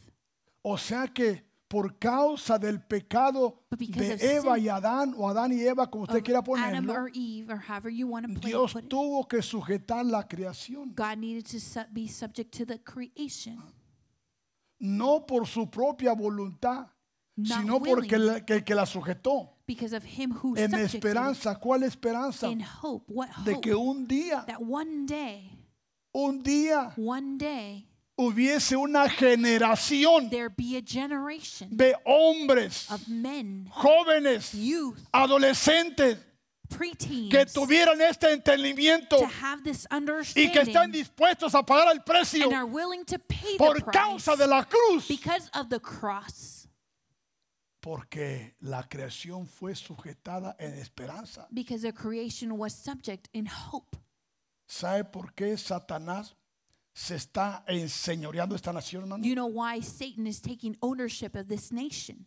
[SPEAKER 2] O sea que por causa del pecado
[SPEAKER 1] But because
[SPEAKER 2] de
[SPEAKER 1] of
[SPEAKER 2] Eva
[SPEAKER 1] sin
[SPEAKER 2] y Adán, o Adán y Eva, como usted
[SPEAKER 1] Of
[SPEAKER 2] quiera
[SPEAKER 1] Adam
[SPEAKER 2] ponerlo,
[SPEAKER 1] or Eve, or however you want to play it,
[SPEAKER 2] Dios
[SPEAKER 1] put it,
[SPEAKER 2] tuvo que sujetar la creación,
[SPEAKER 1] God needed to su- be subject to the creation,
[SPEAKER 2] no por su propia voluntad,
[SPEAKER 1] Not
[SPEAKER 2] sino porque
[SPEAKER 1] willingly.
[SPEAKER 2] la- que, el que la sujetó.
[SPEAKER 1] because of him who
[SPEAKER 2] En
[SPEAKER 1] subjected it.
[SPEAKER 2] esperanza, ¿cuál esperanza?
[SPEAKER 1] In hope, what
[SPEAKER 2] De
[SPEAKER 1] hope?
[SPEAKER 2] que un día,
[SPEAKER 1] That one day,
[SPEAKER 2] un día
[SPEAKER 1] one day,
[SPEAKER 2] hubiese una generación
[SPEAKER 1] there be a generation
[SPEAKER 2] de hombres
[SPEAKER 1] of men,
[SPEAKER 2] jóvenes,
[SPEAKER 1] youth,
[SPEAKER 2] adolescentes que
[SPEAKER 1] preteens
[SPEAKER 2] tuvieran este entendimiento
[SPEAKER 1] to have this
[SPEAKER 2] y que están
[SPEAKER 1] understanding
[SPEAKER 2] dispuestos a pagar el precio
[SPEAKER 1] and are willing to pay the
[SPEAKER 2] por causa de
[SPEAKER 1] price
[SPEAKER 2] la cruz.
[SPEAKER 1] because of the cross,
[SPEAKER 2] Porque la creación fue sujetada en esperanza.
[SPEAKER 1] because the creation was subject in hope.
[SPEAKER 2] ¿Sabe por qué Satanás se está enseñoreando esta nación, hermano?
[SPEAKER 1] You know why Satan is taking ownership of this nation.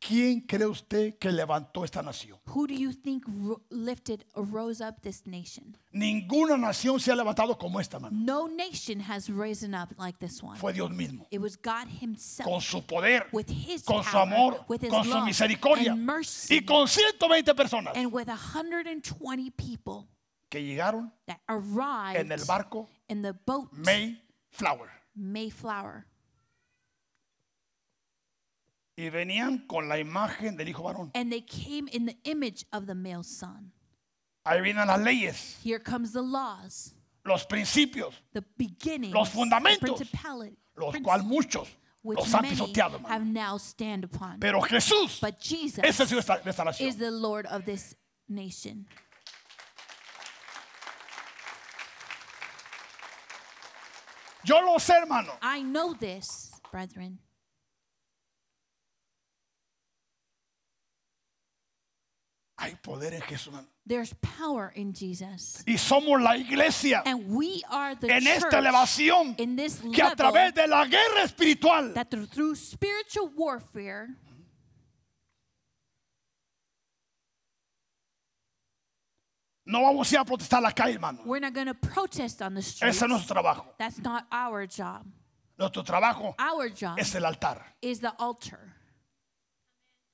[SPEAKER 2] ¿Quién cree usted que levantó esta nación?
[SPEAKER 1] Who do you think ro- lifted or rose up this nation?
[SPEAKER 2] Ninguna nación se ha levantado como esta, hermano.
[SPEAKER 1] No nation has risen up like this one.
[SPEAKER 2] Fue Dios mismo,
[SPEAKER 1] It was God
[SPEAKER 2] con
[SPEAKER 1] Himself
[SPEAKER 2] su poder,
[SPEAKER 1] with His
[SPEAKER 2] con su
[SPEAKER 1] power,
[SPEAKER 2] amor,
[SPEAKER 1] with His
[SPEAKER 2] con su
[SPEAKER 1] love
[SPEAKER 2] misericordia
[SPEAKER 1] and mercy,
[SPEAKER 2] y con 120 personas
[SPEAKER 1] and with 120 people
[SPEAKER 2] que llegaron
[SPEAKER 1] that arrived
[SPEAKER 2] en el barco
[SPEAKER 1] in the boat
[SPEAKER 2] Mayflower
[SPEAKER 1] Mayflower.
[SPEAKER 2] y venían con la imagen del hijo varón.
[SPEAKER 1] And they came in the image of the male son.
[SPEAKER 2] Ahí vienen las leyes,
[SPEAKER 1] Here comes the laws,
[SPEAKER 2] los principios,
[SPEAKER 1] the beginnings,
[SPEAKER 2] Los fundamentos,
[SPEAKER 1] the principality,
[SPEAKER 2] los
[SPEAKER 1] princi-
[SPEAKER 2] cuales muchos
[SPEAKER 1] which
[SPEAKER 2] los han
[SPEAKER 1] many
[SPEAKER 2] pisoteado, hermano.
[SPEAKER 1] have now stand upon.
[SPEAKER 2] Pero Jesús
[SPEAKER 1] but Jesus
[SPEAKER 2] es el Señor de esta
[SPEAKER 1] is
[SPEAKER 2] nación.
[SPEAKER 1] the Lord of this nation.
[SPEAKER 2] Yo lo sé, hermano.
[SPEAKER 1] I know this, brethren.
[SPEAKER 2] Hay poder en Jesús, hermano.
[SPEAKER 1] There's power in Jesus.
[SPEAKER 2] Y somos la iglesia
[SPEAKER 1] And we are the
[SPEAKER 2] en esta
[SPEAKER 1] church
[SPEAKER 2] elevación
[SPEAKER 1] in this
[SPEAKER 2] que a
[SPEAKER 1] level
[SPEAKER 2] través de la guerra espiritual
[SPEAKER 1] that through- through spiritual warfare,
[SPEAKER 2] no vamos a ir a protestar a la calle, hermano.
[SPEAKER 1] we're not going to protest on the streets.
[SPEAKER 2] Ese no es nuestro trabajo.
[SPEAKER 1] That's not our job.
[SPEAKER 2] Nuestro trabajo
[SPEAKER 1] Our job
[SPEAKER 2] es el altar.
[SPEAKER 1] is the altar.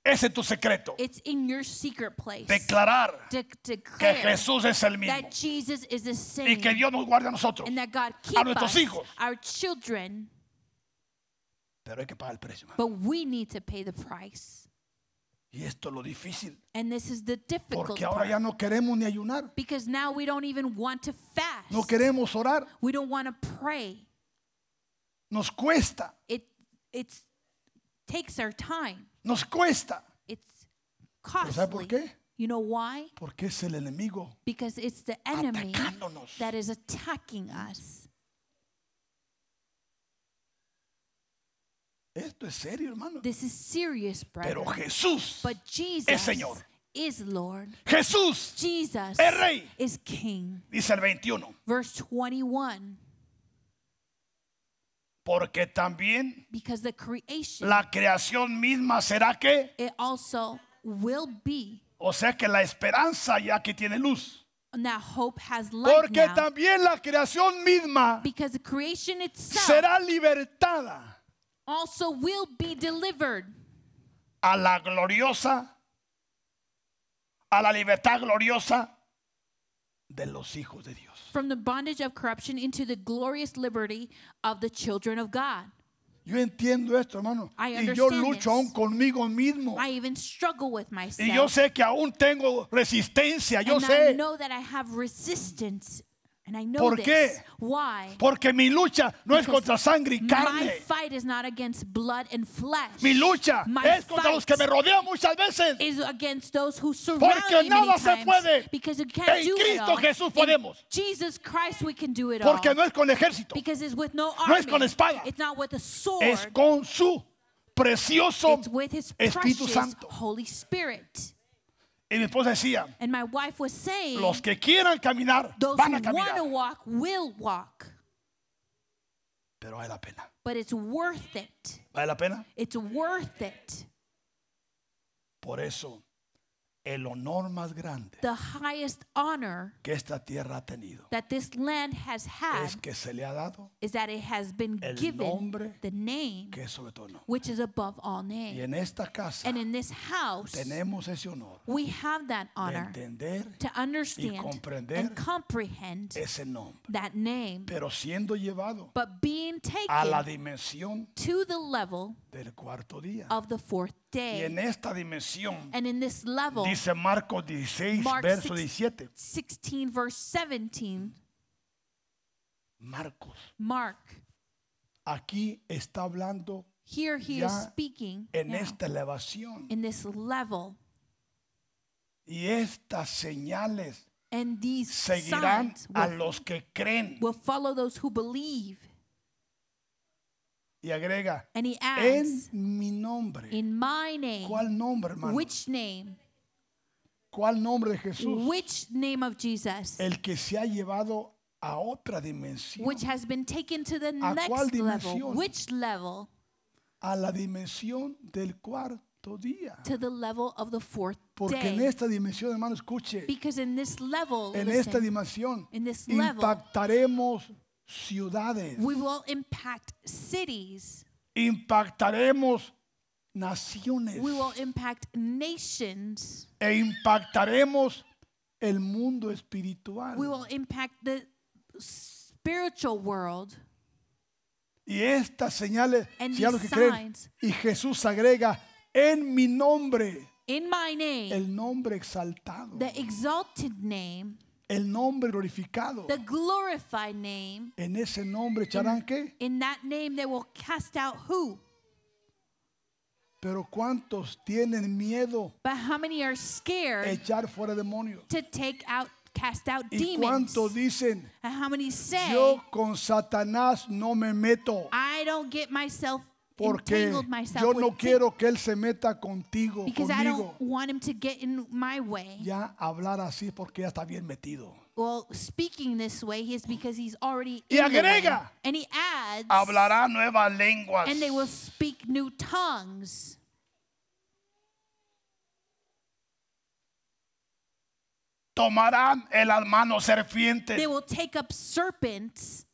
[SPEAKER 2] Ese es tu secreto.
[SPEAKER 1] It's in your secret place.
[SPEAKER 2] Declarar
[SPEAKER 1] De-
[SPEAKER 2] que
[SPEAKER 1] declare
[SPEAKER 2] Jesús es el mismo
[SPEAKER 1] that Jesus is the
[SPEAKER 2] y
[SPEAKER 1] same
[SPEAKER 2] que Dios nos guarde a nosotros.
[SPEAKER 1] and that God
[SPEAKER 2] a
[SPEAKER 1] keep
[SPEAKER 2] nuestros
[SPEAKER 1] us,
[SPEAKER 2] hijos.
[SPEAKER 1] our children,
[SPEAKER 2] Pero hay que pagar el precio, hermano.
[SPEAKER 1] but we need to pay the price.
[SPEAKER 2] Y esto es lo difícil.
[SPEAKER 1] And this is the difficult
[SPEAKER 2] Porque ahora
[SPEAKER 1] part.
[SPEAKER 2] ya no queremos ni ayunar.
[SPEAKER 1] Because now we don't even want to fast.
[SPEAKER 2] No queremos orar.
[SPEAKER 1] We don't want to pray.
[SPEAKER 2] Nos cuesta.
[SPEAKER 1] It it's takes our time.
[SPEAKER 2] Nos cuesta.
[SPEAKER 1] It's
[SPEAKER 2] ¿Pero sabe por
[SPEAKER 1] costly.
[SPEAKER 2] qué?
[SPEAKER 1] You know why?
[SPEAKER 2] Porque es el enemigo
[SPEAKER 1] Because it's the enemy
[SPEAKER 2] atacándonos.
[SPEAKER 1] that is attacking us.
[SPEAKER 2] Esto es serio, hermano.
[SPEAKER 1] This is serious, brother.
[SPEAKER 2] Pero Jesús,
[SPEAKER 1] But Jesus
[SPEAKER 2] Señor.
[SPEAKER 1] is Lord.
[SPEAKER 2] Jesús,
[SPEAKER 1] Jesus
[SPEAKER 2] Es Rey.
[SPEAKER 1] is King.
[SPEAKER 2] dice el 21,
[SPEAKER 1] Verse 21.
[SPEAKER 2] porque también
[SPEAKER 1] Because the creation,
[SPEAKER 2] la creación misma será que
[SPEAKER 1] it also will be.
[SPEAKER 2] O sea que la esperanza ya que tiene luz.
[SPEAKER 1] And that hope has light
[SPEAKER 2] Porque
[SPEAKER 1] now.
[SPEAKER 2] también la creación misma
[SPEAKER 1] Because the creation itself
[SPEAKER 2] será libertada
[SPEAKER 1] also will be delivered
[SPEAKER 2] a la gloriosa, a la libertad gloriosa de los hijos de Dios.
[SPEAKER 1] from the bondage of corruption into the glorious liberty of the children of God.
[SPEAKER 2] Yo entiendo esto, hermano.
[SPEAKER 1] I
[SPEAKER 2] Y yo
[SPEAKER 1] understand
[SPEAKER 2] lucho
[SPEAKER 1] this.
[SPEAKER 2] aún conmigo mismo.
[SPEAKER 1] I even struggle with myself.
[SPEAKER 2] Y yo sé que aún tengo resistencia, yo
[SPEAKER 1] and I
[SPEAKER 2] sé.
[SPEAKER 1] know that I have resistance. And I know
[SPEAKER 2] ¿Por
[SPEAKER 1] this.
[SPEAKER 2] qué?
[SPEAKER 1] Why?
[SPEAKER 2] Porque mi lucha no es
[SPEAKER 1] Because
[SPEAKER 2] contra sangre y
[SPEAKER 1] My
[SPEAKER 2] carne.
[SPEAKER 1] fight is not against blood and flesh.
[SPEAKER 2] Mi lucha
[SPEAKER 1] My
[SPEAKER 2] es contra los que me
[SPEAKER 1] fight
[SPEAKER 2] rodean muchas veces.
[SPEAKER 1] is against those who surround
[SPEAKER 2] Porque
[SPEAKER 1] me
[SPEAKER 2] nada
[SPEAKER 1] many
[SPEAKER 2] se
[SPEAKER 1] times.
[SPEAKER 2] puede.
[SPEAKER 1] Because you can't
[SPEAKER 2] En
[SPEAKER 1] do it
[SPEAKER 2] Cristo
[SPEAKER 1] all.
[SPEAKER 2] Jesús
[SPEAKER 1] In
[SPEAKER 2] podemos.
[SPEAKER 1] Jesus Christ we can do it
[SPEAKER 2] Porque
[SPEAKER 1] all.
[SPEAKER 2] no es con ejército,
[SPEAKER 1] Because it's with no
[SPEAKER 2] No
[SPEAKER 1] army.
[SPEAKER 2] es con espada.
[SPEAKER 1] It's not with a sword.
[SPEAKER 2] es con su precioso
[SPEAKER 1] it's with his
[SPEAKER 2] Espíritu
[SPEAKER 1] precious
[SPEAKER 2] Santo.
[SPEAKER 1] Holy Spirit.
[SPEAKER 2] Y mi esposa decía,
[SPEAKER 1] And my wife was saying,
[SPEAKER 2] los que quieran caminar
[SPEAKER 1] those
[SPEAKER 2] van a
[SPEAKER 1] who want to
[SPEAKER 2] caminar,
[SPEAKER 1] walk will walk,
[SPEAKER 2] pero vale la pena.
[SPEAKER 1] but it's worth it.
[SPEAKER 2] ¿Vale la pena?
[SPEAKER 1] It's worth it.
[SPEAKER 2] Por eso el honor más grande
[SPEAKER 1] The highest honor
[SPEAKER 2] que esta tierra ha tenido
[SPEAKER 1] that this land has had
[SPEAKER 2] es que se le ha dado
[SPEAKER 1] is that it has been
[SPEAKER 2] el
[SPEAKER 1] given
[SPEAKER 2] nombre
[SPEAKER 1] the name
[SPEAKER 2] que es sobre todo nombre.
[SPEAKER 1] which is above all
[SPEAKER 2] Y
[SPEAKER 1] names.
[SPEAKER 2] en esta casa
[SPEAKER 1] And in this house,
[SPEAKER 2] tenemos ese honor
[SPEAKER 1] we have that
[SPEAKER 2] de
[SPEAKER 1] honor
[SPEAKER 2] entender
[SPEAKER 1] to understand
[SPEAKER 2] comprender
[SPEAKER 1] and comprehend
[SPEAKER 2] ese nombre,
[SPEAKER 1] that name,
[SPEAKER 2] pero siendo llevado
[SPEAKER 1] but being
[SPEAKER 2] a la
[SPEAKER 1] taken
[SPEAKER 2] dimensión
[SPEAKER 1] to the level
[SPEAKER 2] del cuarto día.
[SPEAKER 1] of the fourth
[SPEAKER 2] Y
[SPEAKER 1] day.
[SPEAKER 2] en esta dimensión
[SPEAKER 1] And in this level,
[SPEAKER 2] Dice Marcos 16,
[SPEAKER 1] Mark
[SPEAKER 2] verso 17.
[SPEAKER 1] 16. 16, verse 17,
[SPEAKER 2] Marcos,
[SPEAKER 1] Mark,
[SPEAKER 2] aquí está hablando
[SPEAKER 1] here he is
[SPEAKER 2] Ya
[SPEAKER 1] speaking
[SPEAKER 2] en
[SPEAKER 1] now,
[SPEAKER 2] esta elevación
[SPEAKER 1] in this level,
[SPEAKER 2] y estas señales
[SPEAKER 1] and these
[SPEAKER 2] seguirán
[SPEAKER 1] signs
[SPEAKER 2] a
[SPEAKER 1] will,
[SPEAKER 2] los que creen.
[SPEAKER 1] will follow those who believe.
[SPEAKER 2] Y agrega,
[SPEAKER 1] And he
[SPEAKER 2] en
[SPEAKER 1] adds,
[SPEAKER 2] mi nombre.
[SPEAKER 1] in my name,
[SPEAKER 2] ¿Cuál nombre, hermano?
[SPEAKER 1] which name?
[SPEAKER 2] ¿Cuál nombre de Jesús?
[SPEAKER 1] Which name of Jesus?
[SPEAKER 2] El que se ha llevado a otra dimensión,
[SPEAKER 1] Which has been taken to the
[SPEAKER 2] ¿A cuál
[SPEAKER 1] next level.
[SPEAKER 2] dimensión?
[SPEAKER 1] Which level?
[SPEAKER 2] a la dimensión del cuarto día.
[SPEAKER 1] To the level of the fourth
[SPEAKER 2] Porque en
[SPEAKER 1] day.
[SPEAKER 2] esta dimensión, hermano, escuche,
[SPEAKER 1] Because in this level,
[SPEAKER 2] en
[SPEAKER 1] listen,
[SPEAKER 2] esta dimensión
[SPEAKER 1] in this level,
[SPEAKER 2] impactaremos ciudades.
[SPEAKER 1] we will impact cities.
[SPEAKER 2] impactaremos naciones
[SPEAKER 1] We will impact nations.
[SPEAKER 2] e impactaremos el mundo espiritual.
[SPEAKER 1] We will impact the spiritual world.
[SPEAKER 2] Y estas señales,
[SPEAKER 1] And
[SPEAKER 2] si a los que
[SPEAKER 1] these
[SPEAKER 2] creen,
[SPEAKER 1] signs.
[SPEAKER 2] y Jesús agrega en mi nombre,
[SPEAKER 1] In my name,
[SPEAKER 2] el nombre exaltado,
[SPEAKER 1] the exalted name,
[SPEAKER 2] el nombre glorificado.
[SPEAKER 1] the glorified name,
[SPEAKER 2] En ese nombre echarán qué?
[SPEAKER 1] in that name they will cast out who?
[SPEAKER 2] Pero cuántos tienen miedo
[SPEAKER 1] But how many are scared
[SPEAKER 2] echar fuera demonios?
[SPEAKER 1] to take out, cast out
[SPEAKER 2] ¿Y
[SPEAKER 1] demons?
[SPEAKER 2] cuántos dicen,
[SPEAKER 1] And how many say,
[SPEAKER 2] yo con Satanás no me meto?
[SPEAKER 1] I don't get myself
[SPEAKER 2] Porque
[SPEAKER 1] entangled myself
[SPEAKER 2] yo
[SPEAKER 1] with
[SPEAKER 2] no
[SPEAKER 1] thi-
[SPEAKER 2] quiero que él se meta contigo,
[SPEAKER 1] because I
[SPEAKER 2] conmigo.
[SPEAKER 1] don't want him to get in my way.
[SPEAKER 2] Ya hablar así porque ya está bien metido.
[SPEAKER 1] Well, speaking this way is because he's already
[SPEAKER 2] Y
[SPEAKER 1] in the way.
[SPEAKER 2] agrega.
[SPEAKER 1] and he adds
[SPEAKER 2] nuevas lenguas.
[SPEAKER 1] and they will speak new tongues.
[SPEAKER 2] Tomarán el hermano serpiente.
[SPEAKER 1] They will take up serpents,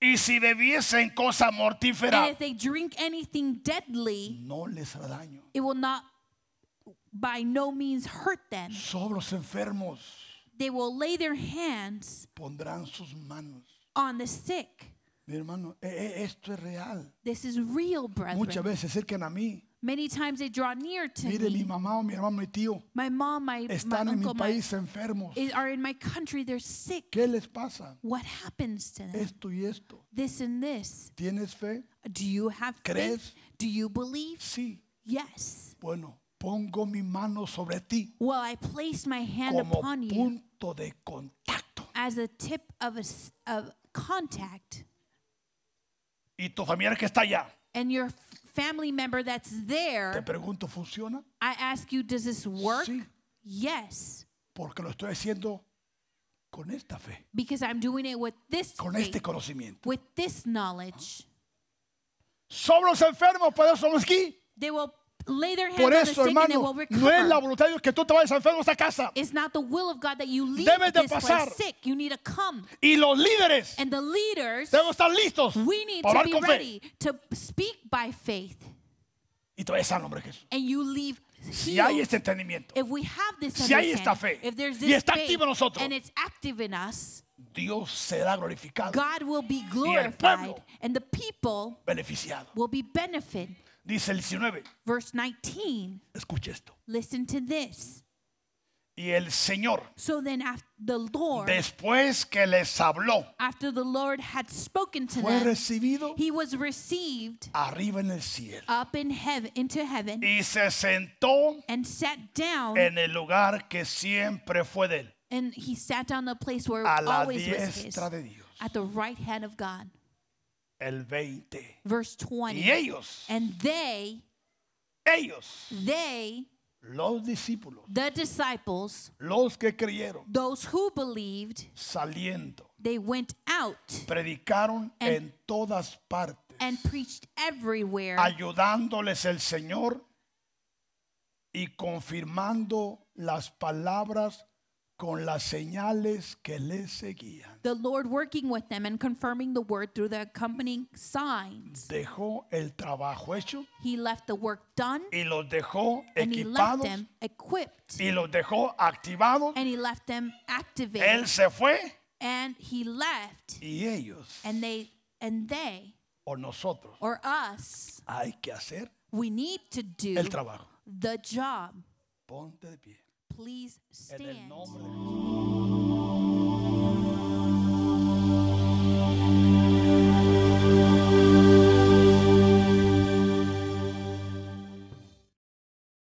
[SPEAKER 2] Y si bebiesen cosa mortífera,
[SPEAKER 1] and if they drink anything deadly,
[SPEAKER 2] no les hará daño.
[SPEAKER 1] it will not by no means hurt them.
[SPEAKER 2] Sobre los enfermos
[SPEAKER 1] They will lay their hands
[SPEAKER 2] pondrán sus manos.
[SPEAKER 1] on the sick.
[SPEAKER 2] Mi hermano, e- e- esto es real.
[SPEAKER 1] This is real,
[SPEAKER 2] Muchas
[SPEAKER 1] brethren.
[SPEAKER 2] veces se acercan a mí.
[SPEAKER 1] Many times they draw near to
[SPEAKER 2] Mire, mi
[SPEAKER 1] me.
[SPEAKER 2] mamá o mi hermano, mi tío,
[SPEAKER 1] My mom, my, my
[SPEAKER 2] están en mi
[SPEAKER 1] uncle, my,
[SPEAKER 2] país enfermos.
[SPEAKER 1] is- are in my country. They're sick.
[SPEAKER 2] ¿Qué les pasa?
[SPEAKER 1] What happens to them?
[SPEAKER 2] Esto y esto.
[SPEAKER 1] This and this.
[SPEAKER 2] ¿Tienes fe?
[SPEAKER 1] Do you have
[SPEAKER 2] ¿Crees?
[SPEAKER 1] faith? Do you believe?
[SPEAKER 2] Sí.
[SPEAKER 1] Yes.
[SPEAKER 2] Bueno, pongo mi mano sobre ti
[SPEAKER 1] Well, I place my hand
[SPEAKER 2] como
[SPEAKER 1] upon you
[SPEAKER 2] punto de contacto.
[SPEAKER 1] as a tip of a s- of contact,
[SPEAKER 2] Y tu familiar que está allá,
[SPEAKER 1] and your f- family member that's
[SPEAKER 2] te
[SPEAKER 1] there,
[SPEAKER 2] pregunto, ¿funciona?
[SPEAKER 1] I ask you, does this work?
[SPEAKER 2] Sí.
[SPEAKER 1] Yes,
[SPEAKER 2] Porque lo estoy haciendo con esta fe,
[SPEAKER 1] because I'm doing it with this
[SPEAKER 2] con
[SPEAKER 1] faith,
[SPEAKER 2] este conocimiento.
[SPEAKER 1] with this knowledge.
[SPEAKER 2] Sobre los enfermos, por eso somos aquí.
[SPEAKER 1] They will lay their hands
[SPEAKER 2] Por
[SPEAKER 1] on the
[SPEAKER 2] eso,
[SPEAKER 1] sick and they
[SPEAKER 2] hermano,
[SPEAKER 1] will
[SPEAKER 2] no es la
[SPEAKER 1] recover.
[SPEAKER 2] voluntad de Dios que tú te vayas enfermo a esta casa.
[SPEAKER 1] It's not the will of God that you leave
[SPEAKER 2] Debes de
[SPEAKER 1] this
[SPEAKER 2] pasar.
[SPEAKER 1] place sick. You need to come.
[SPEAKER 2] Y los líderes
[SPEAKER 1] And the leaders,
[SPEAKER 2] debemos estar listos
[SPEAKER 1] we need
[SPEAKER 2] para hablar
[SPEAKER 1] to be
[SPEAKER 2] con fe.
[SPEAKER 1] ready to speak by faith.
[SPEAKER 2] Y te vayas al nombre de Jesús.
[SPEAKER 1] And you leave
[SPEAKER 2] Si hay
[SPEAKER 1] healed.
[SPEAKER 2] este entendimiento,
[SPEAKER 1] If we have this
[SPEAKER 2] Si hay esta
[SPEAKER 1] understanding,
[SPEAKER 2] fe,
[SPEAKER 1] if there's
[SPEAKER 2] y
[SPEAKER 1] this
[SPEAKER 2] está
[SPEAKER 1] faith,
[SPEAKER 2] activa en nosotros,
[SPEAKER 1] and it's active in us,
[SPEAKER 2] Dios será glorificado,
[SPEAKER 1] God will be
[SPEAKER 2] pueblo-
[SPEAKER 1] glorified and the people
[SPEAKER 2] beneficiado.
[SPEAKER 1] will be benefit.
[SPEAKER 2] Dice el 19,
[SPEAKER 1] Verse 19.
[SPEAKER 2] escuche esto.
[SPEAKER 1] Listen to this.
[SPEAKER 2] Y el Señor,
[SPEAKER 1] So then after the Lord,
[SPEAKER 2] después que les habló,
[SPEAKER 1] after the Lord had spoken to
[SPEAKER 2] fue
[SPEAKER 1] them,
[SPEAKER 2] recibido
[SPEAKER 1] he was received
[SPEAKER 2] arriba en el cielo.
[SPEAKER 1] up in heaven into heaven
[SPEAKER 2] Y se sentó
[SPEAKER 1] and sat down
[SPEAKER 2] en el lugar que siempre fue de él,
[SPEAKER 1] and he sat down the place where
[SPEAKER 2] a la
[SPEAKER 1] always was his
[SPEAKER 2] diestra de Dios.
[SPEAKER 1] at the right hand of God.
[SPEAKER 2] El 20.
[SPEAKER 1] Verse 20.
[SPEAKER 2] Y ellos,
[SPEAKER 1] And they
[SPEAKER 2] ellos,
[SPEAKER 1] they
[SPEAKER 2] los discípulos,
[SPEAKER 1] the disciples,
[SPEAKER 2] los que creyeron,
[SPEAKER 1] those who believed,
[SPEAKER 2] saliendo,
[SPEAKER 1] they went out
[SPEAKER 2] predicaron
[SPEAKER 1] And-
[SPEAKER 2] en todas partes,
[SPEAKER 1] and preached everywhere,
[SPEAKER 2] ayudándoles el Señor y confirmando las palabras con las señales que les seguían.
[SPEAKER 1] the Lord working with them and confirming the word through the accompanying signs.
[SPEAKER 2] Dejó el trabajo hecho
[SPEAKER 1] He left the work done
[SPEAKER 2] y los dejó
[SPEAKER 1] and he left
[SPEAKER 2] equipados
[SPEAKER 1] them equipped
[SPEAKER 2] y los dejó activados.
[SPEAKER 1] and he left them activated
[SPEAKER 2] Él se fue
[SPEAKER 1] and he left
[SPEAKER 2] y ellos
[SPEAKER 1] and they and they
[SPEAKER 2] o nosotros
[SPEAKER 1] or us
[SPEAKER 2] hay que hacer
[SPEAKER 1] we need to do
[SPEAKER 2] el trabajo.
[SPEAKER 1] the job.
[SPEAKER 2] Ponte de pie.
[SPEAKER 1] Please
[SPEAKER 2] En el
[SPEAKER 1] stand.
[SPEAKER 2] nombre de Jesús.